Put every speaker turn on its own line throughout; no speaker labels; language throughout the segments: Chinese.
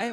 哎，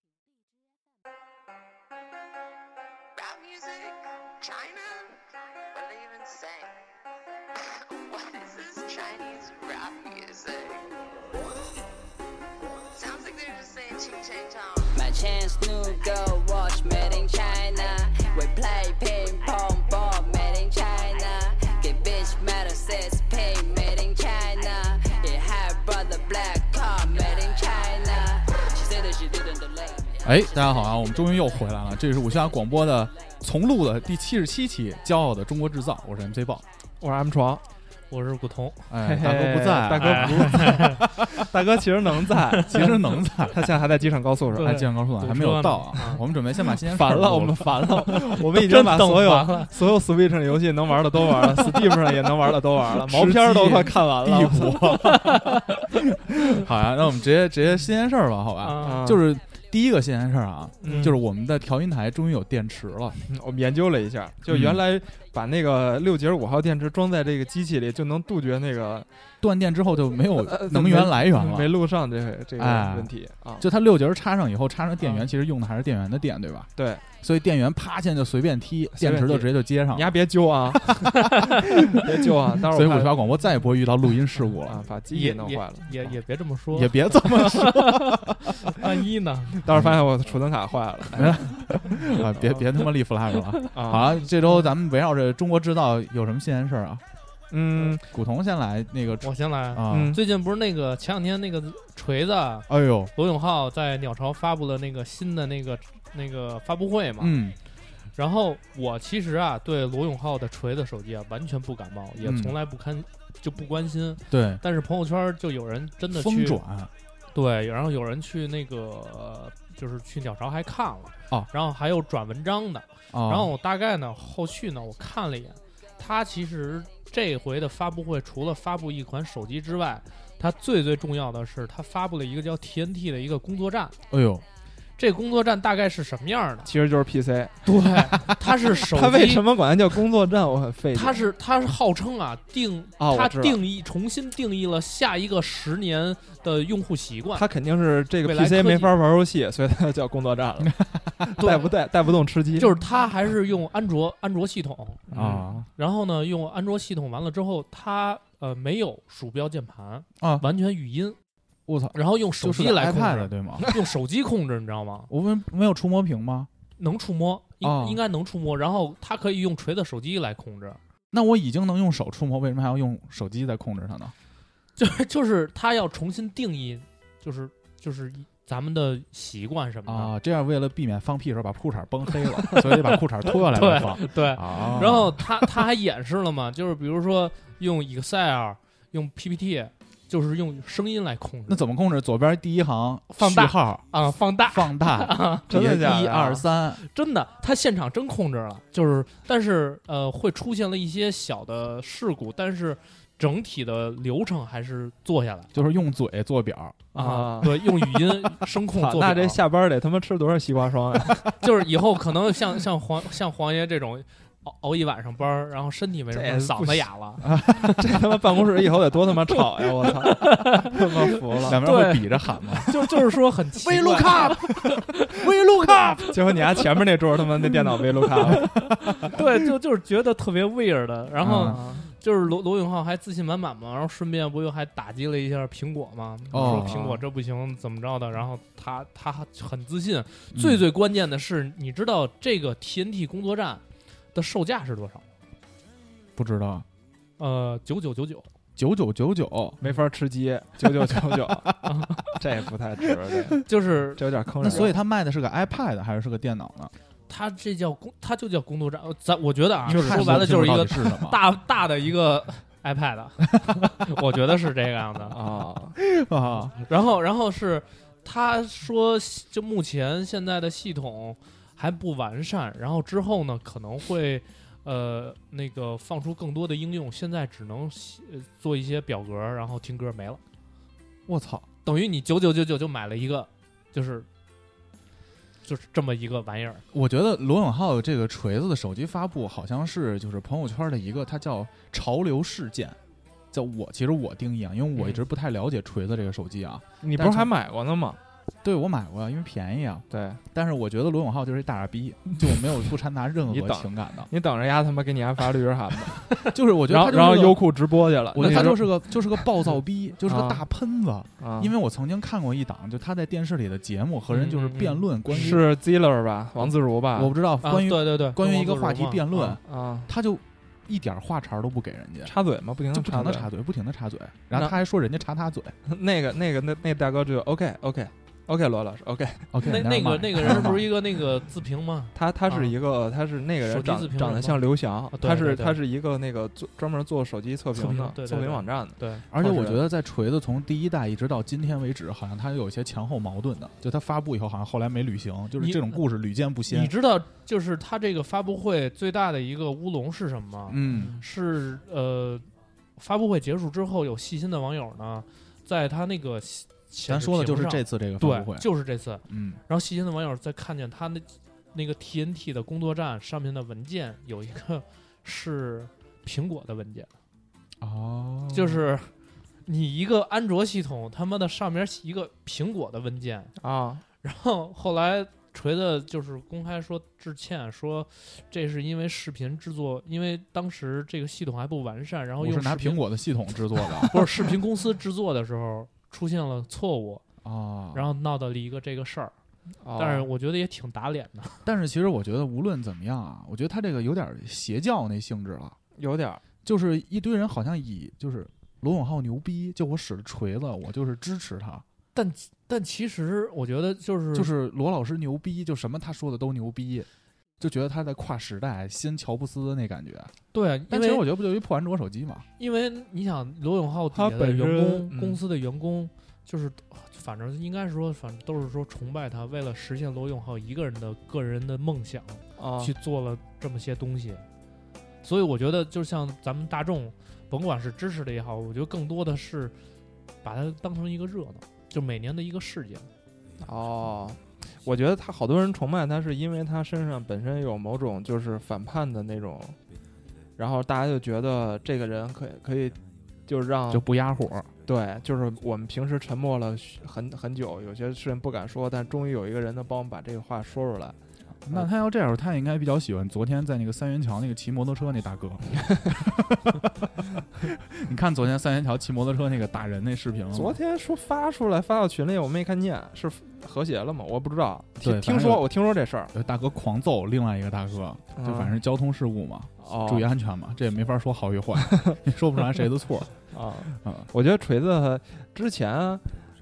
rap music, China, what are you even saying? what is this Chinese rap music? Sounds like they're just saying ching chang chong.
My chance new girl watch made in China. We play ping pong ball made in China. Get bitch metal says pay made in China. It had brother black car made in China. She said that she didn't delay.
哎，大家好啊！我们终于又回来了，这是五七八广播的重录的第七十七期《骄傲的中国制造》，我是 MC 豹。
我是 M 床，
我是古潼，
哎，大哥不在，
大
哎
哥不在，大哥其实 能在，
其实能在，
他现在还在机场高速上。
对
哎，建高速呢
堵
还没有
车
到
呢
啊
啊。
我们准备先把 新鲜事儿
烦 了，
录
我们烦了，我们已
真
经把
等
所有
烦了
所有 Switch 上的游戏能玩的都玩了，Steam 上也能玩的都玩了，毛片儿都快看完
帝
了。
国。好呀，那我们直接直接新鲜事儿吧，好吧？
啊，
就是第一个新鲜事儿啊，
嗯
就是我们的调音台终于有电池了。
我们研究了一下，就
嗯
原来把那个六节五号电池装在这个机器里，就能杜绝那个
断电之后就没有
呃
能源来源
啊
了
没。录上这个这个
哎
问题啊。
就它六节儿插上以后，插上电源，其实用的还是电源的电，对吧？
嗯对，
所以电源啪，现在就随便踢，
随
电
便
池就
踢
直接就接上了。
你丫别揪啊， 别揪啊！待会
所以
儿
五十
我
八广播再也不会遇到录音事故
怕
了
啊，，把机器
也
弄坏
也
了。啊
也也别这么说
也，别这 么说
万一呢？
当时发
嗯
现我储存卡坏了
啊，别别他妈立 flag
嗯
了。好
啊！
了，这周咱们围绕着中国制造有什么新鲜事儿啊？
嗯
古潼先来那个
我先来。
啊，
嗯？
最近不是那个前两天那个锤子啊
哎呦，
罗永浩在鸟巢发布了那个新的那个那个发布会嘛？
嗯
然后我其实啊对罗永浩的锤子手机啊完全不感冒，也
嗯
从来不看就不关心。
对，
但是朋友圈就有人真的
风
去
转
对，然后有人去那个呃就是去鸟巢还看了
哦
然后还有转文章的。
啊，
然后我大概呢，后续呢，我看了一眼，它其实这回的发布会除了发布一款手机之外，它最最重要的是，它发布了一个叫 TNT 的一个工作站。
哎呦，
这个工作站大概是什么样的，
其实就是 PC，
对，它是手机，
他为什么 管它叫工作站？我很费解。
它是它是号称啊定，
哦
它
我知道
定义重新定义了下一个十年的用户习惯。
他肯定是这个
未来科
PC
技
没法玩游戏，所以他就叫工作站 了，带不带带不动吃鸡，嗯
就是它还是用安卓安卓系统，
啊
然后呢用安卓系统完了之后，它呃没有鼠标键盘
啊
完全语音。
我操，
然后用手
就是
机来控
iPad 的
制，
对吗？
用手机控制，你知道吗？
我们没有触摸屏吗？
能触摸，应、
哦
应该能触摸。然后它可以用锤子手机来控制，
那我已经能用手触摸，为什么还要用手机在控制它呢？
就是就是它要重新定义，就是就是咱们的习惯什么的。
哦
啊，这样为了避免放屁的时候把裤衩崩黑 了，所以得把裤衩脱下来再放。
对，
啊，
然后它它还演示了嘛，就是比如说用 Excel，用 PPT，就是用声音来控
那
制
怎么控制？左边第一行
放大
序号
啊，放大，
放 大，
真的
一
假的
一二三，
真的，它现场真控制了，就是，但是呃，会出现了一些小的事故，但是整体的流程还是做下来
就是用嘴做表。
啊
对，用语音 声控
操
做表。
那这下班得他妈吃多少西瓜霜呀？
就是以后可能像像黄像黄爷这种熬熬一晚上班儿，然后身体没什
这也
么，
不
嗓子哑了，
这他妈办公室以后得多他妈吵呀！我操， 他妈服了。
两边会
对
比着喊吗？
就就是说很奇怪。
威路卡，
结果你家前面那桌他妈那电脑被撸 卡了，
对，就就是觉得特别 weird 的。
啊
然后就是罗罗永浩还自信满满嘛，然后顺便不又还打击了一下苹果嘛，
哦
说苹果这不行怎么着的，然后他他很自信。最最关键的是，你知道这个 TNT 工作站的售价是多少？
不知道
呃，九九九九。
九九九九，
没法吃鸡，九九九 九，这也不太值，这
就是
这有点坑
那
人。
所以他卖的是个 iPad 还是是个电脑呢？
它这叫工，它就叫工作站。呃咱我觉得啊，
就是
说白了就是一个
是什么
大大的一个 iPad，我 觉得是这个样子。
啊，
啊？
然后，然后是他说，就目前现在的系统还不完善，然后之后呢可能会。呃，那个放出更多的应用，现在只能呃做一些表格，然后听歌没了。
我操，
等于你九九九九就买了一个，就是就是这么一个玩意儿。
我觉得罗永浩这个锤子的手机发布好像是就是朋友圈的一个，它叫潮流事件。叫我其实我定义啊，因为我一直不太了解锤子这个手机啊。
你不
但
是
是
还买过呢吗？
对我买过，因为便宜啊。
对
但是我觉得罗永浩就是一大傻逼，就没有不掺杂任
你
何
等
情感的。
你等着丫他妈给你丫发律师函吧。
就是我觉得
然后
他
然后
就是个
优酷直播去了，
我觉得他
那
就
你
是个就是个暴躁逼，就是个
啊
大喷子。
啊
因为我曾经看过一档，就他在电视里的节目和人就是
嗯嗯嗯
辩论关于
是 Ziller 吧，王自如吧，
我不知道
啊，
关于
对对对，
关于
跟
一个
王自
话
如
题
嘛
辩论
啊，
啊，
他就一点话茬儿都不给人家，
插嘴嘛，不停
就
的
不停的
插
插嘴，不停的插嘴，然后
那
他还说人家插他嘴。
嘴。 那个那个那那大哥就 OK OK OK 罗老师 OK，
OK，
那那 个那个人不是一
一
个那个自评吗？
他他
啊
是一个他是那个
手
人
机自
长
评
长得
人吗哦
像刘翔，
对
他
对
是
对
他是一个那个做专门做手机测
测
评
评
的
对对
测评
对
网站的，
对，
而且我
创始
觉
人
得在锤子从第一代一直到今天为止，好像它有一些前后矛盾的，就它发布以后好像后来没履行，就是
你
这种故事屡见不
你
鲜。嗯
知道就是他这个发布会最大的一个乌龙是什么吗？
嗯，
是呃，发布会结束之后，有细心的网友呢，在他那个显
咱
显示
说的就是
屏上
这次这个发布会
对，，就是这次。
嗯，
然后细心的网友在看见他那那个 TNT 的工作站上面的文件有一个是苹果的文件，
哦，
就是你一个安卓系统，他妈的上面一个苹果的文件，
啊，
然后后来锤子就是公开说致歉，说这是因为视频制作，因为当时这个系统还不完善，然后
我
用
是拿
视频
苹果的系统制作 的
不是视频公司制作的时候出现了错误，
啊。
然后闹到了一个这个事儿，
哦
但是我觉得也挺打脸的。
但是其实我觉得无论怎么样啊，我觉得他这个有点邪教那性质了，
有点儿
就是一堆人好像以就是罗永浩牛逼，就我使了锤子，我就是支持他，
但其实我觉得
嗯
就是
就是罗老师牛逼，就什么他说的都牛逼，就觉得他在跨时代，新乔布斯那感觉。
对，因
但其实我
为
觉得不就一破安卓手机嘛？
因为你想罗永浩底
他
下的
本
员工、
身嗯
公司的员工就是。反正应该说，反正都是说崇拜他，为了实现罗永浩一个人的个人的梦想，
啊，
去做了这么些东西。所以我觉得，就像咱们大众，甭管是支持的也好，我觉得更多的是把它当成一个热闹，就每年的一个事件。
哦，我觉得他好多人崇拜他，是因为他身上本身有某种就是反叛的那种，然后大家就觉得这个人可以可以，就是让
不压
嗯
火，
对，就是我们平时沉默了许很很久，有些事情不敢说，但终于有一个人能帮我们把这个话说出来。
那他要这样，他应该比较喜欢昨天在那个三元桥那个骑摩托车那大哥。 你看昨天三元桥骑摩托车那个打人那视频了吗，
昨天说发出来发到群里，我没看见，是和谐了吗？我不知道，
对反正
听听
有
说我听说这事儿，
有大哥狂揍另外一个大哥，就反正是交通事故嘛，
嗯哦
注意安全嘛，这也没法说好与坏， 也说不出来谁的 错
啊。
啊。
我觉得锤子之前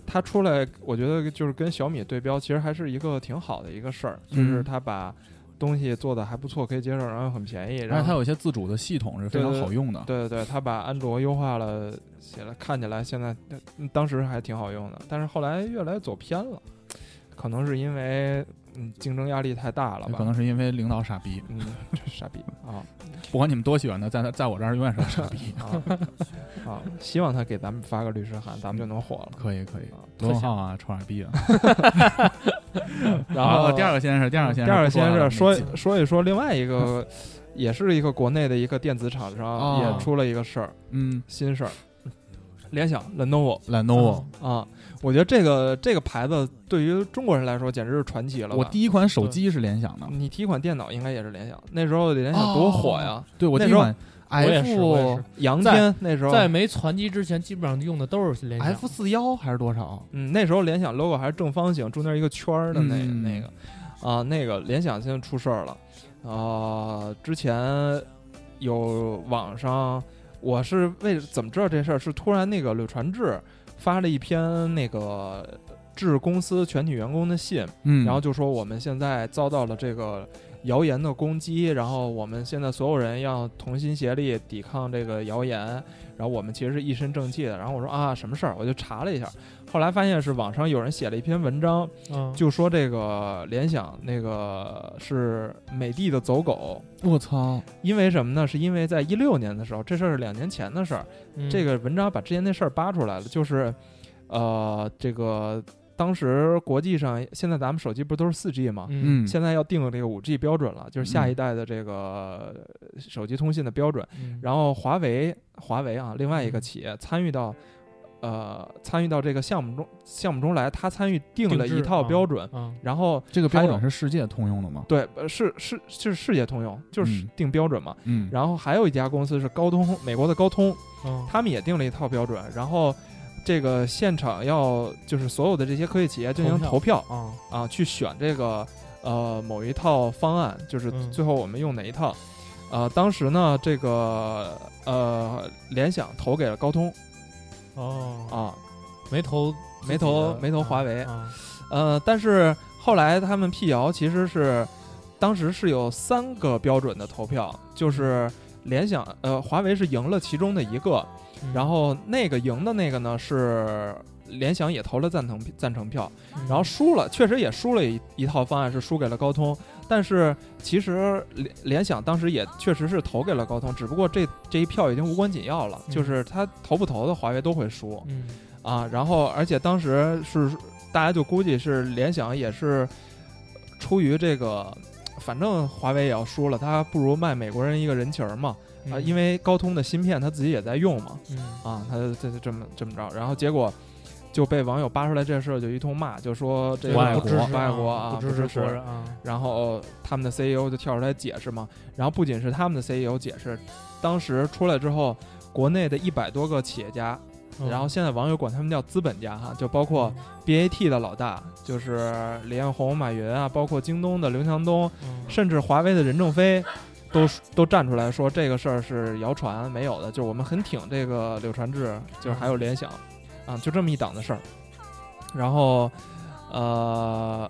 他出来，我觉得就是跟小米对标，其实还是一个挺好的一个事儿，就
嗯
是他把东西做的还不错，可以接受，然后又很便宜，
而
然
且它
后
嗯有一些自主的系统是非常
对对对
好用的，
对对对，他把安卓优化了起来，看起来现在嗯当时还挺好用的，但是后来越来越走偏了，可能是因为嗯竞争压力太大了
也可
吧。
能是因为领导傻逼。
嗯，这傻逼啊。
不管你们多喜欢他，在他在我这儿永远是个傻逼
啊 啊！希望他给咱们发个律师函，咱们就能火了。
可以可以
啊，
罗永浩啊，臭傻逼啊！
然后嗯
啊第二个先生，第二个先生，
第二个先
不
是
说
说
了每期
说一说另外一个，也是一个国内的一个电子厂商
哦
也出了一个事儿，
嗯
新事儿，联想 Lenovo
，Lenovo，
啊，我觉得这个这个牌子对于中国人来说简直是传奇了吧。
我第一款手机是联想的，
你第一款电脑应该也是联想，那时候联想多火呀！
对我
那
第一
时候
款
也是我也
哦 F
是
杨天那时候，
在没传机之前，基本上用的都是联想。
F 四幺还是多少？
嗯，那时候联想 logo 还是正方形，中间一个圈儿的那个、
嗯
那个，啊，那个联想现在出事儿了，啊，之前有网上，我是为怎么知道这事儿？是突然那个柳传志发了一篇那个致公司全体员工的信，
嗯，
然后就说我们现在遭到了这个谣言的攻击，然后我们现在所有人要同心协力抵抗这个谣言，然后我们其实是一身正气的。然后我说啊，什么事儿？我就查了一下，后来发现是网上有人写了一篇文章，
嗯，
就说这个联想那个是美的的走狗。
我操，
因为什么呢？是因为在一六年的时候，这事儿是两年前的事儿。
嗯
这个文章把之前那事儿扒出来了，就是呃，这个当时国际上，现在咱们手机不都是四 G 吗？
嗯
嗯，
现在要定这个五 G 标准了，就是下
嗯
一代的这个手机通信的标准。
嗯
然后华为，华为啊，另外一个企业参与到，呃，参与到这个项目中项目中来，它参与定了
定制
一套
啊
标准，
嗯
然后
这个标
还
准
有
是世界通用的吗？
对，呃是是是世界通用，就是
嗯
定标准嘛。
嗯，
然后还有一家公司是高通，美国的高通，
嗯
他们也定了一套标准，然后。这个现场要就是所有的这些科技企业进行投
投
票
啊
啊，去选这个呃某一套方案，就是
嗯
最后我们用哪一套。呃，当时呢，这个呃联想投给了高通
哦，
啊，
没投
没投
自己的
没投华
啊
为
啊
呃，但是后来他们辟谣，其实是当时是有三个标准的投票，
嗯
就是联想呃华为是赢了其中的一个，
嗯
然后那个赢的那个呢是联想也投了赞成赞成票，
嗯
然后输了，确实也输了一一套方案是输给了高通，但是其实联联想当时也确实是投给了高通，只不过这这一票已经无关紧要了，
嗯
就是他投不投的华为都会输
嗯
啊。然后而且当时是大家就估计是联想也是出于这个，反正华为也要输了，他不如卖美国人一个人情儿嘛啊，因为高通的芯片他自己也在用嘛，
嗯
啊，他这这这么这么着，然后结果就被网友扒出来这事儿，就一通骂，就说这
这
个
不爱
不
国
支持
不
不爱国啊，
不支持国人啊，
然后他们的 CEO 就跳出来解释嘛，然后不仅是他们的 CEO 解释，当时出来之后，国内的一百多个企业家，
嗯
然后现在网友管他们叫资本家哈，就包括 BAT 的老大，就是李彦宏、马云啊，包括京东的刘强东，
嗯
甚至华为的任正非都都站出来说这个事儿是谣传没有的，就是我们很挺这个柳传志，就是还有联想啊，就这么一档子事儿。然后呃，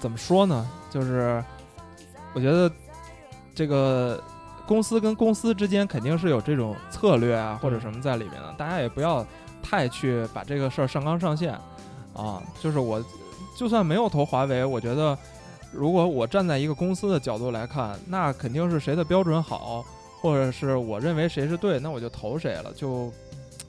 怎么说呢？就是我觉得这个公司跟公司之间肯定是有这种策略啊或者什么在里面的，大家也不要太去把这个事儿上纲上线啊。就是我就算没有投华为，我觉得如果我站在一个公司的角度来看，那肯定是谁的标准好，或者是我认为谁是对，那我就投谁了，就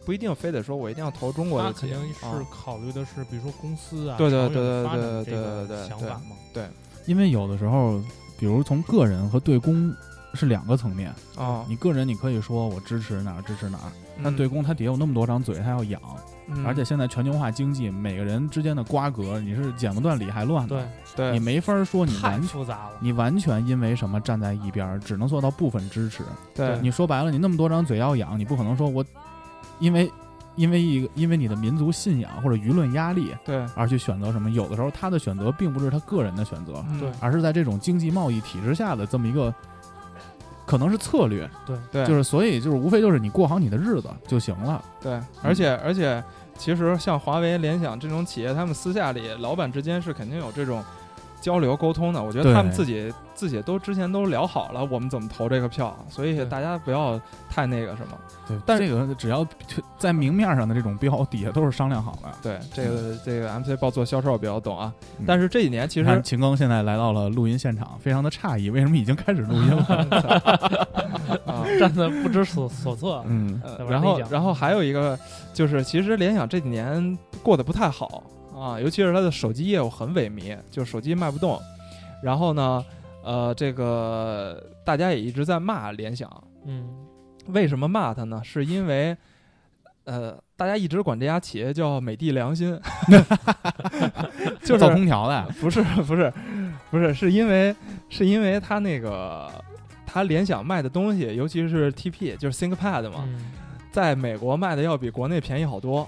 不一定非得说我一定要投中国
他
的
肯
企业
定是
啊
考虑的是，比如说公司啊，
对对
长远
对对
发展
对
这
对
个
对对
想
对
法嘛，
因为有的时候，比如从个人和对公是两个层面。
啊，
你个人你可以说我支持哪儿支持哪儿，但
嗯
对公他底下有那么多张嘴，他要养，
嗯
而且现在全球化经济，每个人之间的瓜葛你是剪不断理还乱的，
对，
对嗯
你没法说你
太
完
复杂了，
你完全因为什么站在一边儿，只能做到部分支持。
对
你说白了，你那么多张嘴要养，你不可能说我因为因为一个因为你的民族信仰或者舆论压力
对
而去选择什么。有的时候他的选择并不是他个人的选择，
嗯
对
而是在这种经济贸易体制下的这么一个可能是策略，
对
对
就是所以就是无非就是你过好你的日子就行了。
对，而且而且，其实像华为、联想这种企业，他们私下里老板之间是肯定有这种交流沟通的。我觉得
对
他们自己自己都之前都聊好了，我们怎么投这个票，所以
对
大家不要太那个什么。
对，
但
这个只要在明面上的这种标底下都是商量好的。
对，这个这个 MC 报做销售比较懂啊
嗯。
但是这几年其
你
实
看秦庚现在来到了录音现场，非常的诧异，为什么已经开始录 音了？
啊，
站的不知所所措，
嗯，
呃
再往
然
内
后
讲
然后还有一个就是，其实联想这几年过得不太好啊，尤其是它的手机业务很萎靡，就是手机卖不动。然后呢，呃，这个大家也一直在骂联想，
嗯
为什么骂它呢？是因为呃，大家一直管这家企业叫美的良心， 就是
造空调的，
不是不是不是，是因为是因为它那个它联想卖的东西，尤其是 TP，就是 ThinkPad 嘛，
嗯，
在美国卖的要比国内便宜好多。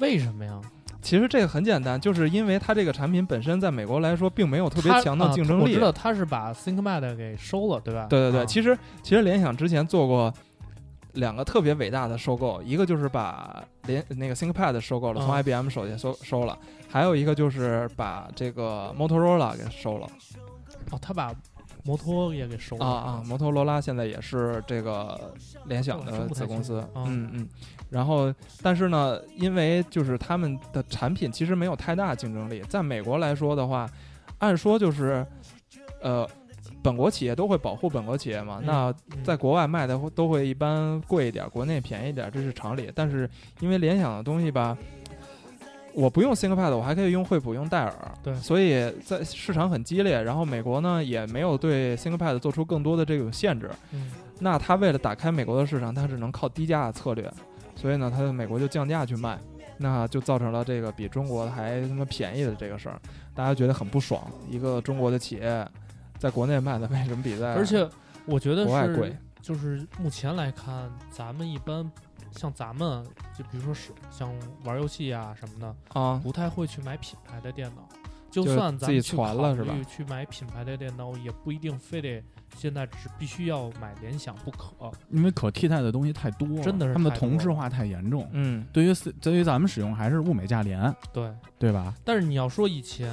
为什么呀？
其实这个很简单，就是因为它这个产品本身在美国来说并没有特别
他
强的
啊
竞争
我
力。
知道他是把 ThinkPad 给收了，对吧？
对对对，
啊
其实其实联想之前做过两个特别伟大的收购，一个就是把联那个 ThinkPad 收购了，从
嗯
IBM 手里收收了，还有一个就是把这个 Motorola 给收了。
哦，他把摩托也给收了
啊啊，摩托罗拉现在也是这个联想
这我
的
真不太
子公司
清，楚啊
嗯嗯。然后，但是呢，因为就是他们的产品其实没有太大竞争力，在美国来说的话，按说就是，呃，本国企业都会保护本国企业嘛，
嗯
那
嗯
在国外卖的会都会一般贵一点，国内便宜一点，这是常理。但是因为联想的东西吧，我不用 ThinkPad，我还可以用惠普、用戴尔。
对
所以在市场很激烈，然后美国呢也没有对 ThinkPad 做出更多的这种限制。
嗯，
那他为了打开美国的市场，他只能靠低价的策略，所以呢，他在美国就降价去卖，那就造成了这个比中国还他妈便宜的这个事儿，大家觉得很不爽。一个中国的企业在国内卖的为什么比在
而且我觉得
国外
是
贵，
就是目前来看，咱们一般像咱们就比如说是像玩游戏啊什么的，
啊？
不太会去买品牌的电脑。就
就是
算咱
自己
们去
攒
考
了是吧
虑去买品牌的电脑，也不一定非得现在只必须要买联想不可。
因为可替代的东西太多了，
真的是
他们的
太多
同质
了
化太严重。
嗯，
对于四对于咱们使用还是物美价廉，
对，
对吧？
但是你要说以前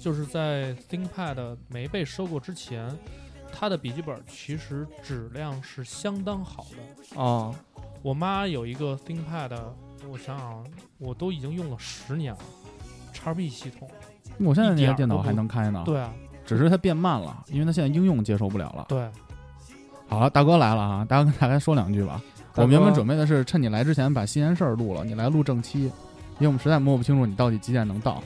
就是在 ThinkPad 没被收购之前，它的笔记本其实质量是相当好的。
哦，
我妈有一个 ThinkPad，我想想啊，我都已经用了十年了，XP 系统。
我现在
一
那
点
台
儿
电
都
脑
不
还能开呢，
对啊，
只是它变慢了，因为它现在应用接受不了了。
对，
好了，大哥来了啊，大哥 跟大家说两句吧。
大
我
哥
们原本准备的是趁你来之前把新鲜事儿录了，你来录正期，因为我们实在摸不清楚你到底几点能到。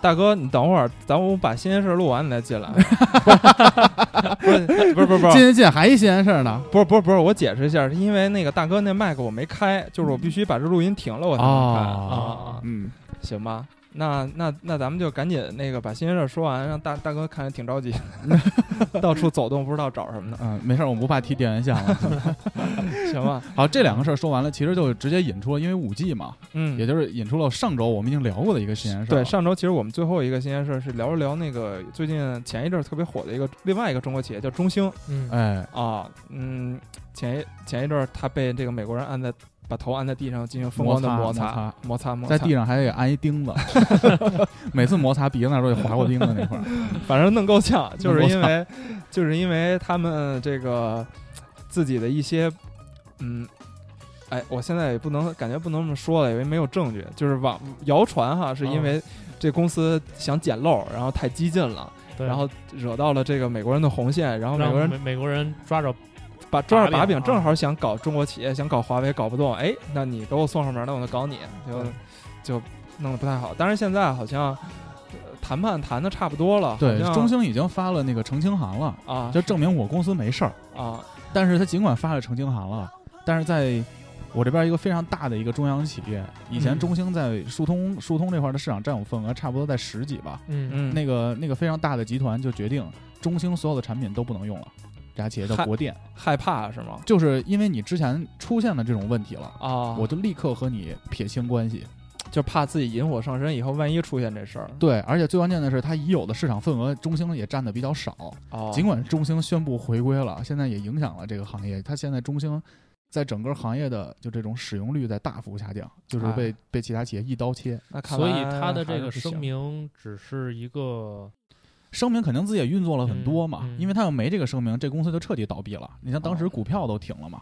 大哥，你等会儿，咱们把新鲜事儿录完你再进 来。不是，不是，不是，不
进
是。
进进，还一新鲜事儿呢。
不是不是不是，我解释一下，是因为那个大哥那麦克我没开，就是我必须把这录音停了，我才能开啊、
哦嗯，
行吧，那那那咱们就赶紧那个把新鲜事儿说完，让大大哥看着 挺着急， 到处走动不知道找什么的，
嗯，没事儿，我们不怕踢电源线了。
行吧？
好，这两个事儿说完了，其实就直接引出了，因为五 G 嘛，也
嗯，
就是引出了上周我们已经聊过的一个新鲜事儿啊
对，
了。
上周其实我们最后一个新鲜事儿是聊了聊那个最近前一阵儿特别火的一个另外一个中国企业叫中兴
嗯，
哎，
啊，嗯，前一前一阵儿他被这个美国人按在把头按在地上进行疯狂的
摩
摩
擦
擦摩擦摩擦，
在地上还得给安一钉 子，每次摩擦鼻子那儿都得划过钉子那 块儿。
反正弄够呛，就是因为就是因为他们这个自己的一些，嗯，哎，我现在也不能感觉不能这么说了，因为没有证据，就是网谣传哈，是因为这公司想捡漏，然后太激进了，
对
然后惹到了这个美国人的红线，然后美
让
国人
美美国人抓着
把抓着把
打脸
柄，
啊
正好想搞中国企业，想搞华为，搞不动，哎，那你给我送上门，那我就搞你，就就弄得不太好。当然现在好像。呃谈判谈的差不多了，
对
好，像
中兴已经发了那个澄清函了，
啊
就证明我公司没事儿。
啊，
但是他尽管发了澄清函了，但是在我这边一个非常大的一个中央企业，以前
嗯
中兴在疏通疏通这块的市场占有份额差不多在十几吧，
嗯
嗯，
那个那个非常大的集团就决定中兴所有的产品都不能用了，这家企业叫
嗨
国电，
害怕是吗？
就是因为你之前出现了这种问题了。
啊，
我就立刻和你撇清关系，
就怕自己引火上身，以后万一出现这事儿。
对，而且最关键的是，它已有的市场份额，中兴也占的比较少，
哦
尽管中兴宣布回归了，现在也影响了这个行业。它现在中兴在整个行业的就这种使用率在大幅下降，
哎
就是被、被其他企业一刀切。
那看来
所以他的这
还
个
是不行
声，明只是一个
声明肯定自己也运作了很多嘛，
嗯嗯
因为他要没这个声明，这公司就彻底倒闭了。你像当时
哦
股票都停了嘛，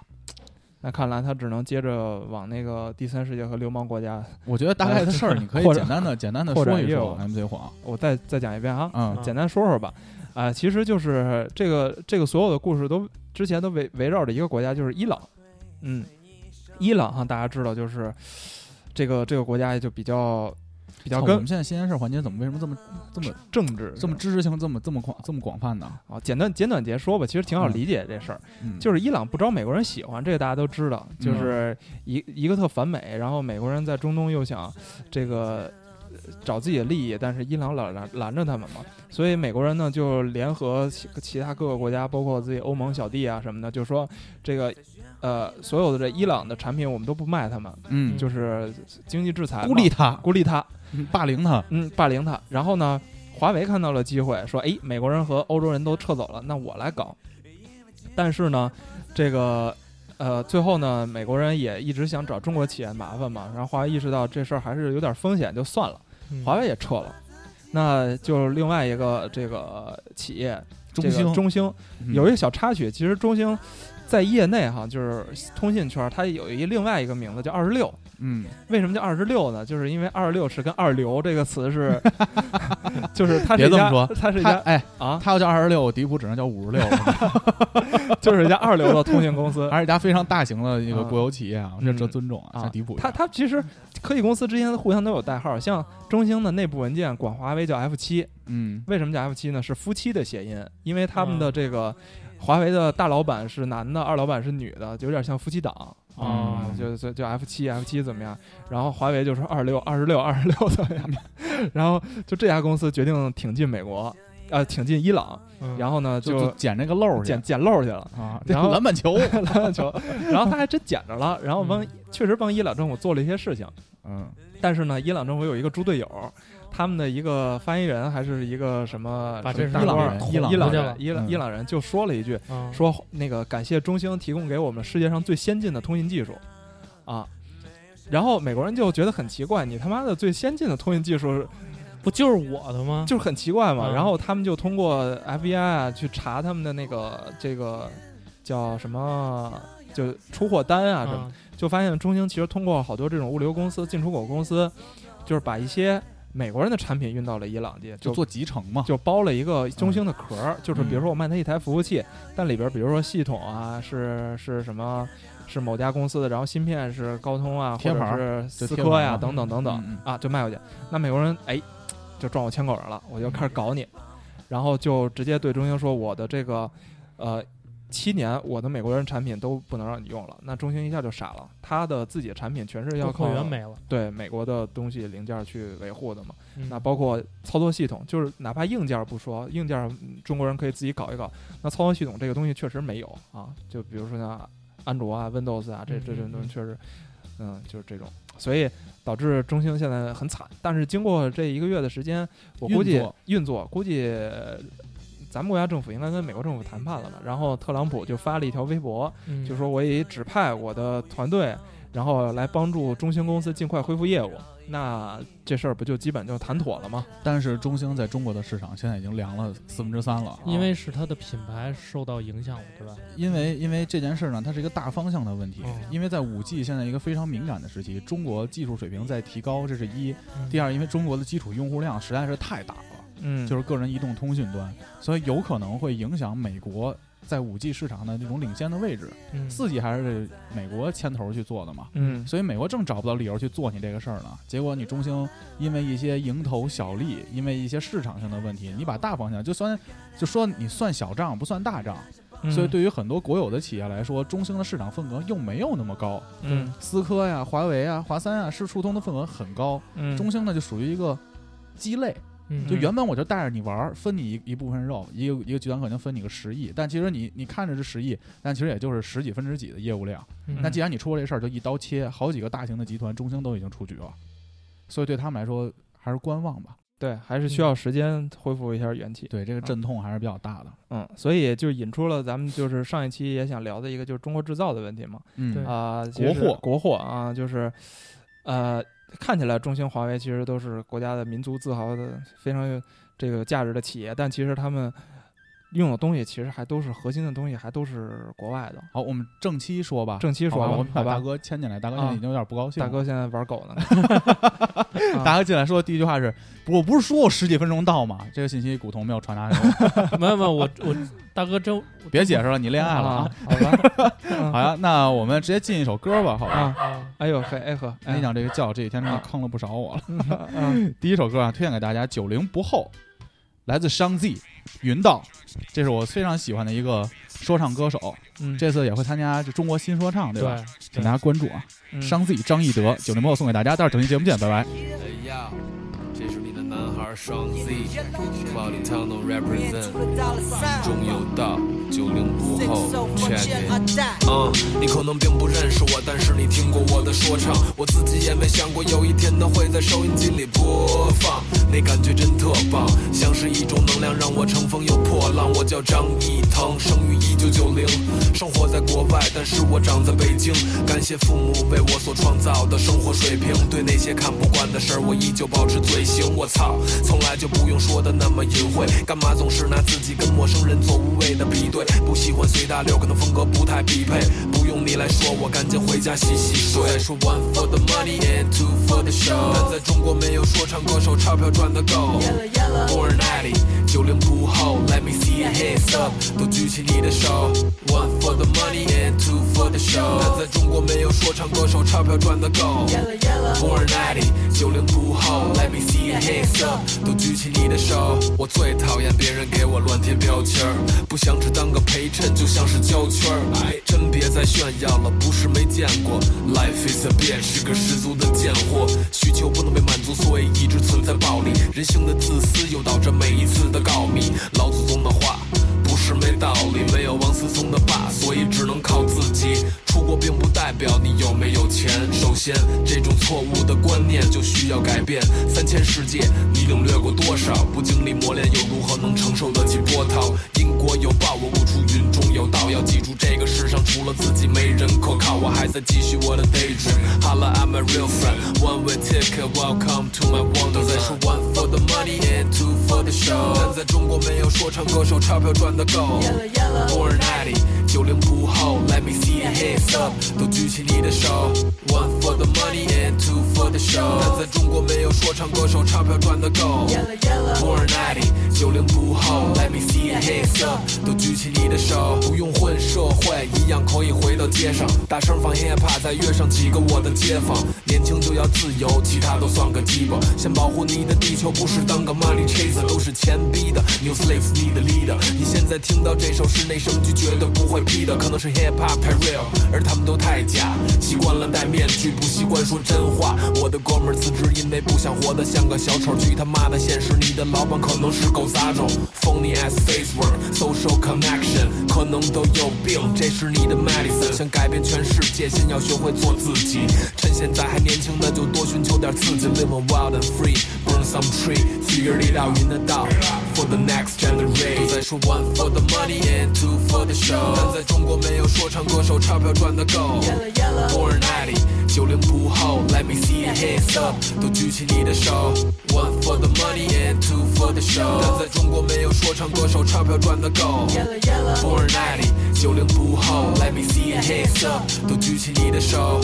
那看来他只能接着往那个第三世界和流氓国家。
我觉得大概的事儿你可以
或者
简单的简单的
或者
说一
业
说
务
MC 黄，
我再再讲一遍啊，
啊嗯
嗯
简单说说吧。啊、其实就是这个这个所有的故事都之前都围围绕着一个国家，就是伊朗。嗯，伊朗哈，大家知道就是这个这个国家就比较比较
操我
跟
们现在新鲜事儿环节怎么为什么这么这么
政治
这么知识性这么这么广这么广泛呢？
啊，简单简短截说吧，其实挺好
嗯
理解这事儿。
嗯，
就是伊朗不招美国人喜欢，这个大家都知道，就是一、一个特反美，然后美国人在中东又想这个呃找自己的利益，但是伊朗老拦拦着他们嘛，所以美国人呢就联合其其他各个国家，包括自己欧盟小弟啊什么的，就说这个呃所有的这伊朗的产品我们都不卖他们，
嗯，
就是经济制裁嘛，
孤立他，
孤立他，
嗯霸凌他，
嗯，霸凌他。然后呢，华为看到了机会，说：“哎，美国人和欧洲人都撤走了，那我来搞。”但是呢，这个呃，最后呢，美国人也一直想找中国企业麻烦嘛。然后华为意识到这事儿还是有点风险，就算了，
嗯
嗯
华为也撤了。那就是另外一个这个企业，
中
这个
兴
中兴
嗯
有一个小插曲，其实中兴在业内哈，就是通信圈，它有一另外一个名字叫二十六。
嗯，
为什么叫二十六呢？就是因为二十六是跟二流这个 词是，就是它是
别
一
这么
家，
说
它是一
他
家
哎，
啊，
他要叫二十六，我迪普只能叫五十六 了，
就是一家二流的通信 公司。
而是一家非常大型的一个国有企业啊，这
嗯
这尊重啊，
啊
像迪普一
它
样，
它其实科技公司之间互相都有代号，像中兴的内部文件管华为叫 F 七，
嗯，
为什么叫 F 七呢？是夫妻的谐音，因为他们的
嗯
这个华为的大老板是男的，二老板是女的，就有点像夫妻档。
啊
啊，就就就 F 七 F 七怎么样？然后华为就说二六二十六二十六怎么样？然后就这家公司决定挺进美国，呃，挺进伊朗，
嗯
然后呢
就就捡这个漏儿去，
捡捡漏去了
啊，
然后
篮板 球，
篮球，然后他还真捡着了，然后帮确实帮伊朗政府做了一些事情，
嗯
但是呢，伊朗政府有一个猪队友。他们的一个发言人还是一个什么
把
什么
这事
大
儿
官
弄
儿
了
伊朗
伊朗
人
人
伊朗
嗯
伊朗人就说了一句，
嗯
说那个感谢中兴提供给我们世界上最先进的通信技术，啊，然后美国人就觉得很奇怪，你他妈的最先进的通信技术
不就是我的吗？
就是很奇怪嘛，
嗯
然后他们就通过 FBI 啊去查他们的那个这个叫什么。就出货单啊什么，
嗯
就发现中兴其实通过好多这种物流公司、进出口公司，就是把一些美国人的产品运到了伊朗去，
就
就
做集成嘛，
就包了一个中兴的壳
嗯
儿，就是比如说我卖它一台服务器，但里边儿比如说系统啊是是什么是某家公司的，然后芯片是高通啊，
贴
或
牌
者
儿
是
就
思
贴
科
牌儿
呀、
嘛
等等等等、
嗯
啊，就卖过去。那美国人哎就撞我枪口上了，我就开始搞你，然后就直接对中兴说我的这个呃。七年，我的美国人产品都不能让你用了，那中兴一下就傻了。他的自己的产品全是要
播
靠
客源没了，
对美国的东西零件儿去维护的嘛。
嗯
那包括操作系统，就是哪怕硬件儿不说，硬件儿嗯中国人可以自己搞一搞。那操作系统这个东西确实没有啊，就比如说像安卓啊、Windows 啊，这这这
嗯嗯
东西
嗯
确实，嗯，就是这种，所以导致中兴现在很惨。但是经过这一个月的时间，我估计
运
运
作
作估计呃咱们国家政府应该跟美国政府谈判了吧？然后特朗普就发了一条微博，
嗯
就说我也指派我的团队，然后来帮助中兴公司尽快恢复业务。那这事儿不就基本就谈妥了吗？
但是中兴在中国的市场现在已经凉了四分之三了，啊
因为是它的品牌受到影响了，对吧？
因为因为这件事呢，它是一个大方向的问题
嗯。
因为在五 G 现在一个非常敏感的时期，中国技术水平在提高，这是一；第
二，
二，因为中国的基础用户量实在是太大了，
嗯，
就是个人移动通讯端，所以有可能会影响美国在五 G 市场的这种领先的位置。
嗯
四 G 还是美国牵头去做的嘛，
嗯
所以美国正找不到理由去做你这个事儿呢。结果你中兴因为一些蝇头小利，因为一些市场上的问题，你把大方向就算就说你算小账不算大账，
嗯
所以对于很多国有的企业来说，中兴的市场份额又没有那么高。
嗯
思科呀、华为啊、华三啊，是触通的份额很高，
嗯
中兴呢就属于一个鸡肋。
嗯
就原本我就带着你玩儿，分你一一部分肉，一个一个集团可能分你个十亿，但其实你你看着是十亿，但其实也就是十几分之几的业务量。
嗯
那既然你出了这事儿，就一刀切，好几个大型的集团，中兴都已经出局了，所以对他们来说还是观望吧。
对，还是需要时间恢复一下元气。
对这个阵痛还是比较大的。
嗯，所以就引出了咱们就是上一期也想聊的一个就是中国制造的问题嘛。
嗯
对
啊、其
国
实
货
国货啊，就是呃，看起来中兴、华为其实都是国家的民族自豪的非常有这个价值的企业，但其实他们用的东西其实还都是核心的东西，还都是国外的。
好，我们正期说吧。
正期说
好吧，
吧
我们把
好吧
大哥牵进来，大哥现在
啊
已经有点不高兴
大
了。
哥现在玩狗呢， 啊
大哥进来说的第一句话是：“不我不是说我十几分钟到吗？”这个信息古潼没有传达给我，
没有没有，我我大哥真
别解释了，你恋爱了啊
啊！，好吧，
好呀，那我们直接进一首歌吧，好吧？
嗯啊，
啊，
哎呦嘿，哎呵，
跟你讲，这个觉这几天真的坑了不少我了。
嗯，
第一首歌啊，推荐给大家《九零不后》，来自商 Z 云道，这是我非常喜欢的一个说唱歌手，
嗯，
这次也会参加这中国新说唱，对吧？请大家关注啊！
嗯
商 Z 张艺德，《九零不后》送给大家，到时候整期节目见，拜拜。
哎呀，这是你的男孩双 Z，暴力 tunnel represent，中有道，九零不后 check it。嗯，你可能并不认识我，但是你听过我的说唱，我自己也没想过有一天它会在收音机里播放，那感觉真特棒，像是一种能量让我乘风又破浪。我叫张一腾，生于一九九零，生活在国外，但是我长在北京。感谢父母为我所创造的生活水平，对那些看不惯的事儿，我依旧保持嘴型。我操，从来就不用说的那么隐晦，干嘛总是拿自己跟陌生人做无谓的比对？不喜欢随大流，可能风格不太匹配。不用你来说，我赶紧回家洗洗睡。再说 one for the money and two for the show，但在中国没有说唱歌手钞票赚的够。Born ninety，九零不后，Let me see your hands up，都举起你的手。One for the money and two for the show，但在中国没有说唱歌手钞票赚的够。Born ninety，九零不后，Let me see your hands up，都举起你的手。我最讨厌别人给我乱贴标签儿，不想只当个陪衬，就像是胶圈儿。哎，真别再炫耀了，不是没见过。Life is a bitch，是个十足的贱货，需求不能被满足，所以一直存在暴力。人性的自私诱导着每一次的告密。老祖宗的话。不是没道理，没有王思聪的爸，所以只能靠自己。出国并不代表你有没有钱，首先这种错误的观念就需要改变。三千世界，你领略过多少？不经历磨练，又如何能承受得起波涛？因果有报，我悟出云中有道。要记住，这个世上除了自己没人可靠。我还在继续我的 daydream。Holla at my real friend，one way ticket，welcome to my wonderland。再说 one for the money and two for the show。但在中国没有说唱歌手钞票赚的够。Born ninety，九零不后，Let me see your hands up，都举起你的手。One for the money and two for the show。但在中国没有说唱歌手钞票赚的够。Born ninety，九零不后，Let me see your hands up，都举起你的手。不用混社会，一样可以回到街上，大声放 hiphop，再约上几个我的街坊。年轻就要自由，其他都算个鸡巴。先保护你的地球，不是当个 money chaser，都是钱逼的。New slaves need a leader。你现在听到这首室内声句，绝对不会批的，可能是 hiphop 太 real，而他们都太假。习惯了戴面具，不习惯说真话。我的哥们儿辞职，因为不想活得像个小丑。去他妈的现实，你的老板可能是狗杂种。Phony as face work，social connection，可能都有病，这是你的 medicine。想改变全世界，先要学会做自己。趁现在还年轻，那就多寻求点刺激。Live wild and free，burn some tree，figure it out in the dark for the next generation。都在说 one for the money and two for the show，但在中国没有说唱歌手钞票赚的够。Born ninety，九零不后，Let me see your hands up，都举起你的手。One for the money and two for the show，但在中国没有说唱歌手钞票赚的够。Born ninety，九零不后，Let me see your hands up，都举起你的手。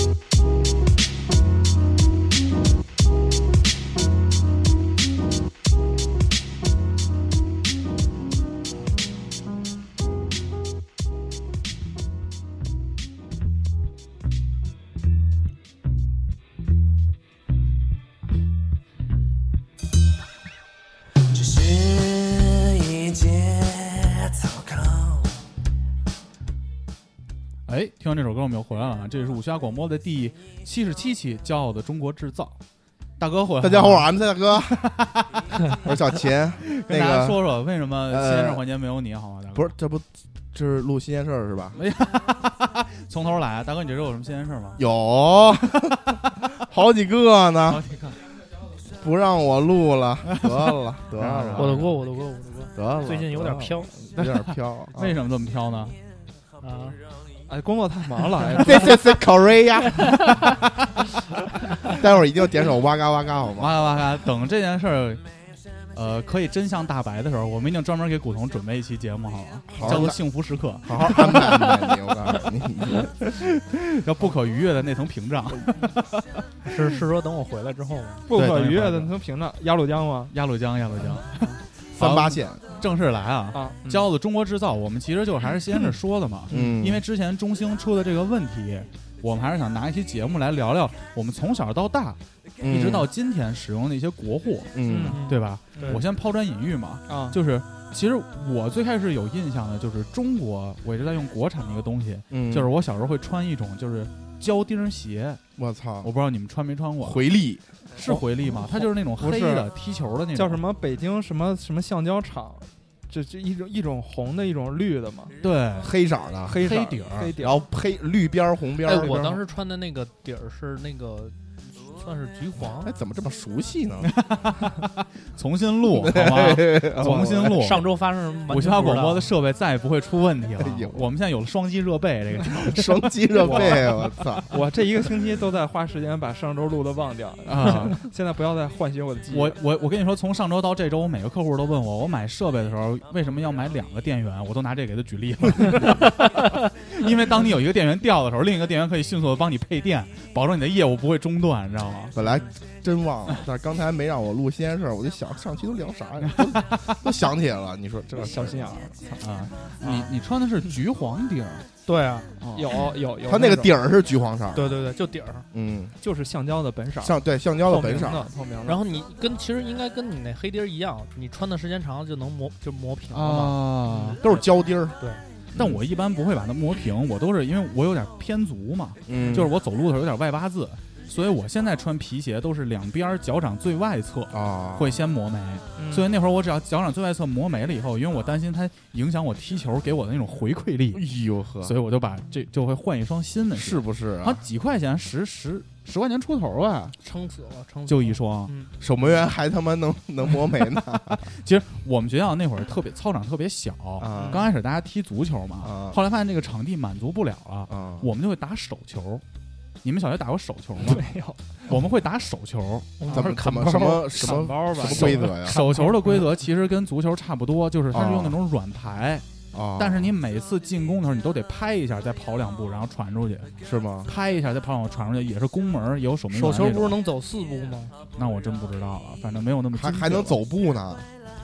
这是一节糟糕。
哎，听完这首歌我们又回来了啊！这也是五七八广播的第七十七期《骄傲的中国制造》。大哥回来了，
大家好，我是 MC 大哥，我是小秦。
跟大家
那个
说说为什么
呃
先生环节没有你，好吗？大哥，
不是，这不这是录新鲜事儿是吧？
从头来，啊大哥，你这周有什么新鲜事儿吗？
有 好几个
好，
呢，
你看，
不让我录了，得了，得了，
我的锅，我的锅，我的锅，
得了，
最近有点飘
得了，有点飘。啊
为什么这么挑呢？
啊，
哎，工作太忙了， 哎，
这这这 Korea，待会儿一定要点首哇嘎哇嘎好吗？
哇嘎哇嘎！等这件事儿，呃，可以真相大白的时候，我们一定专门给古潼准备一期节目，好吗？
好
啊
叫做《幸福时刻
好好安排安排你，我告 诉你，》，
叫不可逾越的那层屏障。
是是说等我回来之后吗？
不
对
可
对
逾越
对
的，能评着鸭绿江吗？
鸭绿江，鸭绿江，
三八线，
正式来啊！
啊，嗯
骄傲的中国制造，我们其实就还是先是说的嘛，
嗯，
因为之前中兴出的这个问题，我们还是想拿一期节目来聊聊我们从小到大
嗯
一直到今天使用的一些国货，
嗯
对吧？
对
我先抛砖引玉嘛，
啊，
就是其实我最开始有印象的就是中国，我一直在用国产的一个东西，
嗯，
就是我小时候会穿一种就是胶钉鞋，
我操
我，不知道你们穿没穿过，
回力
是回力吗？它就是那种黑的踢球的那种，
叫什么北京什么什么橡胶厂这这一种一种红的，一种绿的嘛，
对，
黑色儿的，
黑色
黑
儿
底儿
黑底儿
然后黑绿边儿红边
哎
儿。，
我当
时
时穿的那个底儿是那个算是橘黄
哎，，怎么这么熟悉呢？
重新录，好吗？
哦
重新录。
上周发生什么完全
五七八
不知
广
道
播的设备再也不会出问题了
哎呦。
我们现在有了双击热背，这 个
双击 热背，啊我操！
我这一个星期都在花时间把上周录的忘 掉，
啊，
现在不要再唤醒我的记忆。
我我我跟你说，从上周到这周，我每个客户都问我，我买设备的时候为什么要买两个电源？我都拿这给他举例了， 因为当你有一个电源掉的时候，另一个电源可以迅速的帮你配电，保证你的业务不会中断，你知道吗？
本来真忘了，但是刚才没让我录新鲜事儿，我就想上期都聊啥呀？都都想起来了。你说这
小心眼儿，
啊，你你穿的是橘黄底儿，哦
对啊，
有有有，
它那个
种
底儿是橘黄色儿，
对对对，就底儿。
嗯，
就是橡胶的本色，
像对橡胶
透
的
明
本色儿，
的透明的。
然后你跟其实应该跟你那黑底儿一样，你穿的时间长了就能磨就磨平了嘛。嗯
啊。
都是胶钉儿。
但我一般不会把它磨平，我都是因为我有点偏足嘛，
嗯，
就是我走路的时候有点外八字，所以我现在穿皮鞋都是两边儿脚掌最外侧
啊，
会先磨没。
嗯
所以那会儿我只要脚掌最外侧磨没了以后，因为我担心它影响我踢球给我的那种回馈力，
哎呦呵，
所以我就把这就会换一双新的鞋。
是不是
啊
啊？，
几块钱，十十十块钱出头吧，
撑死了，撑死了
就一双。
嗯，
守门员还他妈能能磨眉呢
其实我们学校那会儿特别操场特别小，
啊
刚开始大家踢足球嘛
啊，
后来发现这个场地满足不了了，
啊！
我们就会打手球。你们小学打过手球吗？
没有，
我们会打手球，
怎么怎么什么什
砍
么
包吧
什么，规则呀？
手球的规则其实跟足球差不多，就是它是用
啊
那种软排，
啊，
但是你每次进攻的时候，你都得拍一下，再跑两步，然后传出去，
是吗？
拍一下再跑两步传出去，也是攻门，也有守门员
手
那种。
球不是能走四步吗？
那我真不知道了，反正没有那么
还
精
还
确
能走步呢？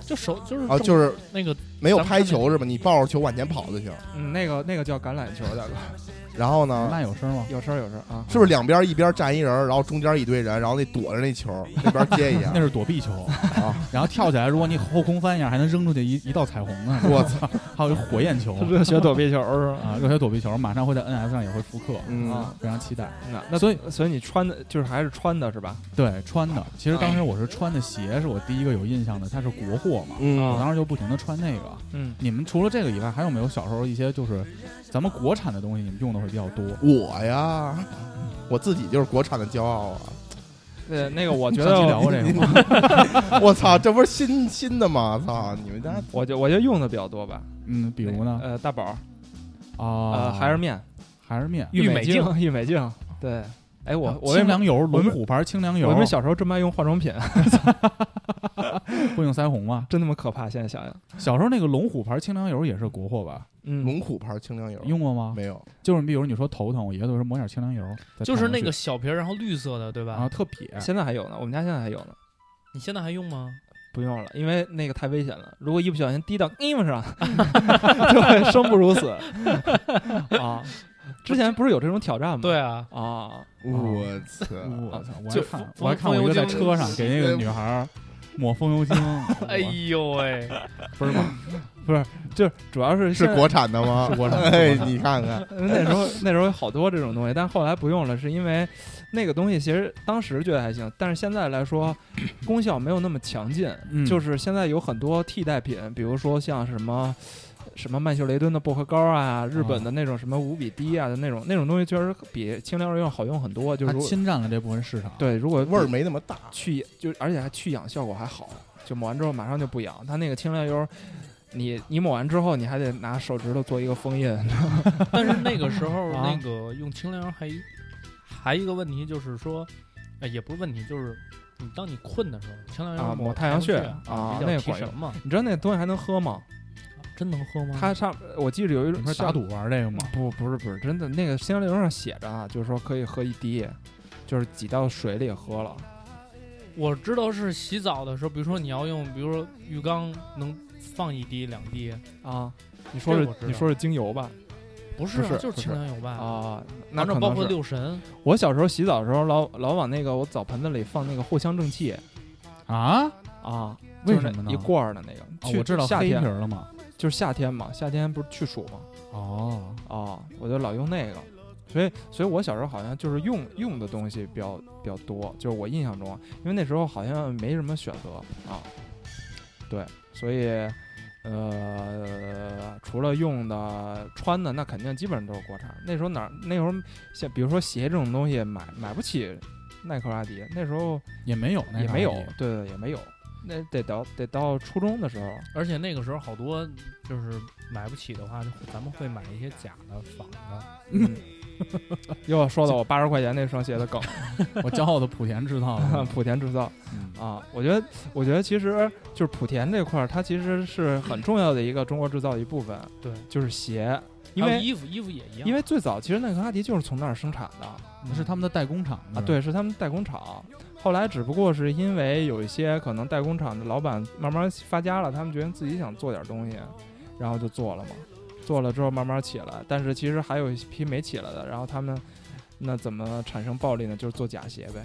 就手就是
啊，
正
就是
那个
没有拍球是吧？你抱着球往前跑就行。
嗯，那个那个叫橄榄球，大哥，
然后呢，
那有声吗？
有事儿有事儿啊，
是不是两边一边站一人，然后中间一堆人，然后那躲着那球，那边接一下
那是躲避球，
啊？
然后跳起来，如果你后空翻一下，还能扔出去一一道彩虹呢。
我操！
还有火焰球
是不是 学躲避球是吧？
哦啊，热血躲避球，马上会在 NF 上也会复刻，
嗯
啊，
非常期待。
那那
所以
所以你穿的就是还是穿的是吧？
对穿的，其实当时我是穿的鞋是我第一个有印象的，它是国货嘛，
嗯
啊
我当时就不停的穿那个。
嗯，
你们除了这个以外，还有没有小时候一些就是咱们国产的东西，你们用的会比较多？
我呀，我自己就是国产的骄傲啊！
呃，那个我觉
上期聊
得
过这个吗？
我操，这不是新新的吗？操，你们家
我就我就用的比较多吧，
嗯，比如呢？
呃，大宝，
啊
呃，，还是面，
还是面，啊
玉美
美
净，
玉美净，对，哎，我我
清
为什么
凉油，
为
龙虎牌清凉油
我，们小时候这么爱用化妆品，啊
会用腮红吗？
真他妈可怕！现在想想，
小时候那个龙虎牌清凉油也是国货吧？
嗯，
龙虎牌清凉油
用过吗？
没有？
就是比如你说头疼，我爷爷都是抹点清凉油，再
就是那个
烫上
小瓶儿，然后绿色的，对
去啊，
吧？
特瘪。
现在还有呢，我们家现在还有呢，
你现在还用吗？
不用了，因为那个太危险了，如果一不小心滴到衣服上，就会生不如死啊！之前不是有这种挑战吗？
对啊，
啊，
我操！
我操！我还
就
看，
风
我还看我一个在车上给那个女孩儿抹风油精，
哎呦喂，
不是吗？
就是主要是
是
现在呃
国产的吗？
是国产的
哎，你看看，
那时候 那时候有好多这种东西，但后来不用了，是因为那个东西其实当时觉得还行，但是现在来说功效没有那么强劲，
嗯
就是现在有很多替代品，比如说像什么。什么曼秀雷敦的薄荷膏啊，日本的那种什么五比滴啊的那种那种东西，确实比清凉油要好用很多。就是
他
如
侵占了这部分市场。，
对，如果
味儿没那么大。
去就是而且还去痒效果还好，就抹完之后马上就不痒。它那个清凉油，你你抹完之后，你还得拿手指头做一个封印。
但是那个时候
啊
那个用清凉还还一个问题就是说，哎也不是问题，就是你当你困的时候，清凉
啊
要
抹
抹
太阳
阳
穴啊
比
那个
较提
管用
神嘛。
你知道那东西还能喝吗？
真能喝吗？
它上我记得有一
你
种
不是打
像
赌玩这个吗？
不不是不是真的，那个清凉油上写着啊，就是说可以喝一滴，就是挤到水里喝了。
我知道是洗澡的时候，比如说你要用，比如说浴缸能放一滴两滴，
啊，你说
这
是
我知
你
道
说是精油吧？
不是啊，
不是
就是清凉油吧。
啊，那
然
可
后包括
能是。
六神，
我小时候洗澡的时候，老老往那个我澡盆子里放那个藿香正气
啊，
啊，
为
就是
什
那
么呢
一罐儿的那个，
啊
去
我知道
夏
黑皮
天
儿了嘛。
就是夏天嘛，夏天不是去暑嘛，
哦，
啊，我就老用那个，所以所以我小时候好像就是用用的东西比较比较多，就是我印象中啊，因为那时候好像没什么选择啊，对，所以嗯、呃，除了用的、穿的，那肯定基本上都是国产。那时候哪儿？那时候像比如说鞋这种东西，买买不起耐克、阿迪，那时候
也没有，那
也
啥
没有
玩意儿，
对对，也没有。那得到得到初中的时候，
而且那个时候好多就是买不起的话，就咱们会买一些假的、仿的。
嗯又说到我八十块钱那双鞋的梗，
我骄傲的莆田制造的
莆田制造
嗯
啊，我觉得，我觉得其实就是莆田这块儿，它其实是很重要的一个中国制造的一部分，
对，
就是鞋，因
还有
为
衣服衣服也一样，
因为最早其实耐克、阿迪就是从那儿生产的啊，
是他们的代工厂是
嗯
吧
对，是他们代工厂。后来只不过是因为有一些可能代工厂的老板慢慢发家了，他们觉得自己想做点东西，然后就做了嘛。做了之后慢慢起来，但是其实还有一批没起来的，然后他们那怎么产生暴利呢？就是做假鞋呗。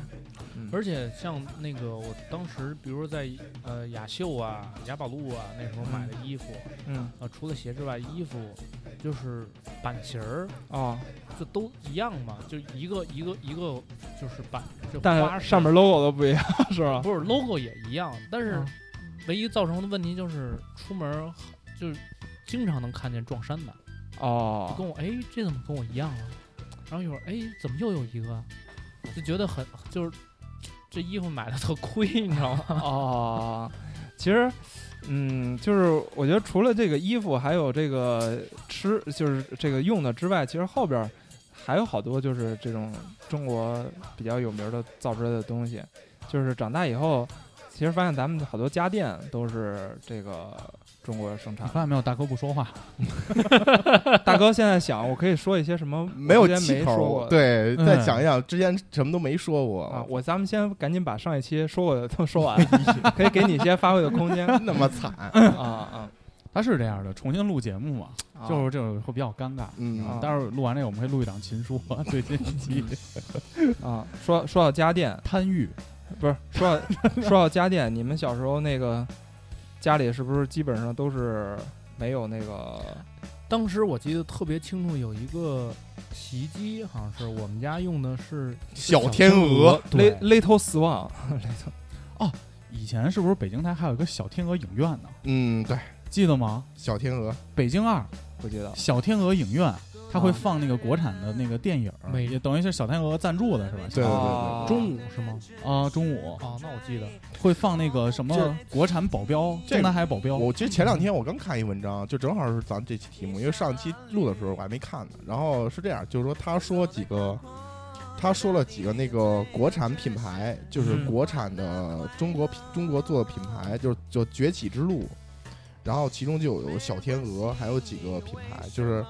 嗯
而且像那个我当时，比如说在呃雅秀啊、雅宝路啊那时候买的衣服，
嗯
呃除了鞋之外，衣服就是版型儿
哦，
就都一样嘛，就一个一个一个就是版，就花
但
式
上面 logo 都不一样， 是吧？
不是 logo 也一样，但是
嗯
唯一造成的问题就是出门儿就是经常能看见撞衫的，就
哦，
跟我哎这怎么跟我一样啊？然后一会儿哎怎么又有一个啊，就觉得很就是这衣服买的特亏，你知道吗？
哦，其实，嗯，就是我觉得除了这个衣服，还有这个吃，就是这个用的之外，其实后边儿还有好多就是这种中国比较有名的造出来的东西。就是长大以后，其实发现咱们好多家电都是这个中国生
你
产
发。现没有，大哥不说话，
大哥现在想，我可以说一些什么？
没有
之前
气
没说
口
过
儿，。对，再
嗯
讲一讲之前什么都没说过
啊，我咱们先赶紧把上一期说过的都说完， 可以给你一些发挥的空间。
那么惨，
啊啊，
他是这样的，重新录节目嘛，
啊
就是这种会比较尴尬。
嗯
啊，嗯
待会儿录完这个，我们会录一档秦说最新一期
啊，说说到家电，
贪 欲，
不是说 到说到家电，你们小时候那个家里是不是基本上都是没有那个
当时我记得特别清楚，有一个洗衣机，好像是我们家用的是
小天鹅，
Little
对
Little Swan？
以前是不是北京台还有一个小天鹅影院呢？
嗯，对，
记得吗？
小天鹅，
北京二
不记得
小天鹅影院，它会
啊
放那个国产的那个电影儿，
美
也等于是小天鹅赞助的是吧？
对对对
啊
中午是吗？
啊，中午
哦，那我记得
会放那个什么
这
国产保镖，
这
中南海保镖，
我其实前两天我刚看一文章，就正好是咱这期题目，因为上期录的时候我还没看呢。然后是这样，就是说他说几个，他说了几个那个国产品牌，就是
嗯
国产的中国品中国做的品牌，就是就崛起之路。然后其中就有小天鹅，还有几个品牌，就是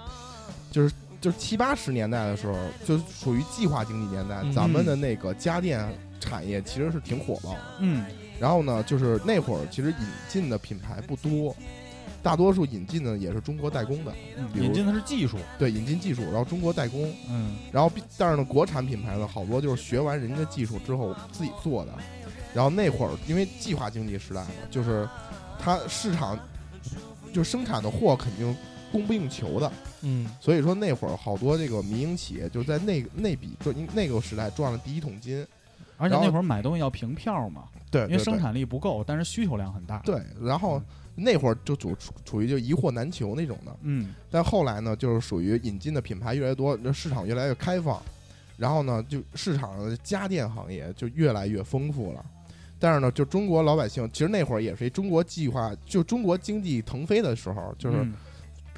就是就是七八十年代的时候，就属于计划经济年代，咱们的那个家电产业其实是挺火爆的。
嗯，
然后呢，就是那会儿其实引进的品牌不多，大多数引进的也是中国代工的，
嗯
比如
引进的是技术，
对，引进技术，然后中国代工，
嗯，
然后毕但是呢，国产品牌呢，好多就是学完人家的技术之后自己做的。然后那会儿因为计划经济时代嘛，就是它市场就生产的货肯定供不应求的，
嗯
所以说那会儿好多这个民营企业就在那个那笔赚那个时代赚了第一桶金。
而且
然后
那会儿买东西要凭票嘛，
对，
因为
对
生
对
产力不够，但是需求量很大，，
对，然后那会儿就处处处于就一货难求那种的。
嗯，
但后来呢，就是属于引进的品牌越来越多，市场越来越开放，然后呢，就市场的家电行业就越来越丰富了。但是呢，就中国老百姓，其实那会儿也是一中国计划，就中国经济腾飞的时候，就是
嗯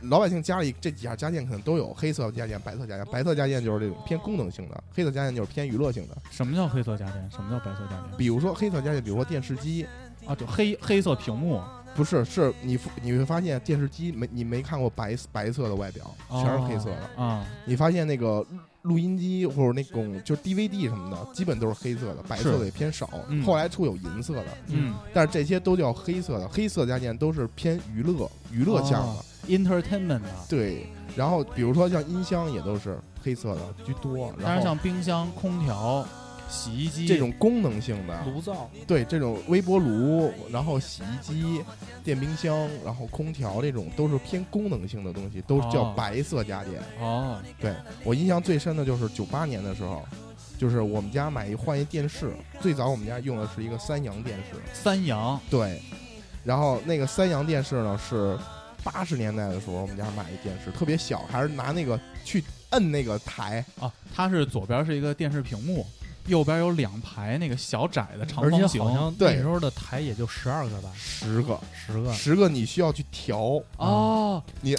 老百姓家里这几样家电可能都有，黑色家电、白色家电，白色家电就是这种偏功能性的，黑色家电就是偏娱乐性的。
什么叫黑色家电，什么叫白色家电
比如说黑色家电，比如说电视机，
啊？就黑黑色屏幕，
不是，是你你会发现电视机没你没看过白白色的外表，全是黑色的。
啊，
你发现那个录音机或者那种就是 DVD 什么的，基本都是黑色的，白色的也偏少。
嗯
后来出有银色的，
嗯
但是这些都叫黑色的。黑色家电都是偏娱乐娱
哦
乐项的，
，entertainment 啊的，
对。然后比如说像音箱也都是黑色的居多，
当然
然后
像冰箱、空调、洗衣机
这种功能性的，啊
炉灶，
对这种微波炉，然后洗衣机、电冰箱，然后空调这种都是偏功能性的东西，都叫
哦
白色家电。
哦，
对我印象最深的就是九八年的时候，就是我们家买一换一电视，最早我们家用的是一个三洋电视，
三洋，
对，然后那个三洋电视呢是八十年代的时候我们家买的电视，特别小，还是拿那个去摁那个台，
啊，它是左边是一个电视屏幕，右边有两排那个小窄的长
而且
方形
好像
对
那时候的台也就十二个吧，
十个
十个。
十个你需要去调，
哦。
你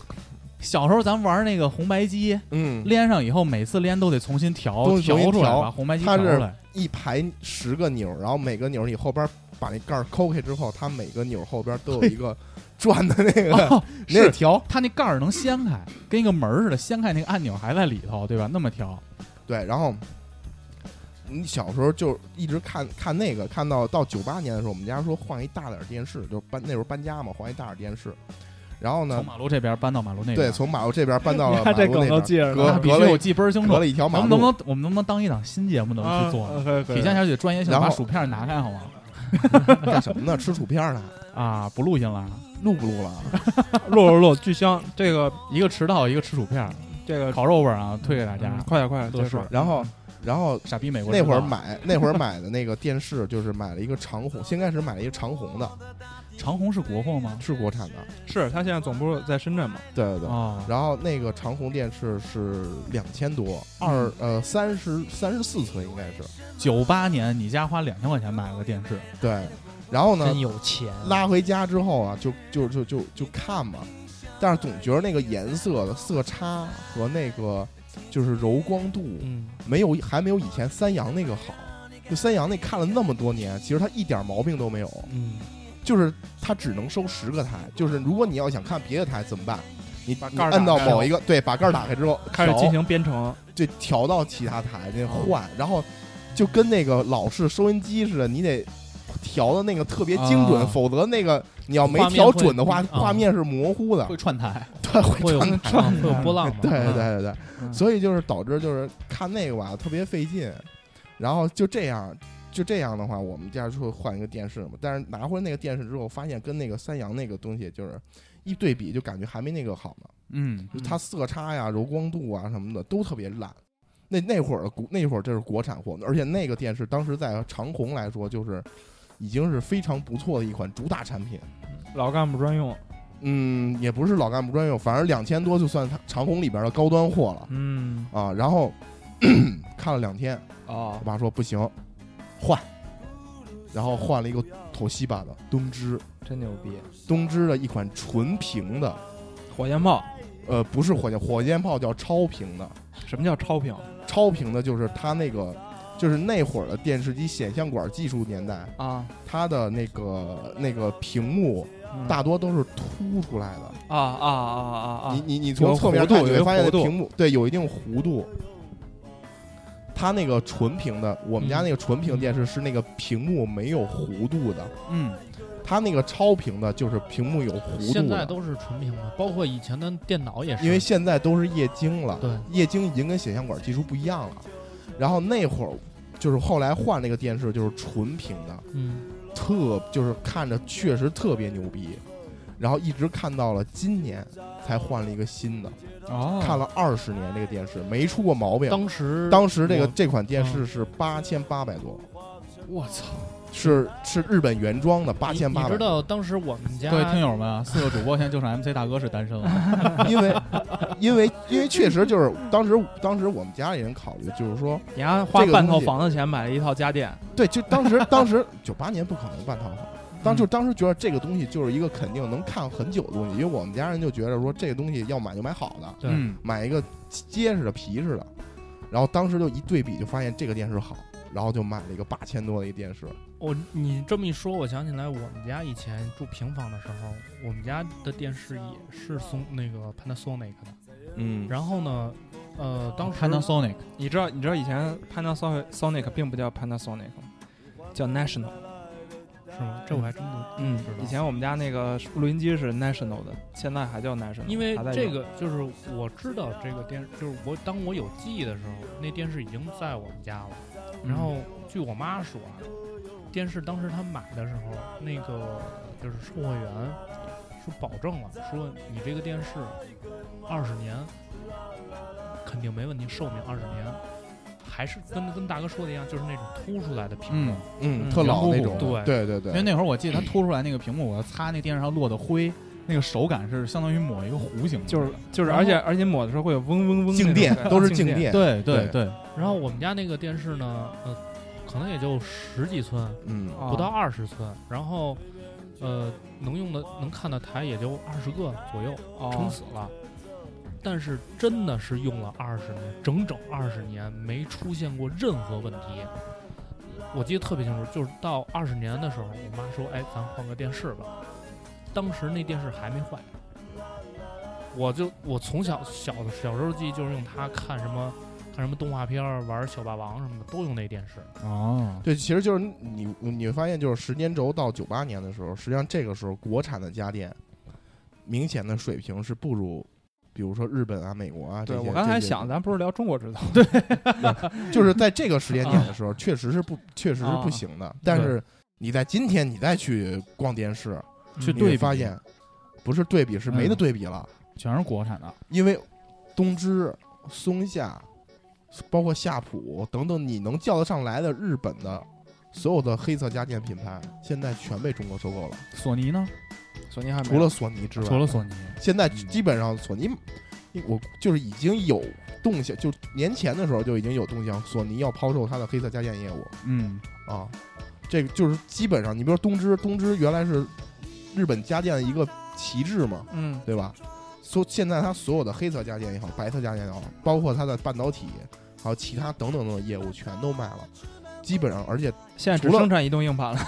小时候咱玩那个红白机，
嗯，
连上以后每次连都得重新调
都得重新
出来，
调
把红白机
它
调
是
出来。
一排十个钮，然后每个钮你后边把那盖儿抠开之后，它每个钮后边都有一个转的 那个，
哦，
你得
是
调。
它那盖儿能掀开，跟一个门儿似的，掀开那个按钮还在里头，对吧？那么调，
对，然后你小时候就一直看看那个，看到到九八年的时候，我们家说换一大点儿电视，就搬那时候搬家嘛，换一大点儿电视。然后呢
从，马路这边搬到马路那边。
对，从马路这边搬到了
他
马
这
路
梗都
那
记
边，
着
隔
那必
隔
须
了
我
一
记倍儿清楚
隔。了一条马
能
路，
不
啊
能我们能不能当一档新节目能
啊
去做？体现一下自己的专业性，
然后
把薯片拿开好吗？
干什么呢？吃薯片儿呢？
啊，不录音了啊，
录不录了？
录录录，巨香，这个
一个迟到，一个吃薯片，
这个
烤肉味儿啊，推给大家
嗯。快点快点，
乐
结束
事
呃然后，然后
傻逼美国
那会儿
迟到
买那会儿买的那个电视，就是买了一个长虹，先开始买了一个长虹的，
长虹是国货吗？
是国产的，
是他现在总部在深圳嘛？
对对对。
哦，
然后那个长虹电视是两千多，
嗯
二呃三十三十四寸应该是，
九八年你家花两千块钱买了个电视，
对。然后呢
真，有钱，
拉回家之后啊，就就就就就看吧，但是总觉得那个颜色的色差和那个就是柔光度，
嗯，
没有还没有以前三洋那个好。就三洋那看了那么多年，其实它一点毛病都没有。
嗯，
就是它只能收十个台，就是如果你要想看别的台怎么办？你把
盖儿打
按到
开
某一个对，把盖儿打开之后
开始
调
进行编程，嗯
就调到其他台那换，然后就跟那个老式收音机似的，你得调的那个特别精准，
啊
否则那个你要没
画面
调
会
准的话，
嗯
画面是模糊的
会，串台。
对，
会有
会
会
传台。
有波 浪嘛？
对对对对，
嗯
所以就是导致就是看那个吧特别费劲，然后就这样就这样的话，我们家就会换一个电视嘛。但是拿回那个电视之后，发现跟那个三洋那个东西就是一对比，就感觉还没那个好呢。
嗯，
就它色差呀、柔光度啊什么的都特别烂。那那会儿的国那会儿这是国产货，而且那个电视当时在长虹来说就是已经是非常不错的一款主打产品。
老干部专用，
嗯，也不是老干部专用，反正两千多就算它长虹里边的高端货了。
嗯，
啊，然后 看了两天，
哦
我，爸说不行，换，然后换了一个头西巴的东芝，
真牛逼，
东芝的一款纯平的，
火箭炮，
呃，不是火箭火箭炮，叫超平的，
什么叫超频
超平的就是它那个。就是那会儿的电视机显像管技术年代，
啊？
它的那个那个屏幕
嗯
大多都是凸出来的。
啊啊啊啊啊！
你你你
有
从侧面
弧度
看，你
有一
会
个
发现
弧度
屏幕对有一定弧度。它那个纯平的，
嗯
我们家那个纯平电视是那个屏幕没有弧度的，
嗯，
它那个超平的就是屏幕有弧
现
度
在
的。
都是纯屏的，包括以前的电脑也是。
因为现在都是液晶了，
对
液晶已经跟显像管技术不一样了。然后那会儿就是后来换那个电视就是纯平的，
嗯，
特就是看着确实特别牛逼，然后一直看到了今年才换了一个新的，
哦，
看了二十年这个电视没出过毛
嗯
病。
当时嗯
当时这个
我
这款电视是八千八百多，
我操！
是是日本原装的八
你
千八
你
百
知，道当时我们家
各位听友们啊，四个主播现在就剩 MC 大哥是单身了。
因为因为因为确实就是当时当时我们家里人考虑就是说，
你还花
这个
半套
东西
房子钱买了一套家电，
对，就当时当时九八年不可能办套 房，当
嗯
就当时觉得这个东西就是一个肯定能看很久的东西，因为我们家人就觉得说这个东西要买就买好的，
对
嗯，
买一个结实的皮实的，然后当时就一对比就发现这个电视好，然后就买了一个八千多的一个电视，
我你这么一说，我想起来我们家以前住平房的时候，我们家的电视也是松那个 Panasonic 的。
嗯，
然后呢，呃，当时
Panasonic
你知道你知道以前 Panasonic 并不叫 Panasonic 吗？叫 National。
是吗？这我还真不
嗯
知道
以前我们家那个录音机是 National 的，现在还叫 National，
因为
嗯还在
这
用
个就是我知道这个电视，就是我当我有记忆的时候，那电视已经在我们家了。
嗯
然后据我妈说啊，电视当时她买的时候，那个就是售货员说保证了，说你这个电视二十年肯定没问题，寿命二十年。还是跟跟大哥说的一样，就是那种凸出来的屏幕
嗯，，
嗯，
嗯
特老那种，
圆鼓鼓
对对
因
对
为，那会儿我记得它凸出来那个屏幕，我擦那电视上落的灰，那个手感是相当于抹一个弧形的，
就是就是，
然后
而且而且抹的时候会有嗡嗡嗡那种
静电
感觉
都是
静
静，电，
对对对，
然后我们家那个电视呢，呃，可能也就十几寸，
嗯，
啊
不到二十寸，然后呃，能用的能看的台也就二十个左右，
哦
撑死了。但是真的是用了二十年，整整二十年没出现过任何问题。我记得特别清楚，就是到二十年的时候，我妈说：“哎，咱换个电视吧。”当时那电视还没坏，我就我从小小的小时候记忆就是用它看什么看什么动画片儿、玩小霸王什么的，都用那电视。
哦，
对，其实就是你你会发现，就是时间轴到九八年的时候，实际上这个时候国产的家电明显的水平是不如。比如说日本啊、美国啊这
对
些，
我刚才
这些
想，咱不是聊中国制造，
就是在这个时间
啊
点的时候，确实是不，确实是不行的。但是你在今天，你再去逛电视，
去
嗯你会
对
发
比，
现，不是对比，是没得
嗯
对比了。
全是国产的，
因为东芝、松下，包括夏普等等，你能叫得上来的日本的所有的黑色家电品牌，现在全被中国收购了，
索尼呢？
索尼还没
除了索尼之外，
除了索尼，嗯
现在基本上索尼，我就是已经有动向，就年前的时候就已经有动向，索尼要抛售它的黑色家电业务
嗯，
啊，这个就是基本上，你比如说东芝，东芝原来是日本家电的一个旗帜嘛，
嗯
对吧？所现在它所有的黑色家电也好，白色家电也好，包括它的半导体，还有其他等等等业务全都卖了，基本上，而且
现在只
除了
生产移动硬盘了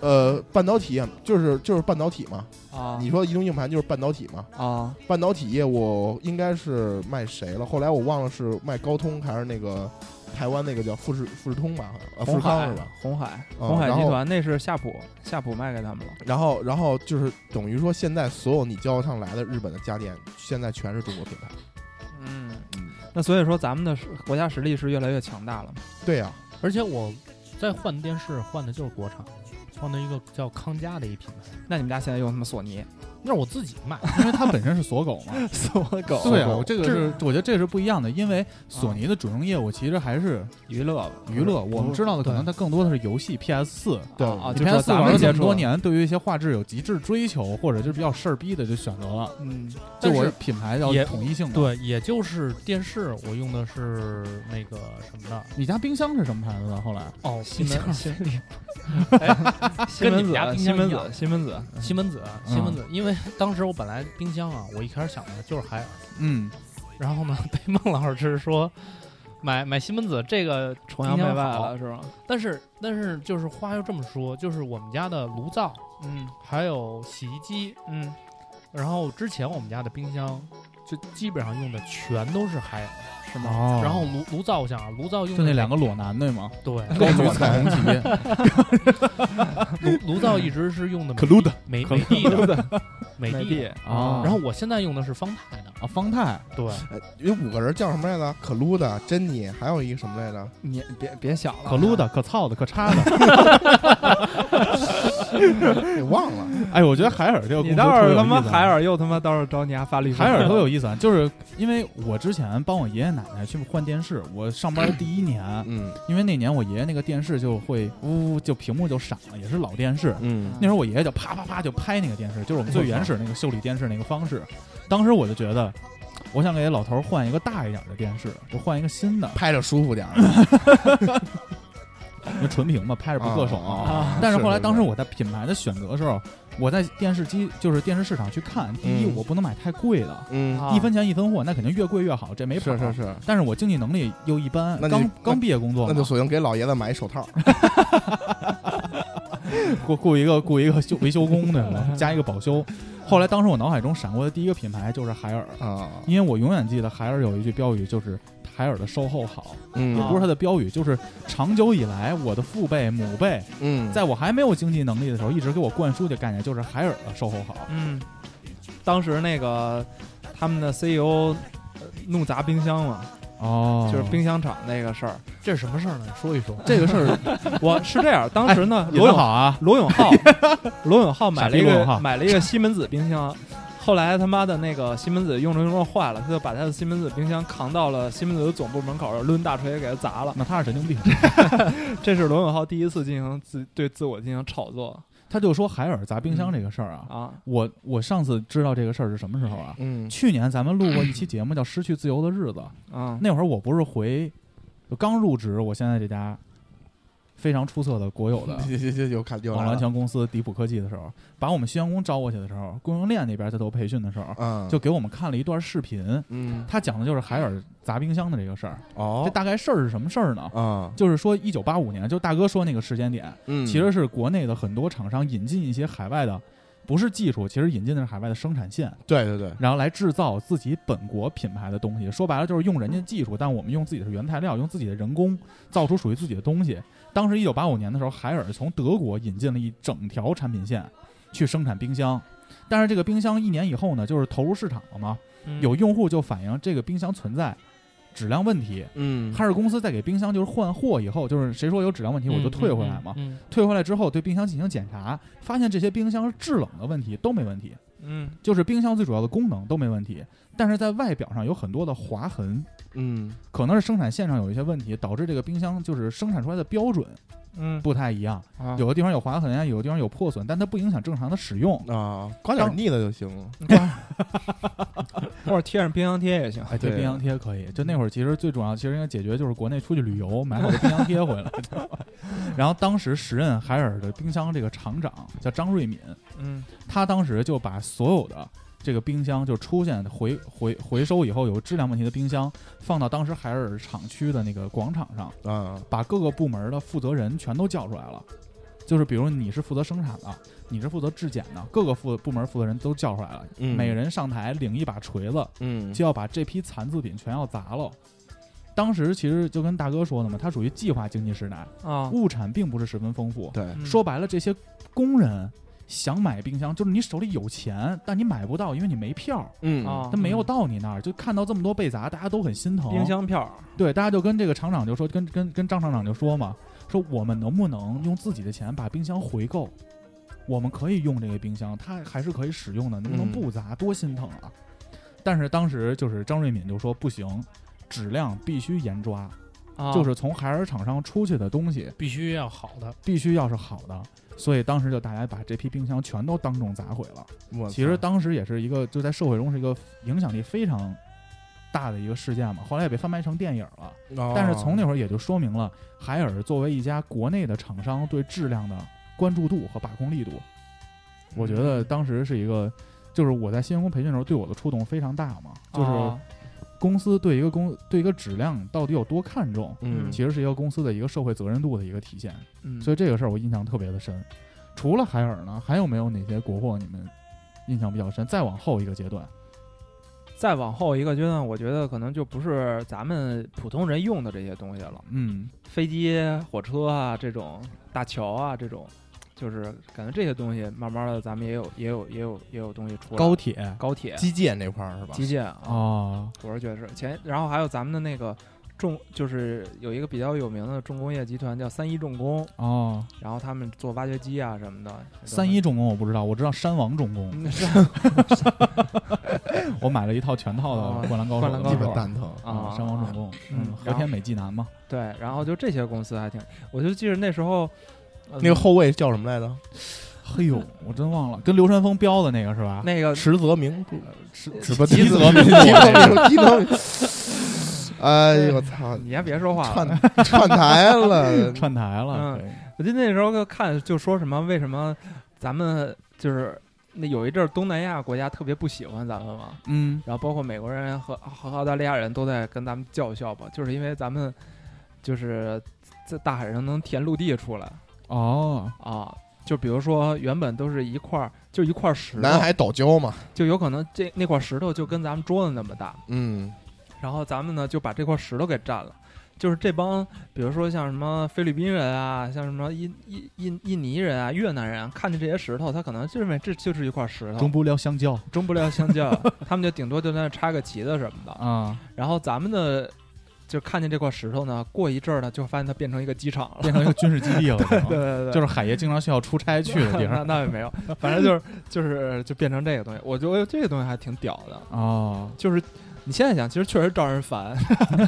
呃，半导体也就是就是半导体嘛，
啊
你说移动硬盘就是半导体嘛，
啊
半导体业务应该是卖谁了？后来我忘了是卖高通还是那个台湾那个叫富士富士通吧，啊，富士
红
康
海
是吧？？
红海，
嗯
红海
然
集
后
团那是夏普，夏普卖给他们了。
然后，然后就是等于说，现在所有你叫得上来的日本的家电，现在全是中国品牌。
嗯
嗯，
那所以说咱们的实国家实力是越来越强大了嘛。
对啊呀、
而且我在换电视，换的就是国产的，换的一个叫康佳的一品牌，
那你们家现在用什么索尼？
那是我自己买。
因为它本身是锁狗 嘛，
索狗
对啊，我这个是我觉得这是不一样的，因为索尼的主营业务其实还是
娱乐吧
娱乐，我们知道的可能它更多的是游戏 PS 四。
对
啊啊，
你
就
PS
是
四
咱
玩了
们接
这么
触
多，年，对于一些画质有极致追求，或者就比较事儿逼的，就选择了。
嗯，
就
但
我
是
品牌要
也
统一性的。，
对，也就是电视，我用的是那个什么的
你家冰箱是什么牌子的？后来
哦，
西门西门，哎西
跟你
门
们家
子，
冰
西
箱
门
一样
子，西门子，
西门子，啊西门子，因为当时我本来冰箱啊，我一开始想的就是海尔，
嗯，
然后呢 被孟老师说买买西门子这个
崇洋媚
冰
外
箱好
了是吧？
但是但是就是话又这么说，就是我们家的炉灶
嗯
还有洗衣机，
嗯，
然后之前我们家的冰箱就基本上用的全都是海尔。
是吗？
哦
然后炉炉灶，我想啊，炉灶用
就那
的
两个裸男对吗？
对，
高女彩虹旗，
炉炉灶一直是用的
Clued
美美的美的
的
美
美
的
的，
啊
然后我现在用的是方太的，
啊，方太
对，
呃有五个人叫什么来着？可鲁的、珍妮，还有一个什么来着？
你别别想了，
可撸的、可操的、可叉的。
给忘了。
哎，我觉得海尔这个
你
公司
待会
特别
儿
有
他妈
意思啊
海。尔又他妈到时候找你还发律师，
海尔特有意思啊，就是因为我之前帮我爷爷奶奶去换电视，我上班第一年，
嗯
因为那年我爷爷那个电视就会呜呜就屏幕就闪了，也是老电视。
嗯
那时候我爷爷就啪啪啪就拍那个电视，就是我们最原始那个修理电视那个方式。当时我就觉得，我想给老头儿换一个大一点的电视，就换一个新的，
拍着舒服点儿。
因为纯屏嘛，拍着不硌手。
啊
但是后来当时我在品牌的选择的时候，我在电视机就是电视市场去看，第一
嗯
我不能买太贵的，
嗯，
啊
一分钱一分货，那肯定越贵越好，这没跑。
是是是，
但是我经济能力又一般，
那就
刚刚毕业工作嘛，
那就索性给老爷子买一手套。
雇雇一个雇一个修维修工的嘛，加一个保修。后来当时我脑海中闪过的第一个品牌就是海尔，
啊，
因为我永远记得海尔有一句标语就是“海尔的售后
啊
好”，也
嗯
不是它的标语，就是长久以来我的父辈母辈
嗯，
在我还没有经济能力的时候，一直给我灌输的概念就是海尔的售后好。
嗯，当时那个他们的 CEO 呃怒砸冰箱嘛，
哦
就是冰箱厂那个事 儿。
这是什么事儿呢？说一说，
这个事儿，我是这样，当时呢，
也
罗
很
永
好啊，
罗永浩，罗永浩买了一
傻逼罗永
个
浩
买了一个西门子冰箱，后来他妈的那个西门子用着用着坏了，他就把他的西门子冰箱扛到了西门子的总部门口，抡大锤给他砸了。
那他是神经病。
这是罗永浩第一次进行自对自我进行炒作
他就说海尔砸冰箱这个事儿啊，
啊，
我我上次知道这个事儿是什么时候啊？
嗯
去年咱们录过一 期节目叫《失去自由的日子》，
嗯
那会儿我不是回，我刚入职，我现在这家非常出色的国 有的
行行行， 有看有
网
来
络安
了，
全公司迪普科技的时候，把我们宣阳工招过去的时候，供应链那边在做培训的时候，
嗯，
就给我们看了一段视频，
嗯
他讲的就是海尔砸冰箱的这个事儿。这
哦
大概事儿是什么事儿呢？
啊
就是说，一九八五年，就大哥说那个时间点，
嗯，
其实是国内的很多厂商引进一些海外的，不是技术，其实引进的是海外的生产线，
对对对，
然后来制造自己本国品牌的东西。说白了就是用人家技术，但我们用自己的原材料，用自己的人工造出属于自己的东西。当时一九八五年的时候，海尔从德国引进了一整条产品线去生产冰箱，但是这个冰箱一年以后呢，就是投入市场了嘛，
嗯
嗯
有用户就反映这个冰箱存在质量问题。
嗯
海尔公司在给冰箱就是换货以后，就是谁说有质量问题，我就退回来嘛。
嗯，
退回来之后对冰箱进行检查，发现这些冰箱制冷的问题都没问题，
嗯
就是冰箱最主要的功能都没问题，但是在外表上有很多的划痕，
嗯
可能是生产线上有一些问题，导致这个冰箱就是生产出来的标准
嗯，
不太一样，
啊
有的地方有划痕啊，有的地方有破损，但它不影响正常的使用。
啊，刮点腻的就行了，
或者贴上冰箱贴也行。
哎，贴
对
冰箱贴可以。就那会儿，其实最主要，其实应该解决就是国内出去旅游买好的冰箱贴回来。 然后当时时任海尔的冰箱这个厂长叫张瑞敏，
嗯
他当时就把所有的这个冰箱就出现回回回收以后有质量问题的冰箱放到当时海尔厂区的那个广场上，
啊
把各个部门的负责人全都叫出来了。就是比如你是负责生产的，你是负责质检的，各个负部门负责人都叫出来了，
嗯
每个人上台领一把锤子，
嗯
就要把这批残次品全要砸了。当时其实就跟大哥说的嘛，它属于计划经济时代，
啊，
物产并不是十分丰富，
对，
嗯
嗯
说白了，这些工人想买冰箱，就是你手里有钱，但你买不到，因为你没票，
嗯
啊
他，没有到你那儿。就看到这么多被砸，大家都很心疼。
冰箱票，
对，大家就跟这个厂长就说，跟跟跟张厂长就说嘛，说我们能不能用自己的钱把冰箱回购？我们可以用这个冰箱，它还是可以使用的，能不能
嗯
不砸？多心疼啊！但是当时就是张瑞敏就说不行，质量必须严抓，
啊
就是从海尔厂商出去的东西
必须要好的，
必须要是好的，所以当时就大家把这批冰箱全都当众砸毁了。
我
其实
操
当时也是一个就在社会中是一个影响力非常大的一个事件嘛，后来也被翻拍成电影了。
哦
但是从那会儿也就说明了海尔作为一家国内的厂商对质量的关注度和把控力度，我觉得当时是一个。就是我在新员工培训的时候，对我的触动非常大嘛。就是
啊
公司对一个公对一个质量到底有多看重，
嗯
其实是一个公司的一个社会责任度的一个体现。
嗯
所以这个事儿我印象特别的深。除了海尔呢，还有没有哪些国货你们印象比较深？再往后一个阶段，
再往后一个阶段，我觉得可能就不是咱们普通人用的这些东西了，
嗯，
飞机、火车啊这种，大桥啊这种，就是感觉这些东西慢慢的咱们也有也有也有也有东西出来了。
高铁
高铁、
基建那块儿是吧？
基建啊，
哦，
我是觉得是前，然后还有咱们的那个重，就是有一个比较有名的重工业集团叫三一重工，
哦，
然后他们做挖掘机啊什么的。
三一重工我不知道，我知道山王重工，
嗯是
我买了一套全套的
哦
《灌篮高手》
灌篮
的那
高
基
手
会儿。
本蛋疼，
啊，
啊，
山王重工，
嗯
嗯，和
然后
田美纪 男嘛，
对，然后就这些公司还挺，我就记得那时候。呃
那个后卫叫什么来着？
嘿呦，我真忘了，跟流川枫标的那个是吧？
那呃个
池泽明柱，
只
只
不
不
吉泽明
吉 泽明，吉泽明。哎呦我操！
你还别说话了，
串串台 了，
串台了，
嗯
对
我记得那时候就看就说什么为什么咱们就是那有一阵儿东南亚国家特别不喜欢咱们嘛，
嗯，
然后包括美国人和和澳大利亚人都在跟咱们叫嚣吧，就是因为咱们就是在大海上能填陆地出来
哦，
啊。就比如说，原本都是一块儿，就一块儿石头，
南海岛礁嘛，
就有可能这那块石头就跟咱们桌子那么大，
嗯
然后咱们呢就把这块石头给占了。就是这帮，比如说像什么菲律宾人啊，像什么印印印印尼人啊、越南人、啊，看见这些石头，他可能就认为这就是一块石头
中，不了香蕉
中不了香蕉，他们就顶多就在那插个旗子什么的。
啊，
然后咱们的就看见这块石头呢，过一阵儿呢，就发现它变成一个机场了。
变成一个军事基地了，对
对对对，
就是海爷经常需要出差去的地
那
方。
那也没有，反正就是就是就变成这个东西。我觉得这个东西还挺屌的，
哦，
就是你现在想，其实确实招人烦。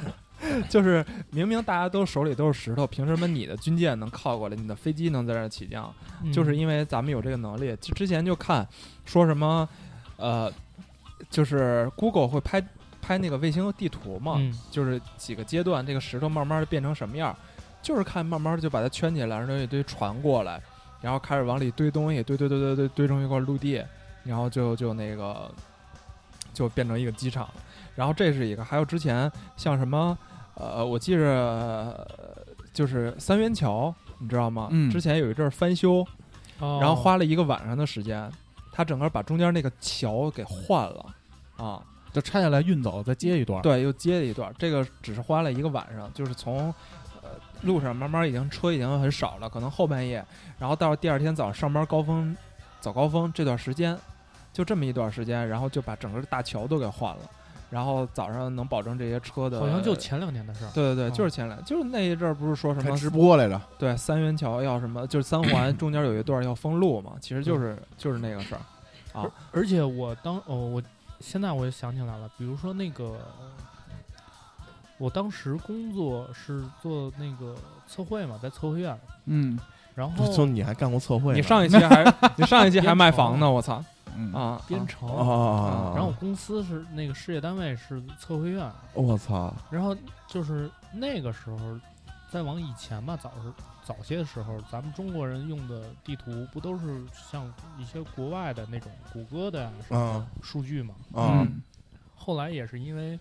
就是明明大家都手里都是石头，凭什么你的军舰能靠过来，你的飞机能在这儿起降？
嗯
就是因为咱们有这个能力。之之前就看说什么，呃，就是 Google 会拍拍那个卫星地图嘛，
嗯
就是几个阶段，这个石头慢慢的变成什么样儿，就是看慢慢的就把它圈起来，然后一堆船过来，然后开始往里堆东西，堆堆堆堆堆堆成一块陆地，然后就就那个就变成一个机场了。然后这是一个，还有之前像什么，呃，我记着、呃就是三元桥，你知道吗？
嗯
之前有一阵儿翻修，
哦
然后花了一个晚上的时间，他整个把中间那个桥给换了啊，
就拆下来运走，再接一段。，
对，又接了一段。这个只是花了一个晚上，就是从呃路上慢慢已经车已经很少了，可能后半夜，然后到第二天早上上班高峰早高峰这段时间，就这么一段时间，然后就把整个大桥都给换了，然后早上能保证这些车的
好像就前两年的事儿。
对对对，
哦
就是前两，就是那一阵儿不是说什
还
么
直播来着，
对，三元桥要什么？就是三 环中间有一段要封路嘛，其实就是
嗯
就是那个事儿。
而且我当哦，我现在我也想起来了，比如说那个，我当时工作是做那个测绘嘛，在测绘院，
嗯
然后
就你还干过测绘呢？
你上一 期还你上一期还卖房呢，我操
嗯，
啊！
编
啊
程，
哦，
然
啊
后我公司是那个事业单位是测绘院，
我操，啊
然后就是那个时候，再往以前吧，早时早些的时候，咱们中国人用的地图不都是像一些国外的那种谷歌的呀什么
啊
的数据嘛？
啊，
嗯
后来也是因为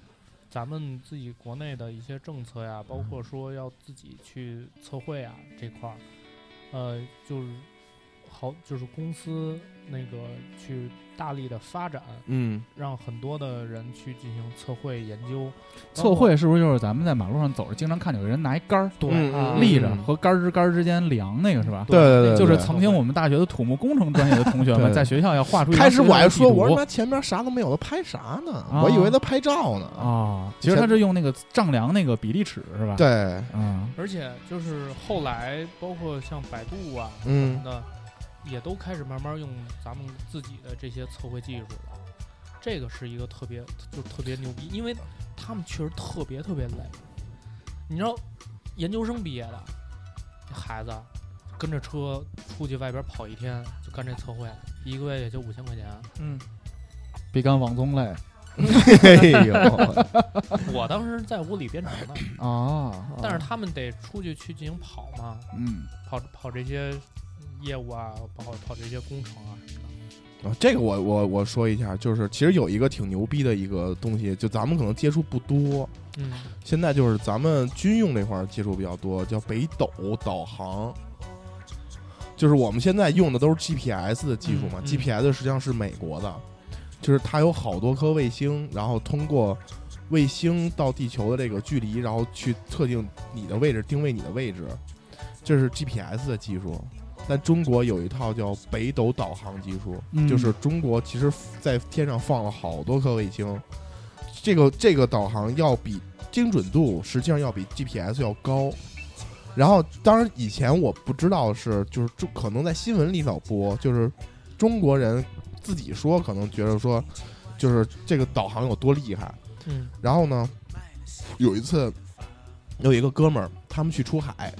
咱们自己国内的一些政策呀，包
嗯
括说要自己去测绘啊这块儿，呃，就是好就是公司那个去大力的发展，
嗯，
让很多的人去进行测绘研究，包
测
括
绘是不是就是咱们在马路上走着，经常看见有人拿一杆儿
对
嗯
啊
立着，
嗯
和杆儿之杆儿之间量那个是吧？
对对对对
啊就是
对
曾经我们大学的土木工程专业的同学
对
们
对
在学校要画出一张
开始我还说，
世界地
我
图
说他妈前面啥都没有，他拍啥呢？
啊
哦
我以为他拍照呢。
啊，其实他是用那个丈量那个比例尺是吧？，
对，
嗯，
而且就是后来，包括像百度啊什
嗯
么，的，也都开始慢慢用咱们自己的这些测绘技术了。这个是一个特别就特别牛逼，因为他们确实特别特别累。你知道，研究生毕业的孩子跟着车出去外边跑一天，就干这测绘，一个月也就五千块钱。
比干王宗类
哎 呦，
我当时在屋里编程呢，
啊，
但是他们得出去去进行跑嘛，
嗯，
跑跑这些业务啊，跑跑这些工程啊什么的。
啊这个我我我说一下，就是其实有一个挺牛逼的一个东西，就咱们可能接触不多，
嗯，
现在就是咱们军用这块儿接触比较多，叫北斗导航。就是我们现在用的都是 GPS 的技术嘛、
嗯嗯
g p s 实际上是美国的，就是它有好多颗卫星，然后通过卫星到地球的这个距离，然后去特定你的位置，定位你的位置，这是 GPS 的技术。但中国有一套叫北斗导航技术，
嗯
就是中国其实在天上放了好多颗卫星，这个这个导航要比精准度实际上要比 GPS 要高。然后，当然以前我不知道是就是就可能在新闻里老播，就是中国人自己说，可能觉得说就是这个导航有多厉害。
嗯，
然后呢，有一次有一个哥们儿，他们去出海，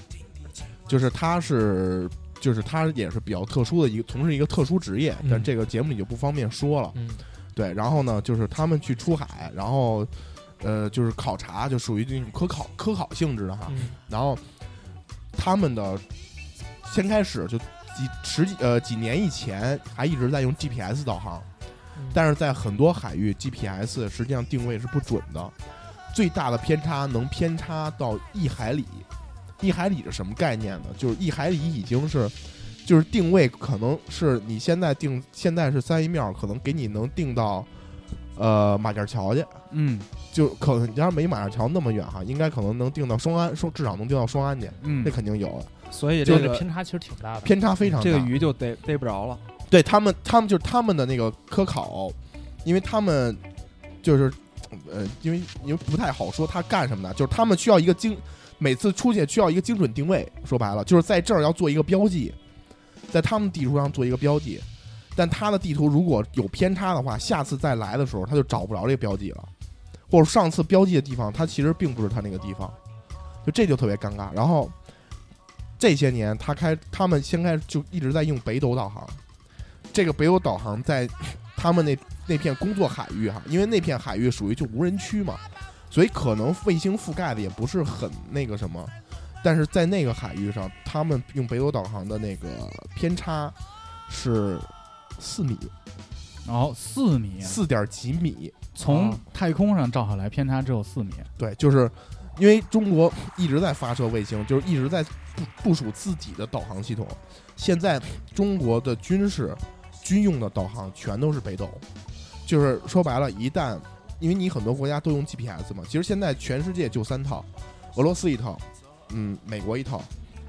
就是他是就是他也是比较特殊的一个从事一个特殊职业，但
嗯
这个节目里就不方便说了。
嗯
对，然后呢，就是他们去出海，然后呃，就是考察，就属于那种科考科考性质的哈。
嗯
然后他们的先开始就几十几呃几年以前还一直在用 GPS 导航，
嗯
但是在很多海域 GPS 实际上定位是不准的，最大的偏差能偏差到一海里。一海里是什么概念呢？就是一海里已经是。就是定位可能是你现在定，现在是三一面，可能给你能定到，呃马甸桥去，
嗯
就可能你要没马甸桥那么远哈，应该可能能定到双安，说至少能定到双安去，
嗯
这，肯定有的，
所以
就
这
是
个
偏差其实挺大的。
偏差非常大。
这个鱼就逮逮不着了。
对他们，他们就是他们的那个科考，因为他们就是呃，因为因为不太好说他干什么的，就是他们需要一个精，每次出去需要一个精准定位。说白了，就是在这儿要做一个标记，在他们地图上做一个标记。但他的地图如果有偏差的话，下次再来的时候他就找不着这个标记了，或者上次标记的地方，他其实并不是他那个地方，就这就特别尴尬。然后这些年他开他们先开始就一直在用北斗导航，这个北斗导航在他们那那片工作海域哈，因为那片海域属于就无人区嘛，所以可能卫星覆盖的也不是很那个什么，但是在那个海域上，他们用北斗导航的那个偏差是四米，
然后四米啊
四点几米，
从
啊
太空上照下来偏差只有四米，
对，就是因为中国一直在发射卫星，就是一直在部部署自己的导航系统，现在中国的军事军用的导航全都是北斗，就是说白了，一旦因为你很多国家都用 GPS 嘛，其实现在全世界就三套，俄罗斯一套，嗯，美国一套，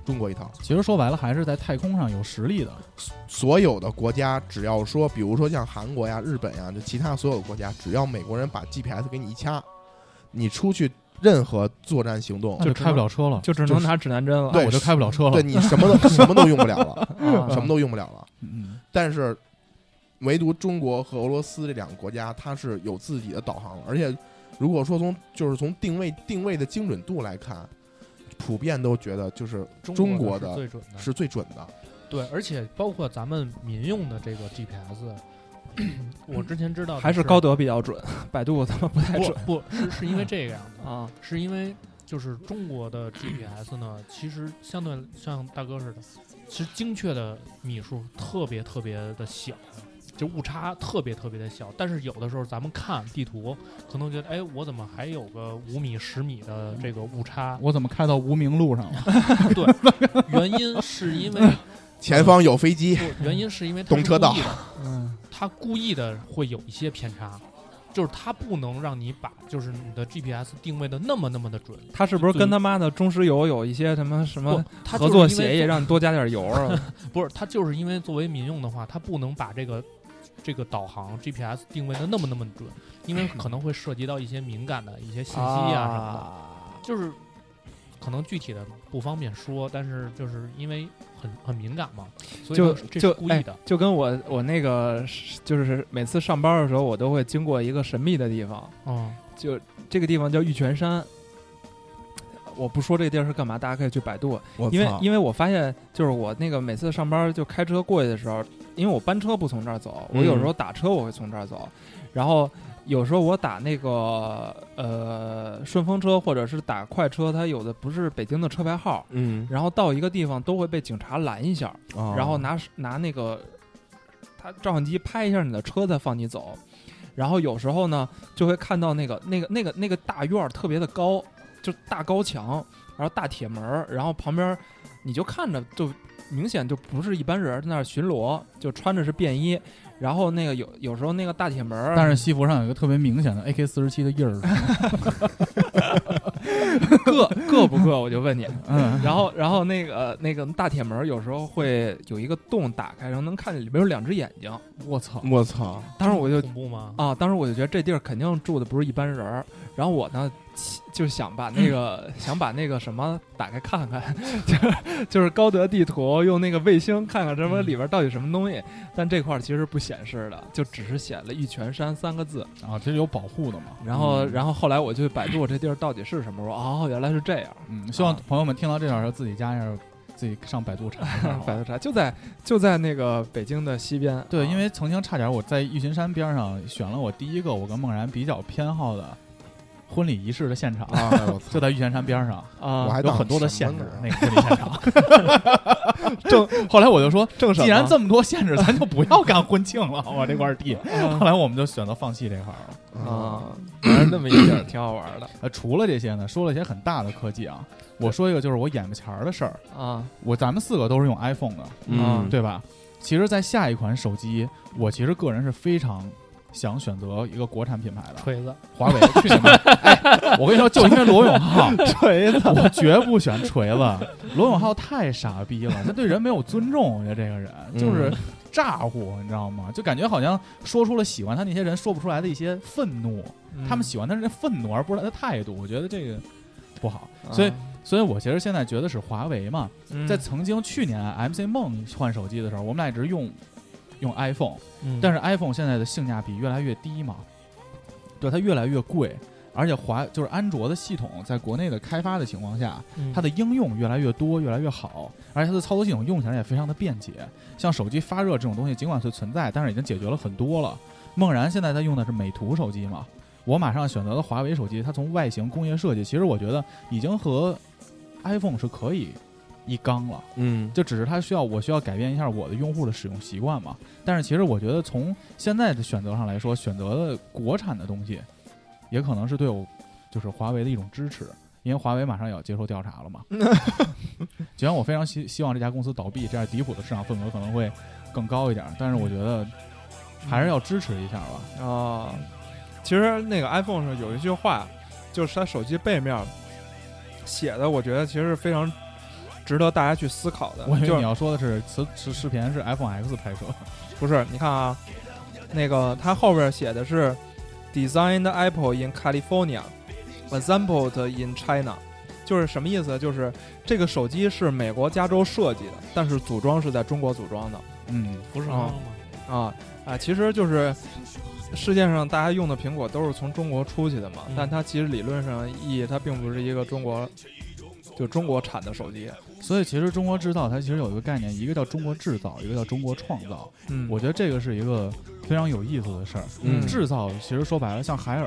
中国一套，
其实说白了还是在太空上有实力的。
所有的国家只要说，比如说像韩国呀、日本呀，就其他所有的国家，只要美国人把 GPS 给你一掐，你出去任何作战行动
那。就开不了车了，
就只
就
能
是
拿指南针了。
对
我就开不了车了
对。你什么都什么都用不了 了，
啊
什么都用不了了。
嗯，？
但是，唯独中国和俄罗斯这两个国家，它是有自己的导航，而且如果说从就是从定位定位的精准度来看，普遍都觉得就是中国
的是
的
最准的，
是最准的。
对，而且包括咱们民用的这个 GPS，我之前知道的
还是
啊是
高德比较准，百度他妈不太准
不不是是因为这个样子，
啊。
是因为就是中国的 GPS 呢，其实相对像大哥似的，其实精确的米数特别特别的小，就误差特别特别的小。但是有的时候咱们看地图，可能觉得哎，我怎么还有个五米、十米的这个误差
我怎么开到无名路上 了？
对，原因是因为
前方有飞
嗯
机，
不，原因是因为它
懂
是
车
故
道
意的
嗯，
他故意的会有一些偏差，就是他不能让你把就是你的 GPS 定位的那么那么的准。
他是不是
对
跟他妈的中石油有一些什么什
不
么，
他
合作
就是因为
协议，
做
让你多加点油 啊？
不是他就是因为作为民用的话，他不能把这个这个导航 GPS 定位的那么那么准，因为可能会涉及到一些敏感的一些信息啊什么的，就是可能具体的不方便说，但是就是因为很很敏感嘛，所以
就
呢这
就是
故
哎
意的。
就跟我我那个就是每次上班的时候，我都会经过一个神秘的地方，
嗯，
就这个地方叫玉泉山。我不说这地儿是干嘛，大家可以去百度。啊
我
因为
操
因为我发现，就是我那个每次上班就开车过去的时候，因为我班车不从这儿走，我
嗯
有时候打车我会从这儿走，然后有时候我打那个呃顺风车或者是打快车，它有的不是北京的车牌号，
嗯，
然后到一个地方都会被警察拦一下，
啊
然后拿拿那个他照相机拍一下你的车再放你走。然后有时候呢，就会看到那个那个那个那个大院儿特别的高，就大高墙，然后大铁门儿，然后旁边儿你就看着就明显就不是一般人在那儿巡逻，就穿着是便衣。然后那个有有时候那个大铁门儿，啊
但是西服上有一个特别明显的 AK 四十七的印儿。
硌硌不硌？我就问你，
嗯，
然后，然后那个那个大铁门有时候会有一个洞打开，然后能看见里边有两只眼睛。
我操，
我操，
当时我就
恐 怖吗？
啊，当时我就觉得这地儿肯定住的不是一般人儿。然后我呢，起就想把那个、想把那个什么打开看看， 就是就是高德地图用那个卫星看看什么里边到底什么东西。但这块儿其实不显示的，就只是写了玉泉山三个字。
啊，这是有保护的嘛？嗯
然后，然后后来我就百度这地儿到底是什么，我说哦，原来是这样。。
嗯，希望朋友们听到这点儿的时候自己加一下，自己上百度查一 下
百度查就在就在那个北京的西边。
对，
啊
因为曾经差点我在玉群山边上选了我第一个我跟梦然比较偏好的婚礼仪式的现场，
啊， 我操
就在玉泉山边上，
啊，
我还
有
当
很多的
什
限
么
制
呢，
那个婚礼现场。 正后来我就说，
正
啊
啊
既然这么多限制，咱就不要干婚庆了，我这块地。
嗯
后来我们就选择放弃这块儿了。
啊，反正那么一点儿挺好玩的
呃，除了这些呢，说了一些很大的科技啊，我说一个就是我眼巴前儿的事儿，
啊
我咱们四个都是用 iPhone 的，
嗯
对吧？其实，在下一款手机，我其实个人是非常想选择一个国产品牌的，
锤子，
华为去你妈！哎，我跟你说，就因为罗永浩 锤子，我绝不选锤子。罗永浩太傻逼了，他对人没有尊重，我觉得这个人就是咋呼，你知道吗？就感觉好像说出了喜欢他那些人说不出来的一些愤怒，他们喜欢他是那愤怒，而不是他的态度。我觉得这个不好，
嗯
所以。所以，我其实现在觉得是华为嘛，
啊
在曾经去年 MC 梦换手机的时候，我们俩一直用用 iPhone，但
是
是 iPhone 现在的性价比越来越低嘛，对它越来越贵，而且华就是安卓的系统在国内的开发的情况下，
嗯
它的应用越来越多，越来越好，而且它的操作系统用起来也非常的便捷。像手机发热这种东西，尽管是存在，但是已经解决了很多了。梦然现在在用的是美图手机嘛，我马上选择了华为手机，它从外形、工业设计，其实我觉得已经和 iPhone 是可以一刚了。
嗯
就只是它需要我需要改变一下我的用户的使用习惯嘛。但是其实我觉得从现在的选择上来说，选择了国产的东西，也可能是对我就是华为的一种支持，因为华为马上也要接受调 查了嘛。虽然我非常希希望这家公司倒闭，这样迪普的市场份额可能会更高一点，但是我觉得还是要支持一下吧。
啊，其实那个 iPhone 上有一句话，就是它手机背面写的，我觉得其实是非常值得大家去思考的。
我以
嗯就
为
是
你要说的是此此视频是 iPhone X 拍摄，
不是，你看啊，那个它后边写的是 “designed Apple in California, assembled in China”，就是什么意思？就是这个手机是美国加州设计的，但是组装是在中国组装的
嗯，
不是
啊
吗？
啊啊！其实就是世界上大家用的苹果都是从中国出去的嘛，
嗯
但它其实理论上意义它并不是一个中国。就中国产的手机，
所以其实中国制造它其实有一个概念，一个叫中国制造，一个叫中国创造。
嗯
我觉得这个是一个非常有意思的事儿。
嗯
制造其实说白了，像海尔，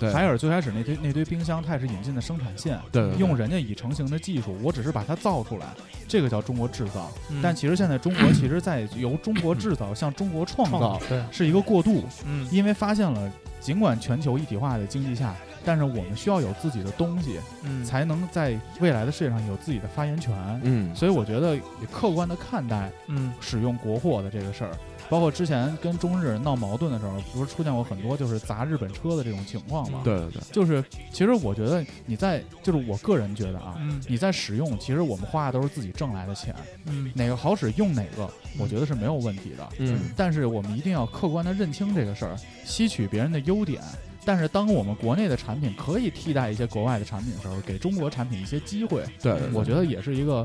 对
海尔最开始那堆那堆冰箱，它也是引进的生产线，
对对对
用人家已成型的技术，我只是把它造出来，这个叫中国制造。
嗯
但其实现在中国其实在由中国制造向中国创造
对，
是一个过渡，
嗯
因为发现了尽管全球一体化的经济下，但是我们需要有自己的东西，
嗯
才能在未来的世界上有自己的发言权。
嗯
所以我觉得也客观的看待
嗯
使用国货的这个事儿，包括之前跟中日闹矛盾的时候，不是出现过很多就是砸日本车的这种情况
嗯
吗？，
嗯
对对对，
就是其实我觉得你在，就是我个人觉得啊，
嗯
你在使用，其实我们花的都是自己挣来的钱，
嗯
哪个好使用哪个，我觉得是没有问题的。
嗯
但是我们一定要客观的认清这个事儿，吸取别人的优点。但是当我们国内的产品可以替代一些国外的产品的时候，给中国产品一些机会，
对对对
嗯我觉得也是一个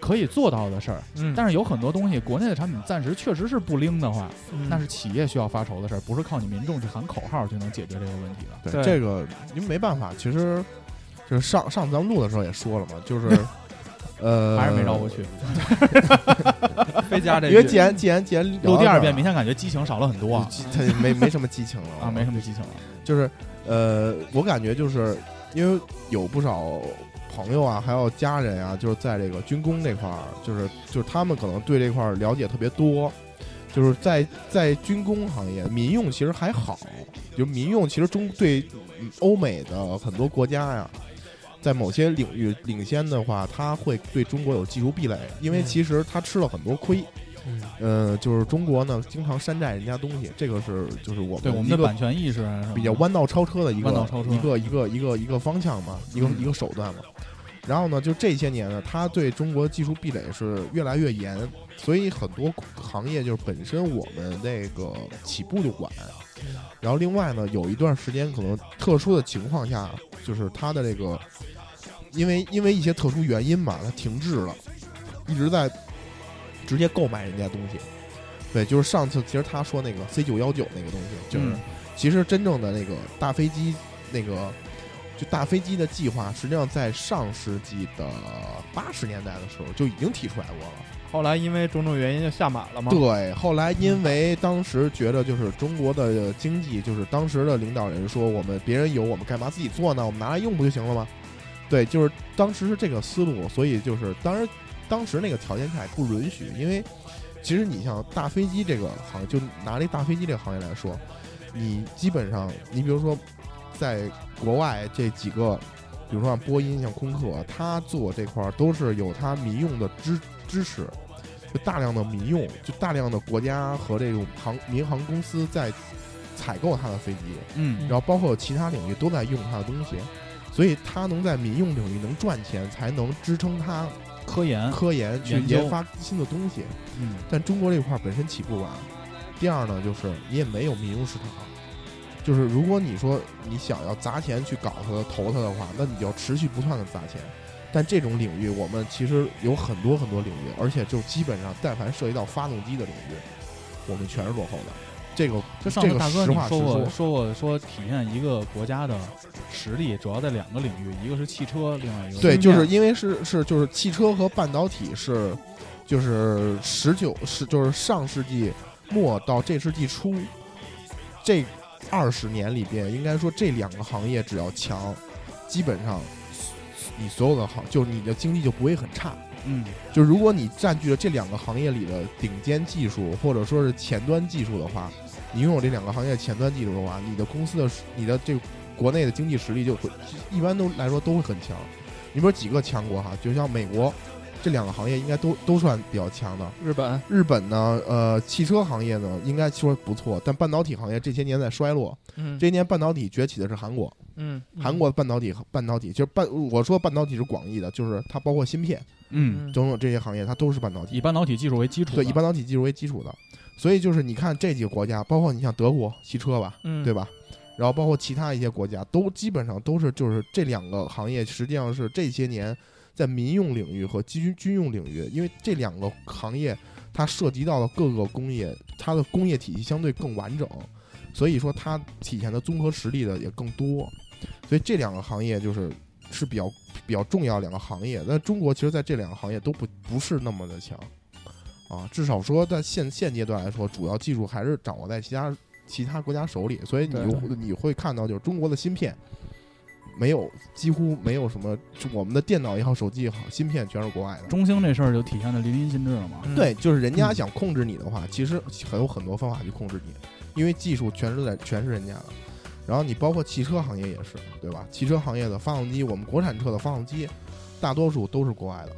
可以做到的事儿。
嗯，
但是有很多东西，国内的产品暂时确实是不灵的话，那是企业需要发愁的事儿，不是靠你民众去喊口号就能解决这个问题的。
对
对这个，因为没办法，其实就是上上次咱们录的时候也说了嘛，就是 呃，
还是没绕过去。
非加这
因为
句
既然既然既然
录第二遍，明
明
显感觉激情少了很多啊，
他没没什么激情了
啊没什么激情了。
就是呃，我感觉就是因为有不少朋友啊，还有家人啊，就是在这个军工这块儿，就是就是他们可能对这块儿了解特别多。就是在在军工行业，民用其实还好，就民用其实中对嗯欧美的很多国家呀，在某些领域领先的话，它会对中国有技术壁垒，因
嗯
为其实它吃了很多亏。
嗯
呃，就是中国呢，经常山寨人家东西，这个是就是我们
对我们
一
的
个
版权意识
比较弯道超车的一个
弯道超车嗯
一个一个一个一个方向嘛，一个、一个手段嘛。然后呢，就这些年呢，他对中国技术壁垒是越来越严，所以很多行业就是本身我们那个起步就晚。
嗯
然后另外呢，有一段时间可能特殊的情况下，就是它的这个，因为因为一些特殊原因嘛，它停滞了，一直在直接购买人家东西。对，就是上次其实他说那个 C 九幺九那个东西，就是、
嗯
其实真正的那个大飞机，那个就大飞机的计划，实际上在上世纪的八十年代的时候就已经提出来过了。
后来因为种种原因就下马了嘛。
对，后来因为当时觉得就是中国的经济，就是当时的领导人说我们别人有，我们干嘛自己做呢？我们拿来用不就行了吗？对，就是当时是这个思路，所以就是当然当时那个条件下也不允许，因为其实你像大飞机这个行业，就拿这大飞机这个行业来说，你基本上你比如说在国外这几个。比如说像波音、像空客，它做这块儿都是有它民用的支支持，就大量的民用，就大量的国家和这种航民航公司在采购它的飞机，
嗯
然后包括其他领域都在用它的东西，所以它能在民用领域能赚钱，才能支撑它
科研，
科研去
啊研究
研发新的东西。
嗯
但中国这块儿本身起步晚，第二呢，就是你也没有民用市场。就是如果你说你想要砸钱去搞它、投它的话，那你就要持续不断的砸钱。但这种领域，我们其实有很多很多领域，而且就基本上，但凡涉及到发动机的领域，我们全是落后的。这个
就上次
这个
大哥
实
你
话
说
实
过说过说体现一个国家的实力，主要在两个领域，一个是汽车，另外一个
对，
芯
就
片
是因为是是就是汽车和半导体是，就是十九是就是上世纪末到这世纪初，这二十年里边，应该说这两个行业只要强，基本上你所有的行就是你的经济就不会很差。
嗯
就如果你占据了这两个行业里的顶尖技术，或者说是前端技术的话，你拥有这两个行业前端技术的话，你的公司的你的这个国内的经济实力就会一般都来说都会很强。你比如几个强国哈，就像美国，这两个行业应该都都算比较强的。
日本
日本呢，呃，汽车行业呢应该说不错，但半导体行业这些年在衰落。
嗯
这些年半导体崛起的是韩国，
嗯
韩国半导体半导体其实半我说半导体是广义的，就是它包括芯片
嗯，
等等这些行业，它都是半导体。
以半导体技术为基础的，
对，以半导体技术为基础的。所以就是你看这几个国家，包括你像德国汽车吧，
嗯
对吧？然后包括其他一些国家，都基本上都是就是这两个行业，实际上是这些年在民用领域和军军用领域，因为这两个行业它涉及到了各个工业，它的工业体系相对更完整，所以说它体现的综合实力的也更多，所以这两个行业就是是比较比较重要两个行业。那中国其实在这两个行业都不不是那么的强。啊，至少说在现现阶段来说，主要技术还是掌握在其他其他国家手里，所以你
对
就你会看到，就是中国的芯片没有几乎没有什么，就我们的电脑也好，手机也好，芯片全是国外的。
中兴这事儿就体现的淋漓尽致了
嗯
嘛。
对，就是人家想控制你的话，其实还有很多方法去控制你，因为技术全是在全是人家的。然后你包括汽车行业也是，对吧？汽车行业的发动机，我们国产车的发动机，大多数都是国外的。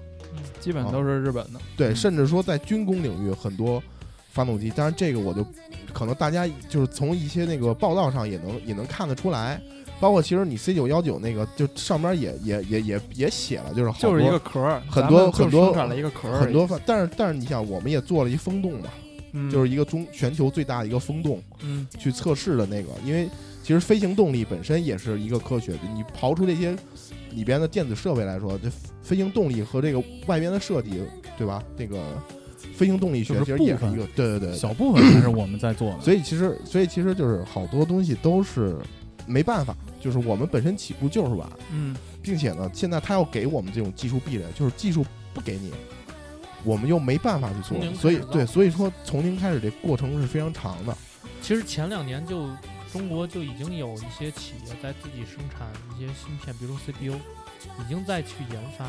基本都是日本的，
对，
嗯
甚至说在军工领域很多发动机，当然这个我就可能大家就是从一些那个报道上也能也能看得出来，包括其实你 C 九幺九那个就上边也也也也也写了，就是好
就是一
多
个壳儿，
很
咱
多
们就
很多
生产了一个壳儿而已，
很多发，但是但是你想，我们也做了一风洞嘛，
嗯
就是一个中全球最大的一个风洞
嗯
去测试的那个，因为其实飞行动力本身也是一个科学，你刨出这些里边的电子设备来说，这飞行动力和这个外边的设计，对吧？这个飞行动力学
就是
其实也
部
是
分
一个，对对对，
小部分还是我们在做的，
所以其实，所以其实就是好多东西都是没办法，就是我们本身起步就是晚，
嗯
并且呢，现在他要给我们这种技术壁垒，就是技术不给你，我们又没办法去
从
做，
零
所以
开始造
对，所以说从零开始这过程是非常长的。
其实前两年就中国就已经有一些企业在自己生产一些芯片，比如 CPU，已经在去研发，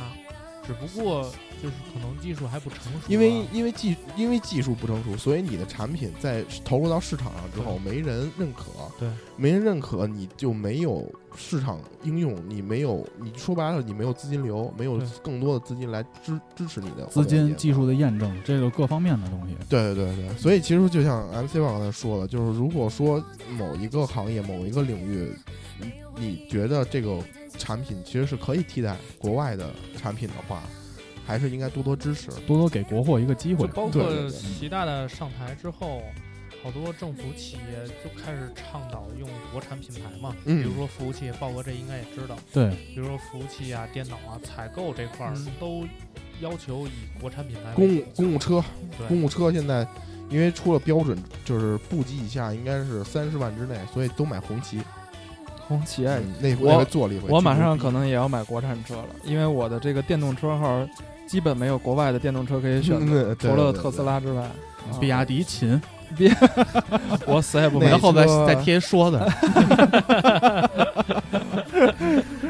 只不过就是可能技术还不成熟啊、
因为因为技因为技术不成熟，所以你的产品在投入到市场上之后，没人认可，
对，
没人认可，你就没有市场应用，你没有，你说白了，你没有资金流，没有
对
更多的资金来支支持你的
资
后面
金、
研发
技术的验证，这个各方面的东西。
对对对，所以其实就像 MC 王刚才说的，就是如果说某一个行业、某一个领域，你你觉得这个产品其实是可以替代国外的产品的话，还是应该多多支持。
多多给国货一个机会
就。包
对对
括
对
习大大上台之后，好多政府企业就开始倡导用国产品牌嘛，
嗯
比如说服务器，豹哥这应该也知道，
对，
比如说服务器啊、电脑啊、采购这块儿、
嗯
都要求以国产品牌
公
为
务
主
公务车，
对
公务车现在因为出了标准，就是部级以下应该是三十万之内，所以都买红旗。
红旗哎
嗯那
我
那回做了一回，
我马
挺牛
上
逼
可能也要买国产车了，因为我的这个电动车号基本没有国外的电动车可以选择，
嗯对对
除
对
了
对
特斯拉之外，啊
比亚迪秦，
我死也不
那
然
买
后。后边
车
再贴说的，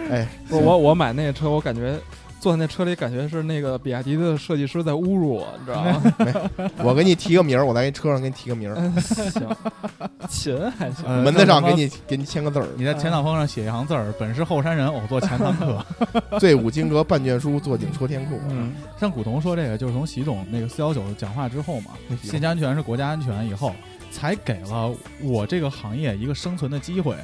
哎，
不是我我买那个车，我感觉坐在那车里，感觉是那个比亚迪的设计师在侮辱我，你知道 吗？
我给你提个名儿，我在你车上给你提个名儿，
行，琴还行，
呃
门子上给你给你签个字儿，
你在前挡风上写一行字儿：“本是后山人，偶作前堂 客。
醉舞金阁半卷书，坐井车天阔。”
嗯，像古潼说这个，就是从习总那个四幺九讲话之后嘛，信息安全是国家安全以后，才给了我这个行业一个生存的机会。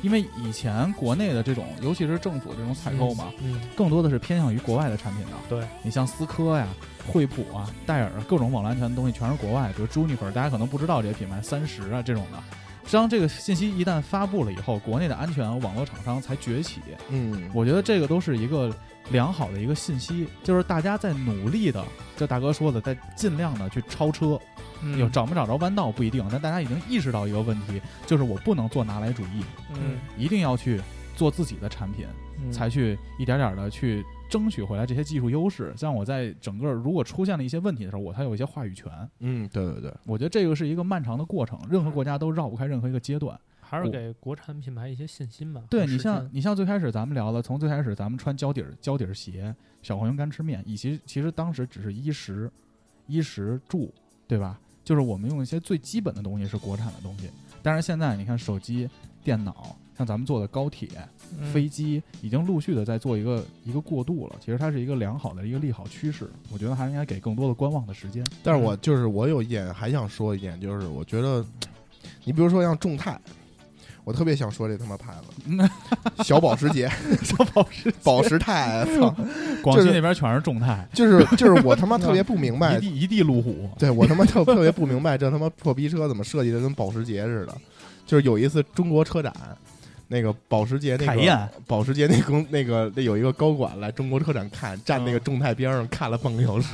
因为以前国内的这种，尤其是政府这种采购嘛，
嗯，
更多的是偏向于国外的产品的。
对，
你像思科呀、惠普啊、戴尔各种网络安全的东西，全是国外，比如 Juniper，大家可能不知道这些品牌，三十啊这种的。实际上，这个信息一旦发布了以后，国内的安全网络厂商才崛起。
嗯，
我觉得这个都是一个良好的一个信息，就是大家在努力的，就大哥说的，在尽量的去超车。有找没找着弯道不一定，但大家已经意识到一个问题，就是我不能做拿来主义，
嗯，
一定要去做自己的产品。
嗯
才去一点点的去争取回来这些技术优势。这样我在整个如果出现了一些问题的时候，我才有一些话语权。
嗯，对对对，
我觉得这个是一个漫长的过程，任何国家都绕不开任何一个阶段。
还是
我
给国产品牌一些信心吧。
对
和
你
时
像
间，
你像最开始咱们聊了，从最开始咱们穿胶底儿胶底儿鞋、小黄油干吃面，以及其实当时只是衣食、衣食住，对吧？就是我们用一些最基本的东西是国产的东西。但是现在你看手机、电脑，像咱们坐的高铁，
嗯
飞机已经陆续的在做一个一个过渡了，其实它是一个良好的一个利好趋势，我觉得还是应该给更多的观望的时 间。
但是我就是我有一点还想说一点，就是我觉得，你比如说像众泰，我特别想说这他妈牌 子，小保时捷、
小宝石，
保时泰，操，
广
就
西
是
那边全是众泰，
就是就是我他妈特别不明白
一，地一地路虎。
对我他妈特特别不明白，这他妈破逼车怎么设计的跟保时捷似的？就是有一次中国车展，那个保时捷那
凯
个
宴，
保时捷那公那个那有一个高管来中国车展看，站
嗯
那个众泰边上看了半个小时，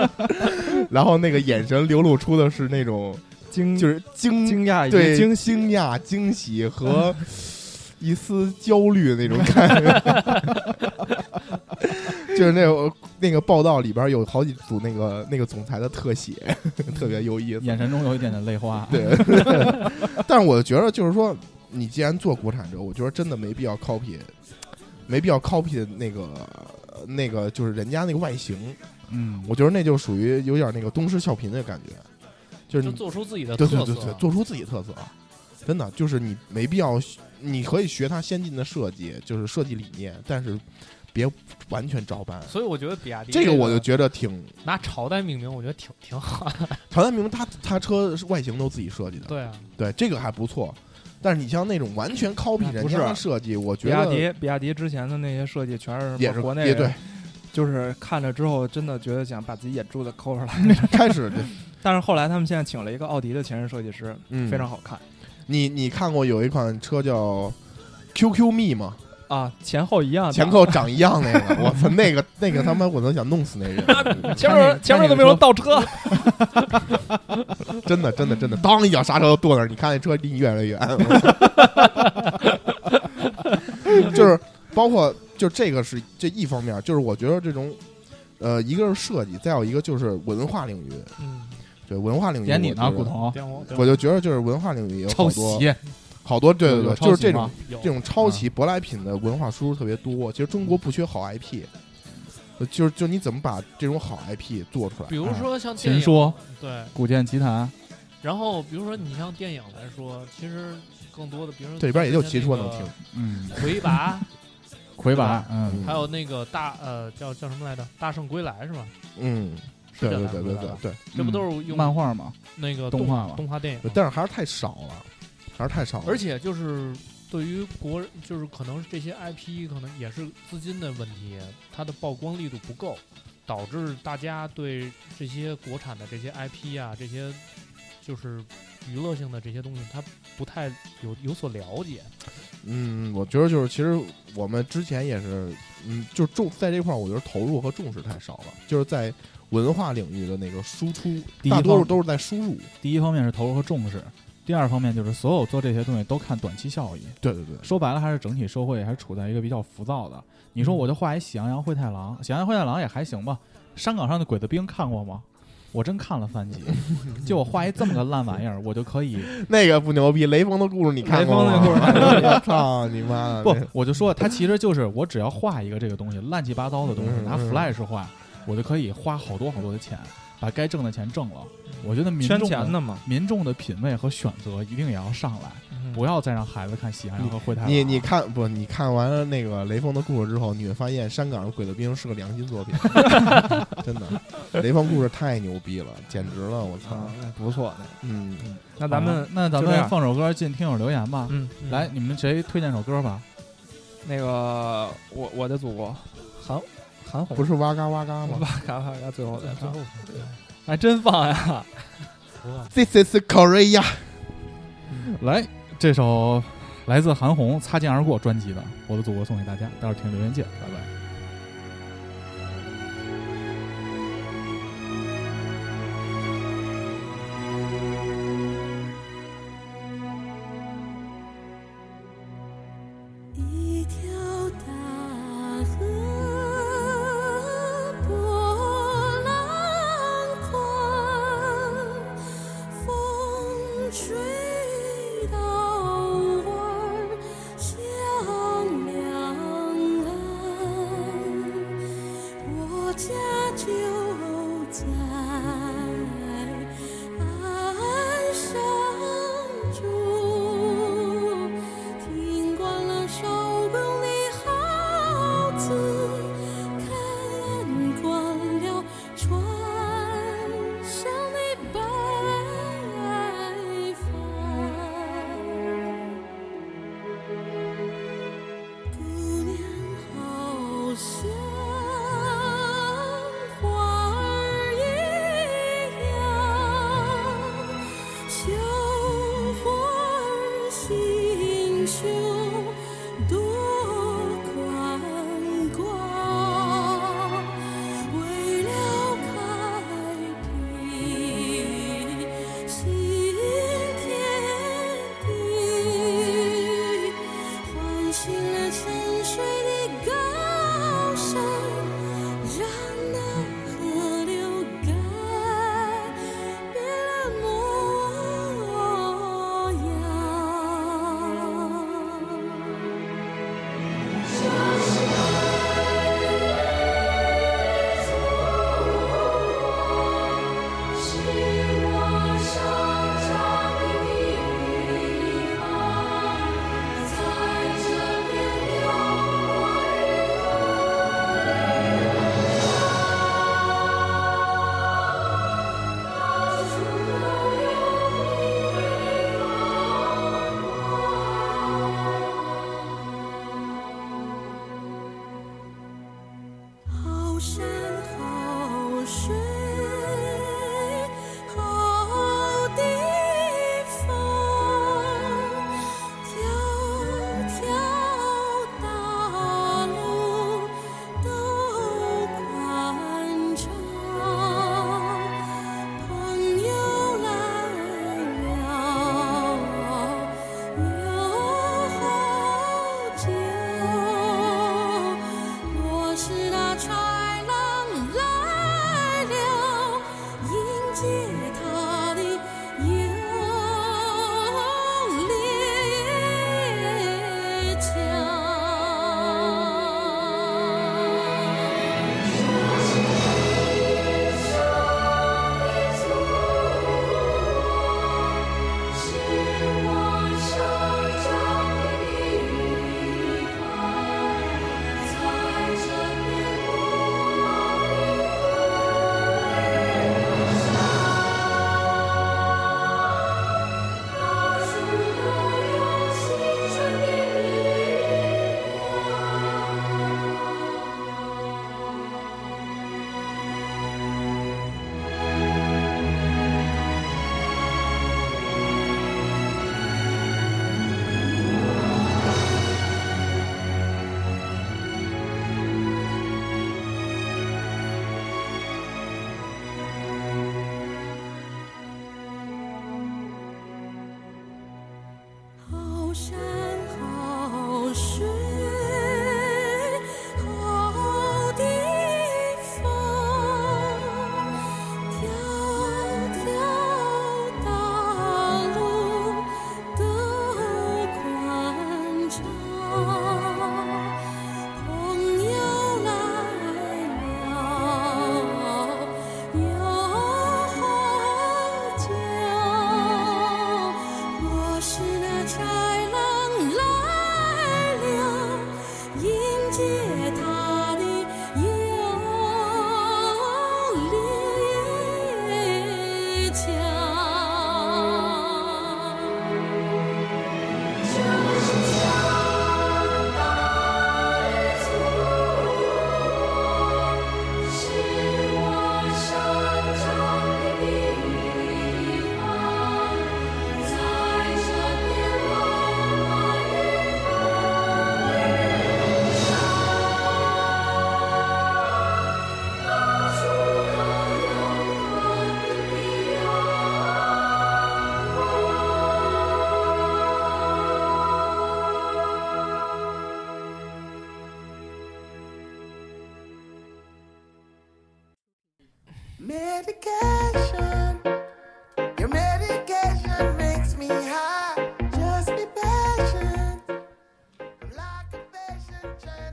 然后那个眼神流露出的是那种
惊
就是惊
惊讶以
对
及惊喜，
惊讶、惊 喜和一丝焦虑那种感觉。 就是那个那个报道里边有好几组那个那个总裁的特写， 特别有意思。
眼神中有一点点泪花。
对，但是我觉得就是说，你既然做国产车，我觉得真的没必要 copy，没必要 copy 那个那个就是人家那个外形，
嗯，
我觉得那就属于有点那个东施效颦的感觉，就是
就
你
做出自己的特
对
色啊
对，对对，做出自己特色，啊真的就是你没必要，你可以学它先进的设计，就是设计理念，但是别完全照搬。
所以我觉得比亚迪
这
个
个我就觉得挺，
拿朝代命名，我觉得挺挺好。
唐三明他他车是外形都自己设计的，
对啊，
对这个还不错。但是你像那种完全 copy 人
哎不是
家的设计，我觉
比亚
得
迪，比亚迪之前的那些设计全是
也是
国内
也对，
就是看着之后真的觉得想把自己眼珠子抠出来。
开 始对
但是后来他们现在请了一个奥迪的前任设计师，
嗯
非常。好看
你你看过有一款车叫 QQ 蜜吗？
啊，前后一样，
前后长一样那个，我操，那个那个他妈我都想弄死那 人，
前面前面都没有人倒车，
真的，真的，真的， 当一脚刹车跺那儿，你看那车离你越来 越远。就是包括就这个是这一方面，就是我觉得这种，呃，一个是设计，再有一个就是文化领域，
嗯，
对文化领域，
点你呢，
我觉
古
得
潼，
点我点
啊我就觉得就是文化领域有
抄
好多
袭，
好多，对对
有
对，
抄
就是
袭
这
吗啊
种
有
这种抄袭舶来品的文化输入特别多。其实中国不缺好 IP，呃就是就你怎么把这种好 IP 做出来
比？如说像电
秦
影，
说
对，
古剑奇谭，
然后比如说你像电影来说，其实更多的，比如说
这里边也就秦说能听，
嗯，
魁 拔，
魁拔，嗯，
还有那个大呃叫叫什么来着，《大圣归来》是吧？
嗯，
是
对
叫
对
大
对
圣
对
归
对
来吧
对。
这不都是
嗯
用
漫画嘛？
那个
动画吧
动画电影吗？
但是还是太少了，还是太少了。
而且就是对于国，就是可能这些 IP 可能也是资金的问题，它的曝光力度不够，导致大家对这些国产的这些 IP 啊，这些就是娱乐性的这些东西，它不太有有所了解。
嗯，我觉得就是，其实我们之前也是，嗯，就是重在这块儿，我觉得投入和重视太少了，就是在文化领域的那个输出，
第一
大多数
方
都是在输入。
第一方面是投入和重视，第二方面就是所有做这些东西都看短期效益。
对对对，
说白了，还是整体社会还是处在一个比较浮躁的。
嗯
你说我就画一喜羊羊灰太狼，喜羊羊灰太狼也还行吧。山岗上的鬼子兵看过吗？我真看了三 集，就我画一这么个烂玩意儿，我就可以
那个不牛逼，雷锋的故事你看过吗？
雷锋
的故事， 操你妈的！
不，我就说它其实就是我只要画一个这个东西，乱七八糟的东西，
嗯
拿
嗯
Flash 画，我就可以花好多好多的钱，把该挣的钱挣了。我觉得民
圈
众
钱
的
的嘛，
民众的品味和选择一定也要上来，不要再让孩子看《喜羊羊和灰太狼》
你你看不？你看完了那个雷锋的故事之后，你会发现山岗的《鬼子兵》是个良心作品， 真的，雷锋故事太牛逼了，简直了！我操，
啊，那不错的。
嗯，
那咱
好
们
吧那咱
就这
们
样
放首歌进听友留言吧。
嗯，
来，你们谁推荐首歌吧？
那个我我的祖国，韩韩红
不是哇嘎哇嘎
我
吗
把卡卡卡最后再
最
放
后，
还真放呀！
？This is Korea，
来，这首来自韩红《擦肩而过》专辑的《我的祖国》送给大家，待会儿听留言见，拜拜。
一条大河波浪宽，风吹稻花香两岸，我家就在岸上住。听惯了手工的好字，看惯了船上的白帆。姑娘好像花儿一样。绣花儿心胸多宽广，为了开辟新天地，唤醒了沉睡的高山，让那河流改。变了模样。是我生长的地方，在这片辽阔的河上，到处都有你的好山好水好地方，条条大路都宽敞。朋友来了有好酒。我是那豺狼来了，迎接它的有猎枪。是我生长的地方，在这片古老的河上，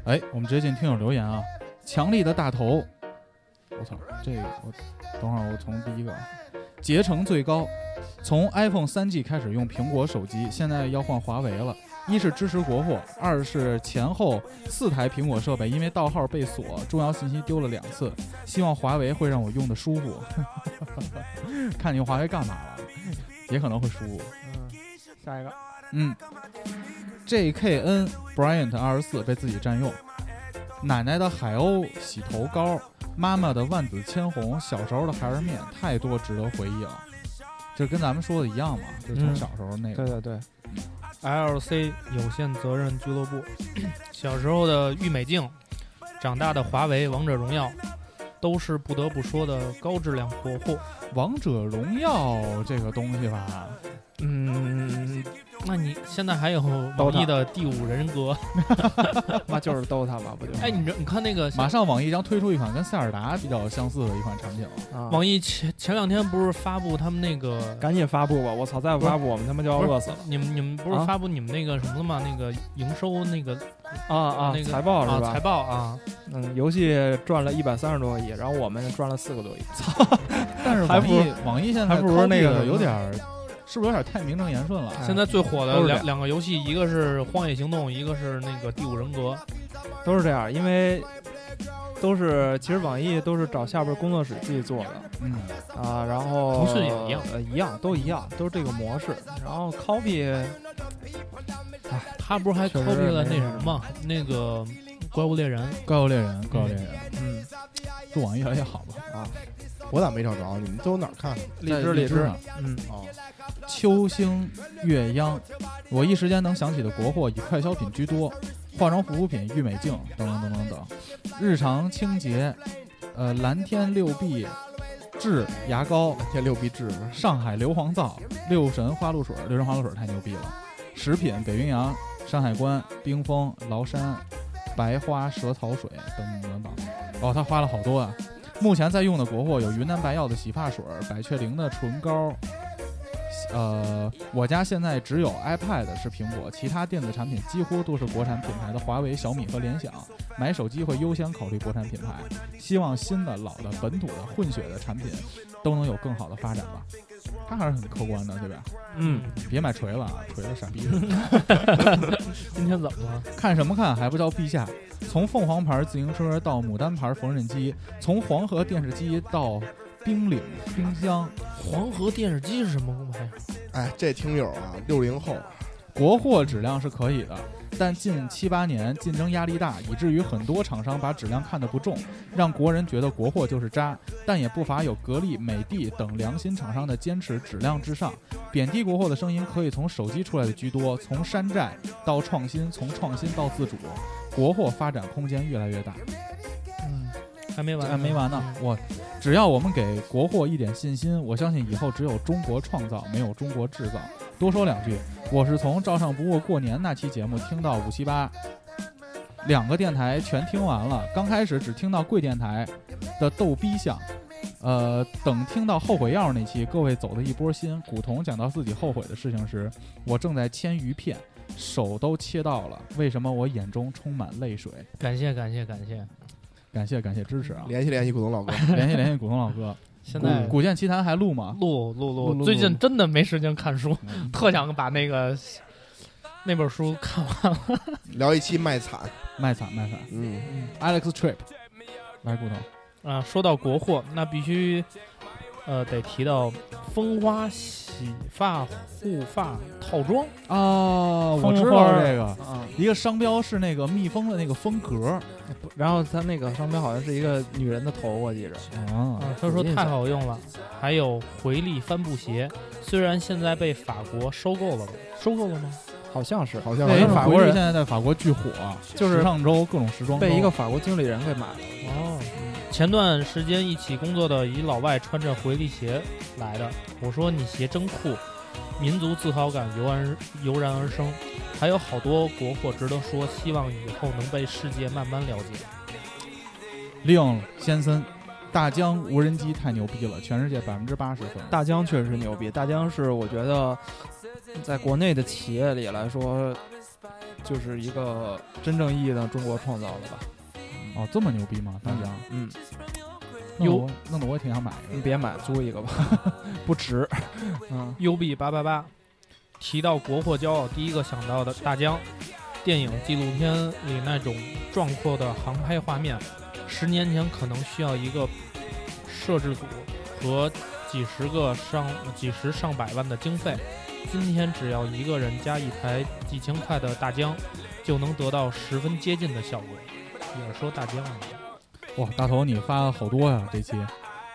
哎，我们直接进听友留言啊！强力的大头，我操，这个我等会儿我从第一个啊，竭诚最高，从 iPhone 三 G 开始用苹果手机，现在要换华为了。一是支持国货，二是前后四台苹果设备因为盗号被锁，重要信息丢了两次。希望华为会让我用的舒服。 看你用华为干嘛了？也可能会舒服。
下一个，
嗯，JKN Bryant 二十四被自己占用。奶奶的海鸥洗头膏，妈妈的万紫千红，小时候的孩儿面，太多值得回忆了。就是跟咱们说的一样嘛，就是从
嗯
小时候那
对
个，
对对，
LC 有限责任俱乐部， 小时候的郁美净，长大的华为、王者荣耀，都是不得不说的高质量国货。
王者荣耀这个东西吧，
嗯，那你现在还有网易的第五人格？
那就是 DOTA 嘛，不就？
哎，你这你看那个
马上网易将推出一款跟塞尔达比较相似的一款产品了。
啊
网易前前两天不是发布他们那个，
赶紧发布吧！我操，再不发布我们他妈就要饿死了
你们你们不是
啊
发布你们那个什么了吗？那个营收那个
啊啊！
那个
财报
啊
是吧？
财报啊，
嗯，游戏赚了一百三十多个亿，然后我们赚了四个多亿。
但是
还
网
不
易网易现在
还不如那个
copy 的有
什么
点儿，是不是有点太名正言顺了？
哎
现在最火
都
的
是这
两
样
两个游戏，一个是《荒野行动》，一个是那个《第五人格》。
都是这样，因为都是其实网易都是找下边工作室自己做的
嗯，
啊，然后
腾讯也一样，
呃，一样都一样，都是这个模式。然后 copy
他不是还
确
copy
实
了那
没
什么吗？那个《怪物猎人》
《怪物猎人》，《怪物猎人》，
嗯
祝网易越来越好吧。
啊，
我咋没找着？啊你们都哪儿看的？
荔
在
枝
荔
荔枝
上，
嗯，
哦，
秋星月央，我一时间能想起的国货以快消品居多，化妆护肤品、郁美净等等等等等，日常清洁，呃，蓝天六必治牙膏，
天六必治，
上海硫磺皂、六神花露水，六神花露水太牛逼了，食品北冰洋、山海关、冰封、崂山、白花蛇草水等等等等。哦，他花了好多啊。目前在用的国货有云南白药的洗发水、百雀羚的唇膏。呃，我家现在只有 iPad 是苹果，其他电子产品几乎都是国产品牌的华为、小米和联想。买手机会优先考虑国产品牌，希望新的、老的、本土的、混血的产品都能有更好的发展吧。他还是很客观的，对吧？
嗯，
别买锤了啊，锤子傻逼。
今天怎么了？
看什么看？还不叫陛下？从凤凰牌自行车到牡丹牌缝纫机，从黄河电视机到冰岭冰箱，
黄河电视机是什么玩意儿？
哎，这听友啊，六零后，
国货质量是可以的，但近七八年竞争压力大，以至于很多厂商把质量看得不重，让国人觉得国货就是渣。但也不乏有格力、美的等良心厂商的坚持质量至上，贬低国货的声音可以从手机出来的居多，从山寨到创新，从创新到自主，国货发展空间越来越大。
嗯，还没完
还
呢，
哎没完呢
嗯。
我只要我们给国货一点信心，我相信以后只有中国创造，没有中国制造。多说两句，我是从《照上不误过年》那期节目听到五七八。两个电台全听完了，刚开始只听到贵电台的逗逼响，呃，等听到后悔药那期，各位走的一波心。古潼讲到自己后悔的事情时，我正在切鱼片，手都切到了，为什么我眼中充满泪水？
感谢感谢感谢！
感谢感谢支持啊！
联系联系古董老哥，
联系联系古潼老哥，
现
古
嗯
在
古剑奇谭还录吗？
录录
录录
录，最近真的没时间看书，
嗯
特想把那个那本书看完。
聊一期卖惨，
卖惨卖惨
嗯，
，Alex Trip，来骨头，
啊，说到国货，那必须呃得提到蜂花洗发护发套装，
哦，我
蜂
知
花
道
儿
这个，
啊，
一个商标是那个蜜蜂的那个风格，
然后他那个商标好像是一个女人的头，我记着。
啊
啊，他说太好用了。还有回力帆布鞋，虽然现在被法国收购了吧，收购了吗？
好像是，
好像
那
对
个
是
法
回
国
力
人
现在在法国巨火，
就是
时尚周各种时装周
被一个法国经理人给买了。
哦，前段时间一起工作的一老外穿着回力鞋来的，我说你鞋真酷，民族自豪感油然油然而生。还有好多国货值得说，希望以后能被世界慢慢了解。
令先森。大疆无人机太牛逼了，全世界百分之八十分。
大疆确实牛逼，大疆是我觉得在国内的企业里来说，就是一个真正意义的中国创造了吧？
哦，这么牛逼吗？当讲，
嗯，
那
有
我弄得我也挺想买一
你
个。
别买，租一个吧， 不值。嗯，
U B 八八八，提到国货骄傲，第一个想到的大疆，电影纪录片里那种壮阔的航拍画面，十年前可能需要一个摄制组和几十个上几十上百万的经费，今天只要一个人加一台几千块的大疆，就能得到十分接近的效果。也是说大疆啊，
哇，大头你发了好多呀、这期。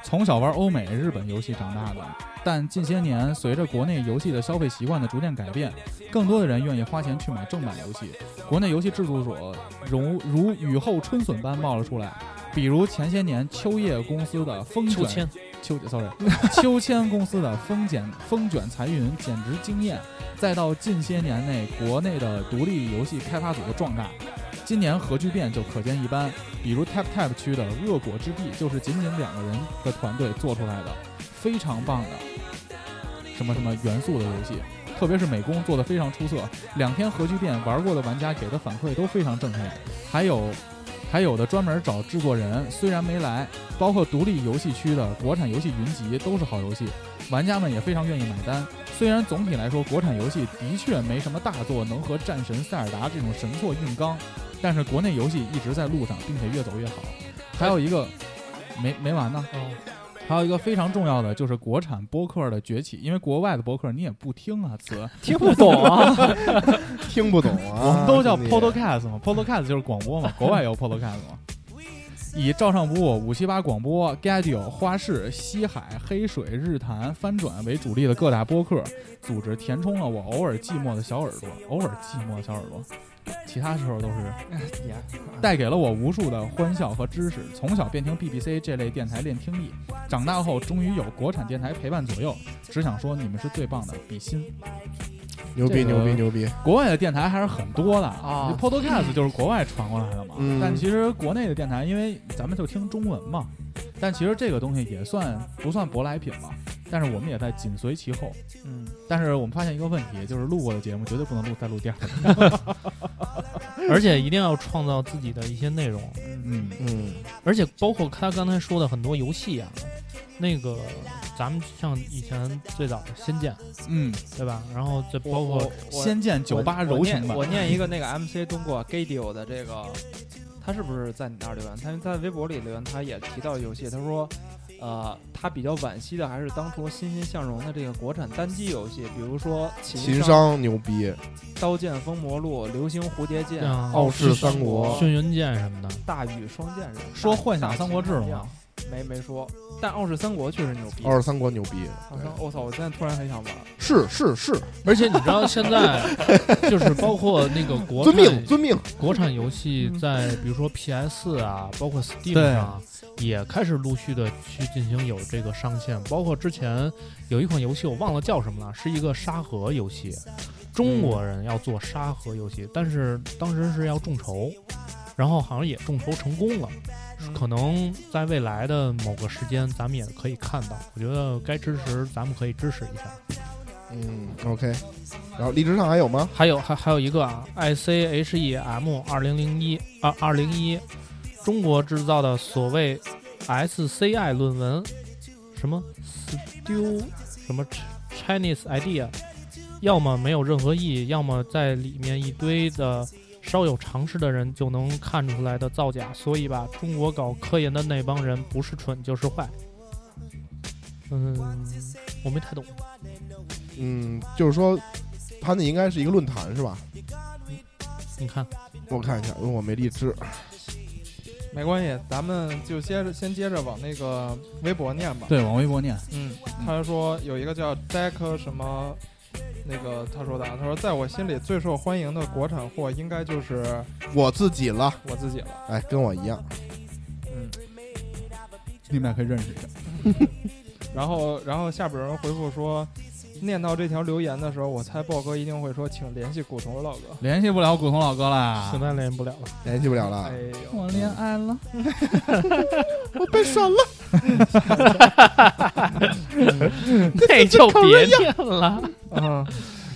从小玩欧美、日本游戏长大的，但近些年随着国内游戏的消费习惯的逐渐改变，更多的人愿意花钱去买正版游戏。国内游戏制作所如如雨后春笋般冒了出来，比如前些年秋叶公司的风
秋
卷
千
秋 sorry 秋千公司的风卷风卷残云简直惊艳，再到近些年内国内的独立游戏开发组的壮大，今年核聚变就可见一斑。比如 Tap Tap 区的恶果之地，就是仅仅两个人的团队做出来的，非常棒的什么什么元素的游戏，特别是美工做的非常出色。两天核聚变玩过的玩家给的反馈都非常正面，还有还有的专门找制作人，虽然没来，包括独立游戏区的国产游戏云集都是好游戏，玩家们也非常愿意买单。虽然总体来说，国产游戏的确没什么大作能和《战神》《塞尔达》这种神作硬刚，但是国内游戏一直在路上，并且越走越好。还有一个没没完呢，
哦，
还有一个非常重要的就是国产播客的崛起，因为国外的播客你也不听啊，词
听不懂啊！
听不懂 啊，
我们都叫
兄弟
podcast 嘛，podcast 就是广播 嘛，国外有 podcast 嘛。以照上不误、五七八广播、Gadio、花市、西海、黑水、日坛、翻转为主力的各大播客组织，填充了我偶尔寂寞的小耳朵，偶尔寂寞的小耳朵，其他时候都是带给了我无数的欢笑和知识。从小便听 BBC 这类电台练听力，长大后终于有国产电台陪伴左右。只想说，你们是最棒的，比心。
牛逼
这个
牛逼牛逼，
国外的电台还是很多的
啊
Podcast 就是国外传过来的嘛。
嗯
但其实国内的电台，因为咱们就听中文嘛，但其实这个东西也算不算舶来品嘛？但是我们也在紧随其后。
嗯，
但是我们发现一个问题，就是录过的节目绝对不能录再录第二遍。
而且一定要创造自己的一些内容。
嗯，
嗯，
而且包括他刚才说的很多游戏啊，那个咱们像以前最早的《仙剑》，
嗯，
对吧？然后再包
我
括
我
《
我
仙剑九八柔情版
我念我》念一 个那个 MC 通过 Gadio 的这个，他是不是在你那儿留言？他在微博里留言，他也提到游戏，他说。呃，他比较惋惜的还是当初欣欣向荣的这个国产单机游戏，比如说《
秦
秦商》
商牛逼，
《刀剑封魔录》《流星蝴蝶剑》
啊
《
傲视三国
轩辕剑》什么的，
大禹双剑人》
说
大
幻想三国志了吗？
大秦一样没没说，但《傲视三国》确实牛逼。
二十三国牛逼，
好像我操！我现在突然很想玩。
是是是，
而且你知道现在就是包括那个国
遵命
产
遵命，
国产游戏在比如说 PS 啊，包括 Steam
对
上啊也开始陆续的去进行有这个上线，包括之前有一款游戏我忘了叫什么了，是一个沙盒游戏，中国人要做沙盒游戏，但是当时是要众筹，然后好像也众筹成功了。可能在未来的某个时间，咱们也可以看到。我觉得该支持，咱们可以支持一下。
嗯，OK，然后荔枝上还有吗？
还有还还有一个啊，I C H E M 二零零一二二零一，中国制造的所谓 S C I 论文，什么 Stu 什么 Ch- Chinese idea，要么没有任何意义，要么在里面一堆的稍有常识的人就能看出来的造假。所以吧，中国搞科研的那帮人不是蠢就是坏。嗯，我没太懂。
嗯，就是说，他那应该是一个论坛是吧？
你看，
我看一下，因为我没荔枝。
没关系，咱们就接着先接着往那个微博念吧。
对，往微博念。
嗯，他说有一个叫 Jack 什么，那个他说的啊，他说在我心里最受欢迎的国产货应该就是
我自己了，
我自己了。
哎，跟我一样，
嗯，
你们俩可以认识一下。
然后然后下边有人回复说，念到这条留言的时候，我猜豹哥一定会说，请联系古潼老哥。
联系不了古潼老哥啦
现。在联系不了了。
联系不了了
哎。呦，
我恋爱了，
那就别念了。
嗯，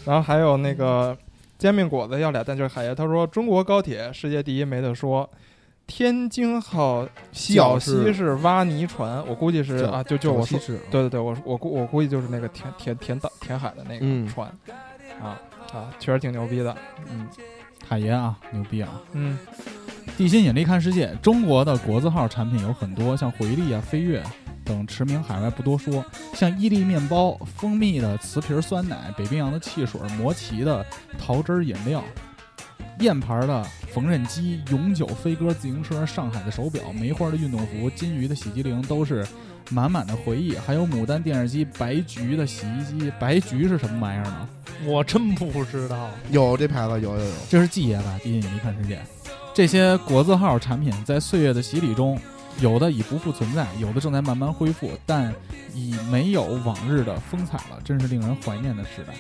然后还有那个煎饼果子要俩蛋卷海爷，他说中国高铁世界第一没得说。天津号小
角
西式挖泥船，我估计是
角
啊，就就我说
西，式，
对对对，我我估我估计就是那个填填填岛填海的那
嗯
个船，啊啊，确实挺牛逼的，
嗯，海爷啊，牛逼啊！
嗯
地心引力看世界，中国的国字号产品有很多，像回力啊、飞跃等驰名海外不多说，像伊利面包、蜂蜜的瓷瓶酸奶、北冰洋的汽水、魔奇的桃汁儿饮料、燕牌的缝纫机、永久飞鸽自行车、上海的手表、梅花的运动服、金鱼的洗涤灵都是满满的回忆，还有牡丹电视机、白菊的洗衣机，白菊是什么玩意儿呢？
我真不知道，
有这牌子，有有有，
这是啊季爷吧？地心引力看世界，这些国字号产品在岁月的洗礼中，有的已不复存在，有的正在慢慢恢复，但已没有往日的风采了，真是令人怀念的时代。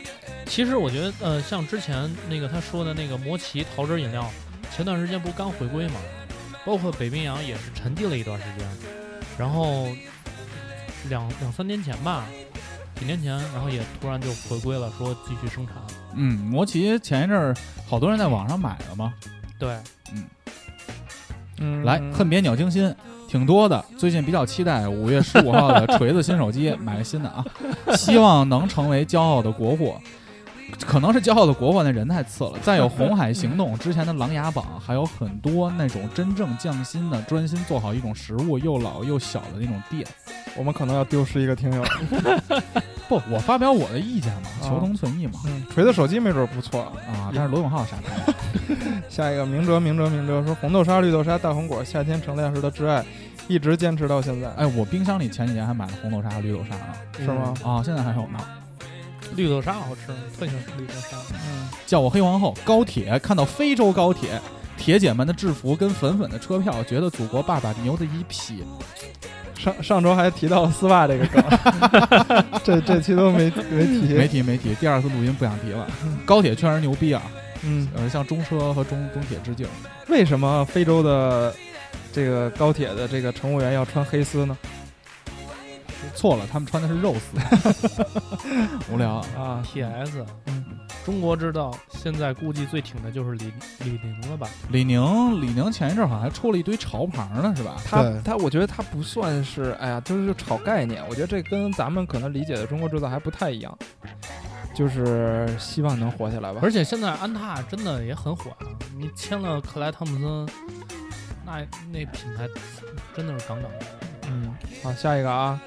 其实我觉得，呃，像之前那个他说的那个魔奇桃汁饮料，前段时间不是刚回归嘛，包括北冰洋也是沉寂了一段时间，然后两两三年前吧，几年前，然后也突然就回归了，说继续生产。
嗯，魔奇前一阵儿好多人在网上买了嘛，
对，
嗯，
来恨别鸟惊心。挺多的，最近比较期待五月十五号的锤子新手机，买个新的啊，希望能成为骄傲的国货。可能是骄傲的国货，那人太次了。再有《红海行动》之前的《琅琊榜》，还有很多那种真正匠心的、专心做好一种食物又老又小的那种店。
我们可能要丢失一个听友，
不，我发表我的意见嘛，求同存异嘛。
嗯，锤子手机没准不错，
啊，但是罗永浩傻逼。
下一个明哲明哲明哲说红豆沙绿豆沙大红果，夏天成恋时的挚爱，一直坚持到现在，
哎，我冰箱里前几年还买了红豆沙、绿豆沙呢，
是吗？
啊，现在还有呢。
绿豆沙好吃，特喜欢吃绿豆沙。嗯，
叫我黑皇后。高铁看到非洲高铁，铁姐们的制服跟粉粉的车票，觉得祖国爸爸牛的一批。
上上周还提到丝袜这个梗，这这期都没没提，
没提没提，第二次录音不想提了。高铁确实牛逼啊，
嗯，
呃，向中车和中中铁致敬。
为什么非洲的这个高铁的这个乘务员要穿黑丝呢？
错了，他们穿的是肉丝。无聊啊，
啊，
T.S. 嗯中国之道，现在估计最挺的就是李李宁了吧？
李宁，李宁前一阵好像还出了一堆潮牌呢，是吧？
他
对
他，我觉得他不算是，哎呀，就是炒概念。我觉得这跟咱们可能理解的中国制造还不太一样，就是希望能火起来吧。
而且现在安踏真的也很火啊！你签了克莱汤普森，那那品牌真的是杠杠的。
嗯，好，下一个啊，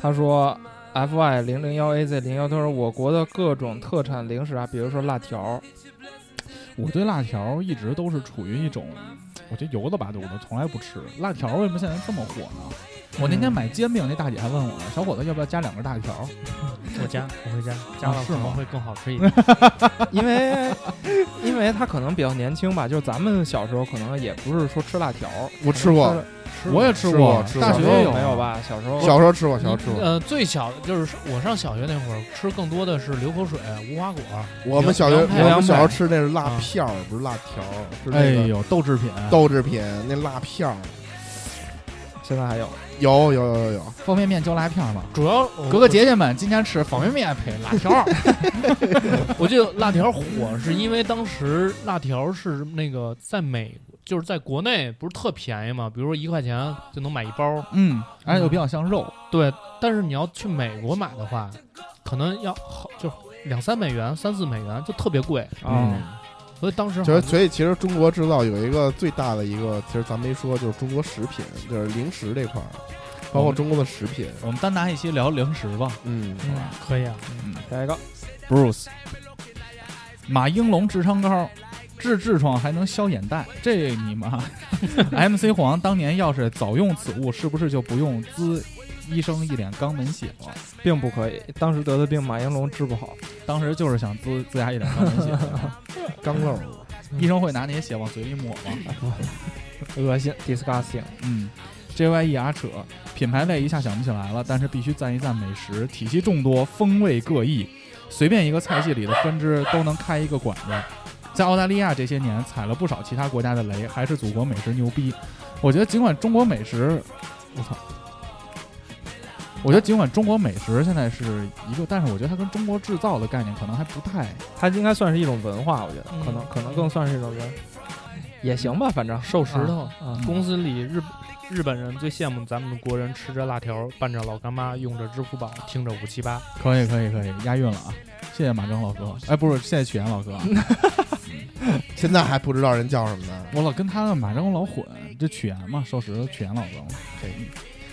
他说 F Y 零零幺 A Z 零幺，他说我国的各种特产零食啊，比如说辣条，
我对辣条一直都是处于一种，我觉得油的吧，对我都从来不吃。辣条为什么现在这么火呢？我那天买煎饼，那大姐还问我，小伙子要不要加两根辣条？
我加，我会加，加了
是
可
吗
能会更好吃一点。
因为因为他可能比较年轻吧，就是咱们小时候可能也不是说吃辣条，
我吃过
可能吃
我也吃过，
吃过
大
小
学
时
吃过
也
候没有？吧？小时候
小时候吃过，小时候吃过。
呃，最小的就是我上小学那会儿吃更多的是流口水、无花果，
我们小学
凉
我
凉
们小时候
派
吃那是辣片儿，不是辣条，是
哎
那个
呦，豆制品，
豆制品那辣片儿。
现在还有，
有有有有有，
方便面就辣片嘛。
主要
哥哥姐姐们，今天吃方便面配辣 条，
我 记得辣条火是因为当时辣条是那个在美，就是在国内不是特便宜嘛，比如说一块钱就能买一包。
嗯，而且又比较像肉，
对，但是你要去美国买的话，可能要好就两三美元、三四美元就特别贵，
啊
嗯，
所以当时
就是
好像
所以其实中国制造有一个最大的一个，其实咱没说，就是中国食品，就是零食这块儿，包括中国的食品。
我们单拿一期聊零食吧。
嗯，
嗯可以啊，
下一个
Bruce，马应龙智商高，治痔疮还能消眼袋，这你 妈！MC 黄当年要是早用此物，是不是就不用滋医生一脸肛门血了？
并不可以，当时得的病马应龙治不好，
当时就是想滋滋牙一脸肛门血，
钢漏儿，
医生会拿那些血往嘴里抹吗？
恶心，disgusting。
嗯，JYE 阿扯，品牌类一下想不起来了，但是必须赞一赞美食，体系众多，风味各异，随便一个菜系里的分支都能开一个馆子。在澳大利亚这些年踩了不少其他国家的雷，还是祖国美食牛逼。我觉得尽管中国美食，我操，我觉得尽管中国美食现在是一个，但是我觉得它跟中国制造的概念可能还不太
它应该算是一种文化，我觉得
嗯
可能可能更算是一种文，也行吧，反正
瘦石头嗯
嗯
啊，
公司里日日本人最羡慕咱们国人吃着辣条，拌着老干妈，用着支付宝，听着五七八。
可以，可以，可以，押韵了啊！谢谢马征老哥，哎，不是，谢谢曲岩老哥啊，
现在还不知道人叫什么呢。
我老跟他的马征老混，这曲岩嘛，瘦石头曲岩老哥嘛，嘿。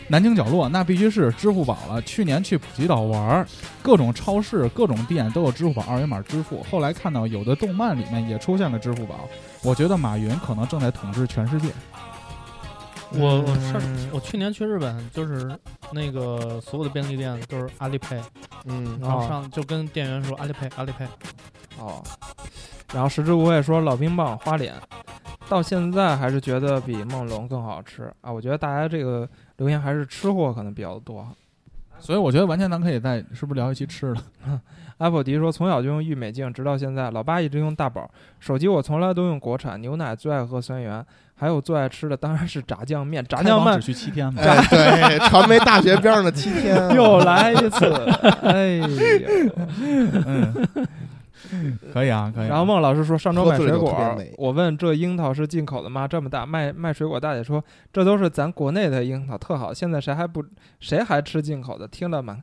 南京角落那必须是支付宝了。去年去普吉岛玩儿，各种超市、各种店都有支付宝二维码支付。后来看到有的动漫里面也出现了支付宝，我觉得马云可能正在统治全世界。
我我上我去年去日本，就是那个所有的便利店都是阿里配，
嗯
然后上就跟店员说阿里配阿里配，
哦，然后食之无味说老冰棒花脸，到现在还是觉得比梦龙更好吃啊！我觉得大家这个留言还是吃货可能比较多。
所以我觉得完全咱可以在是不是聊一期吃的？
阿普迪说从小就用郁美净，直到现在，老爸一直用大宝。手机我从来都用国产，牛奶最爱喝酸源，还有最爱吃的当然是炸酱面，炸
开
酱
房
面
只需七天嘛。
哎，对，传媒大学边上的七天啊，
又来一 次，哎呦！
嗯，可以啊，可以啊。
然后孟老师说上周买水
喝醉了
果
特别美，
我问这樱桃是进口的吗？这么大，卖卖水果大姐说这都是咱国内的樱桃，特好。现在谁还不谁还吃进口的？听了蛮，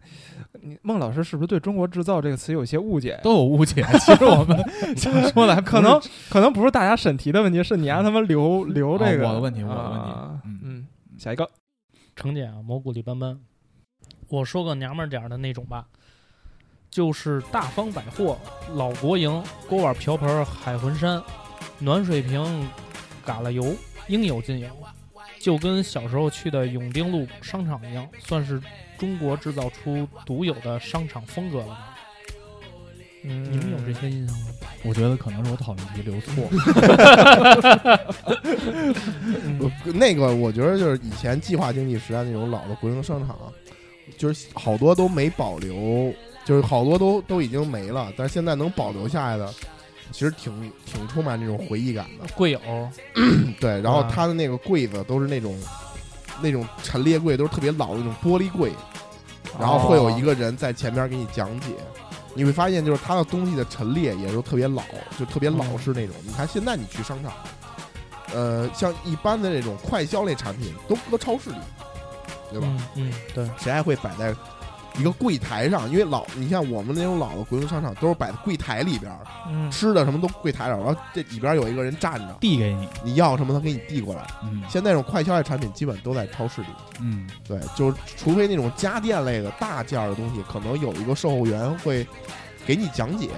你孟老师是不是对中国制造这个词有些误解？
都有误解。其实我 们想说的还不是
可能可能不是大家审题的问题，是你让他们留留这个、
啊我的问题我的问题
啊
嗯
嗯，下一个
程姐啊，蘑菇里斑斑。我说个娘们儿点儿的那种吧，就是大方百货、老国营、锅碗瓢盆、海魂衫、暖水瓶、嘎啦油，应有尽有，就跟小时候去的永定路商场一样，算是中国制造出独有的商场风格了吧。
嗯，
你们有这些印象吗？
我觉得可能是我讨论题留错。
我那个我觉得就是以前计划经济时代那种老的国营商场，啊就是好多都没保留，就是好多都都已经没了，但是现在能保留下来的，其实挺挺充满这种回忆感的。
贵友，
对，然后
啊
它的那个柜子都是那种那种陈列柜，都是特别老的那种玻璃柜，然后会有一
个
个人在前边给你讲解。你会发现，就是它的东西的陈列也都特别老，就特别老式那种。你看现在你去商场，呃，像一般的那种快消类产品，都搁超市里，对吧？
嗯嗯，对，
谁还会摆在一个柜台上？因为老，你像我们那种老的国营商场，都是摆在柜台里边儿，
嗯
吃的什么都柜台上，然后这里边有一个人站着，
递给你，
你要什么他给你递过来。
嗯
现在这种快消类产品基本都在超市里，
嗯，
对，就是除非那种家电类的大件儿的东西，可能有一个售货员会给你讲解，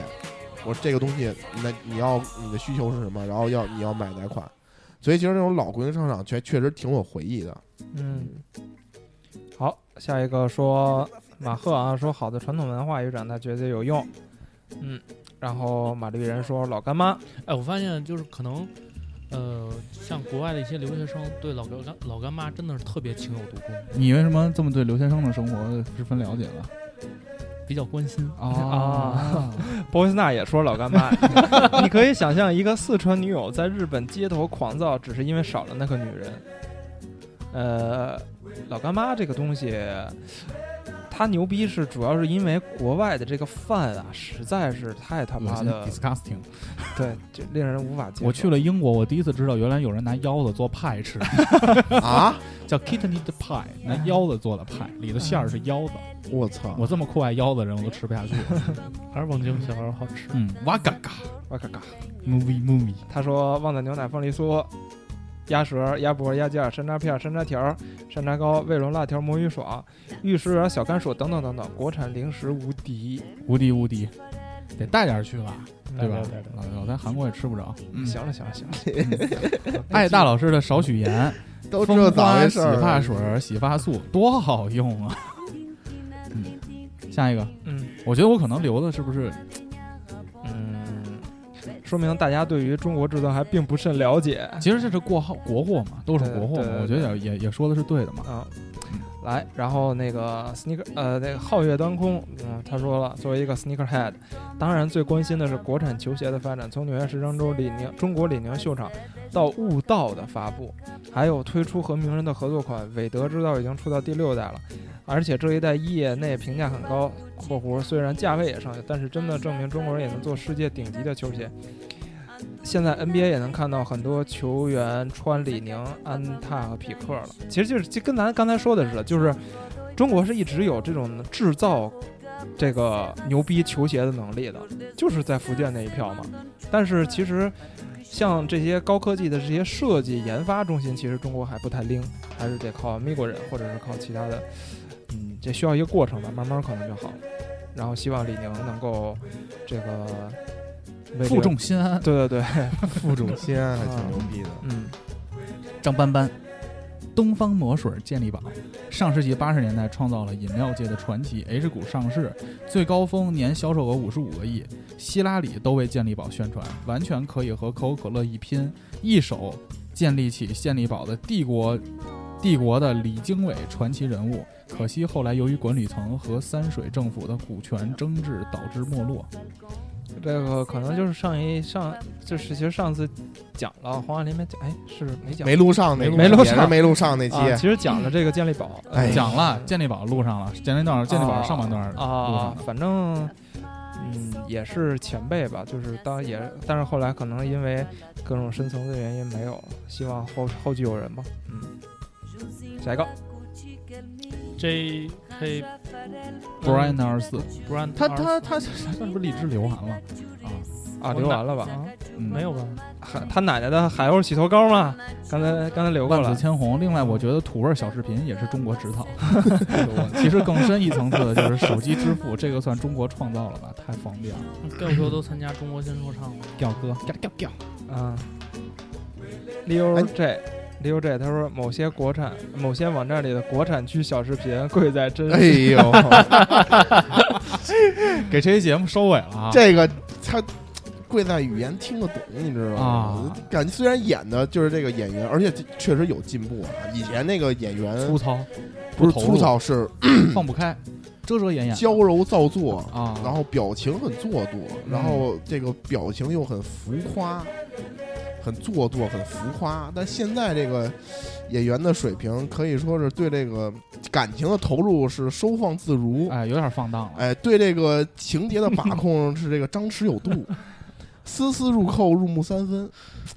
我说这个东西，那你要你的需求是什么，然后要你要买哪款。所以其实那种老国营商场确确实挺有回忆的，
嗯，好，下一个说马赫啊，说好的传统文化与长大绝对有用。嗯，然后马丽人说老干妈，
哎，我发现就是可能，呃，像国外的一些留学生对老干老干妈真的是特别情有独钟，
你为什么这么对留学生的生活十分了解呢？
比较关心。
哦 啊，波西娜也说老干妈。你可以想象一个四川女友在日本街头狂躁，只是因为少了那个女人。呃，老干妈这个东西，它牛逼是主要是因为国外的这个饭啊，实在是太他
恶
妈
心
的，
disgusting。
对，就令人无法接 受。
我去了英国，我第一次知道原来有人拿腰子做派 吃，
啊！
叫 kidney pie，拿腰子做的派，里头馅儿是腰子。
我操，
我这么酷爱腰子的人，我都吃不下去。
还是望京小孩好吃。
嗯，哇嘎嘎
哇咔咔，
，movie movie，
他说旺仔牛奶、凤梨酥、鸭舌、鸭脖、鸭架、山楂片、山楂条、山楂糕、卫龙辣条、魔芋爽、玉石园小甘薯等等等等，国产零食无敌。
无敌无敌，得带点儿去吧，
嗯
对吧
带点儿带点？
老老在韩国也吃不着。嗯，
行了行了行了，
爱大老师的少许盐。
都知
蜂
道
花
咋回
洗
事儿
发水儿、洗发素多好用啊！嗯，下一个，
嗯
我觉得我可能留的是不是？
嗯，说明大家对于中国制造还并不甚了解
其实这是过号国货嘛，都是
对
国货
对
嘛
对，
我觉得也也也说的是对的嘛。
啊。来，然后那个 sneaker，呃，那个皓月当空，嗯，他说了，作为一个 sneakerhead，当然最关心的是国产球鞋的发展，从纽约时装周李宁中国李宁秀场到悟道的发布，还有推出和名人的合作款，韦德之道已经出到第六代了，啊、而且这一代业内评价很高（括弧虽然价位也上去，但是真的证明中国人也能做世界顶级的球鞋）。现在 NBA 也能看到很多球员穿李宁、安踏和匹克了，其实就是就跟咱刚才说的似的，就是中国是一直有这种制造这个牛逼球鞋的能力的，就是在福建那一票嘛。但是其实像这些高科技的这些设计研发中心，其实中国还不太灵，还是得靠美国人或者是靠其他的，嗯，这需要一个过程吧，慢慢可能就好。然后希望李宁能够这个为这个
负重心安，
对对对，
负重心 安还挺牛逼的。
嗯，
张斑斑，东方魔水健力宝，上世纪八十年代创造了饮料界的传奇。H 股上市，最高峰年销售额五十五个亿，希拉里都为健力宝宣传，完全可以和可口可乐一拼，一手建立起健力宝的帝国。帝国的李经纬传奇人物，可惜后来由于管理层和三水政府的股权争执，导致没落。
这个可能就是上一上就是其实上次讲了黄晓林没讲，哎是没讲
没录上那个，
没录上
也是没录上那
啊，
期。
其实讲了这个健力宝，呃
哎呀
讲了健力宝路上了，健力宝健力宝上半段路
啊
上了
啊，反正嗯也是前辈吧，就是当也但是后来可能因为各种深层的原因没有了，希望后后继有人吧，嗯，下一个
J K
啊
Brian 二十
嗯
四，
b r a n
他他他他是不是荔枝流完了啊？
啊
我
留
哪
完了吧？
嗯
没有吧？
还他奶奶的海鸥洗头膏嘛，刚才刚才留过
万
了
紫，千红。另外，我觉得土味小视频也是中国 制造。我其实更深一层次的就是手机支付，这个算中国创造了吧？太方便了。
调哥都参加中国新说唱了，
吊哥，
啊，Leo
哎
J。Leo J 他说，某些国产、某些网站里的国产区小视频贵在真实。
哎呦，
给这期节目收尾了啊！
这个他贵在语言听得懂，你知道吗
啊？
感觉虽然演的就是这个演员，而且这确实有进步啊。以前那个演员
呃粗糙，
不
不
是
投
粗
入
糙，是
放不开，遮遮掩掩
娇柔造作，
啊。
然后表情很做作，
嗯
然后这个表情又很浮夸，很做作，很浮夸。但现在这个演员的水平可以说是对这个感情的投入是收放自如，
哎，有点放荡了。
哎，对这个情节的把控是这个张弛有度，丝丝入扣，入木三分。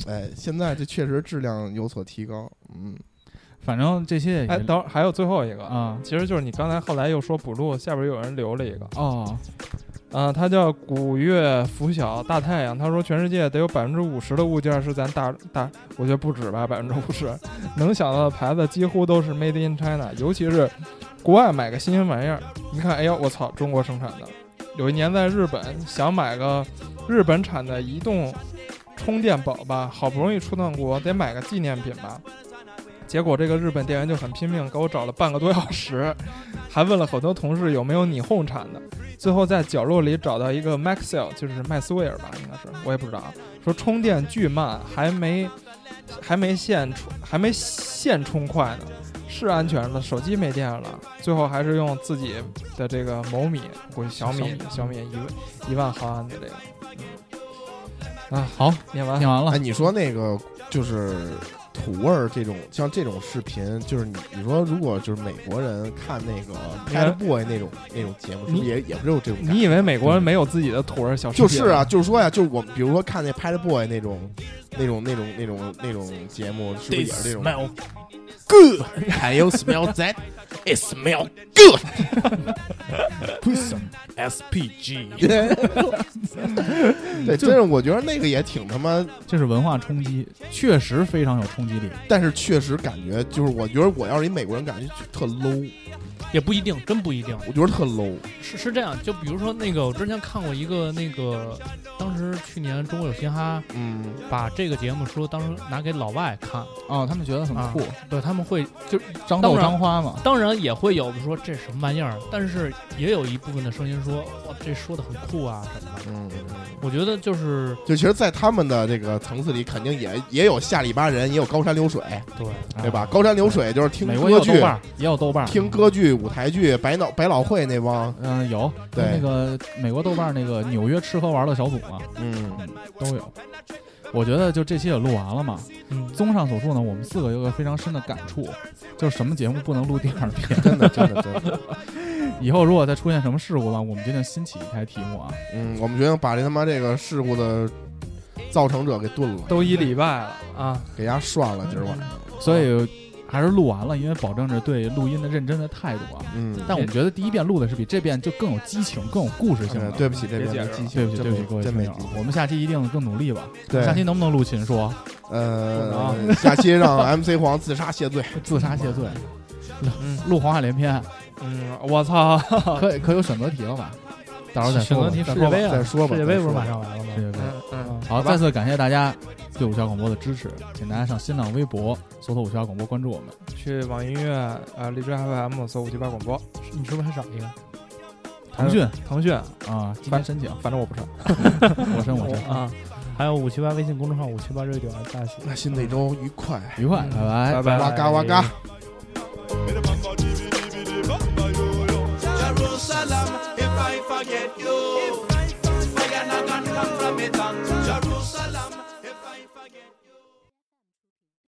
哎，现在这确实质量有所提高。嗯，
反正这些也
哎，等会儿还有最后一个，
啊
其实就是你刚才后来又说补录，下边有人留了一个，
哦，
啊、他叫古月拂晓大太阳，他说全世界得有百分之五十的物件是咱大大，我觉得不止吧，百分之五十，能想到的牌子几乎都是 Made in China，尤其是国外买个新鲜玩意儿，一看，哎呦我操，中国生产的。有一年在日本想买个日本产的移动充电宝吧，好不容易出趟国，得买个纪念品吧。结果这个日本店员就很拼命，给我找了半个多小时， 还问了很多同事有没有你哄产的。最后在角落里找到一个 Maxell，就是麦斯威尔吧，应该是，我也不知道啊。说充电巨慢，还没还没线充，还没线充快呢，是安全的，手机没电了。最后还是用自己的这个某米，估计小米小米一一万毫安的这个。嗯啊，
好，
念完
念完了
哎，。你说那个就是土味儿这种，像这种视频，就是你你说如果就是美国人看那个 Pad Boy 那种那种节目，是不是也也不是有这种感觉？
你以为美国人没有自己的土味小吃？
就是啊，，就是说呀，就是我，比如说看那 Pad Boy 那种、那种、那种、那种、那种节目，是不是也是这种 good? Can you smell that? It smell good. SPG，对，真是我觉得那个也挺他妈，
这是文化冲击，确实非常有冲击力。
但是确实感觉就是，我觉得我要是一美国人，感觉就特 low，
也不一定，真不一定。
我觉得特 low。
是是这样，就比如说那个，我之前看过一个那个，当时去年中国有嘻哈
嗯，
把这个节目说，当时拿给老外看，
哦，他们觉得很
啊
酷，
对，他们会就
张豆
当然
张花嘛。
当然也会有说这什么玩意儿，但是也有一部分的声音说，哇，这说的很酷啊什么的。
嗯，
我觉得就是
就其实，在他们的这个层次里，肯定也也有下里巴人，也有高山流水，
对，
对吧？高山流水就是听
啊美国也
歌
有豆
剧
瓣，儿，啊也有豆瓣儿，
听歌剧、舞台剧、百老百老汇那帮，
嗯、有
对
那个美国豆瓣儿那个纽约吃喝玩乐小组嘛，
嗯，
都有。我觉得就这期也录完了嘛。
嗯，
综上所述呢，我们四个有个非常深的感触，就是什么节目不能录第二遍。
真的真的真的，
以后如果再出现什么事故了，我们决定新起一台题目啊。
嗯，我们决定把这他妈这个事故的造成者给炖了，
都一礼拜了啊，
给家涮了，今儿晚上。
所以还是录完了，因为保证着对录音的认真的态度啊。
嗯，
但我们觉得第一遍录的是比这遍就更有激情、更有故事性的。
嗯对不起，这边
别
没
解释
激
了
情，
对不起，对不
真
起
没
各位
真
听
没
友啊
激情，。
我们下期一定更努力吧。
对，
下期能不能录秦说
呃
不，
啊
下期让 MC 黄自杀谢罪。
自杀谢罪？
嗯
录黄海连篇，
嗯，我操，
可可有选择题了吧？到时候再
啊选
说吧
择
再
题
说
世界
吧
杯啊，
再说吧
世界杯
再
不
说
是
吧
马上来了吗？
对对对
嗯嗯，
好，再次感谢大家对五七八广播的支持，请大家上新浪微博搜索五七八广播关注我们。
去网易音乐啊，荔枝 FM 搜五七八广播，
你是不是还少一个？
腾讯
腾讯，
啊，今天申 请，
反正我不上
我申我申，
啊，
嗯还有五七八微信公众号五七八 radio 大写。
那新的一周愉快，啊
愉快，
嗯
拜拜。
拜
哇
拜。
嘎哇嘎。
Jerusalem, if I forget you, I am not gonna come from it. Jerusalem, if I forget you.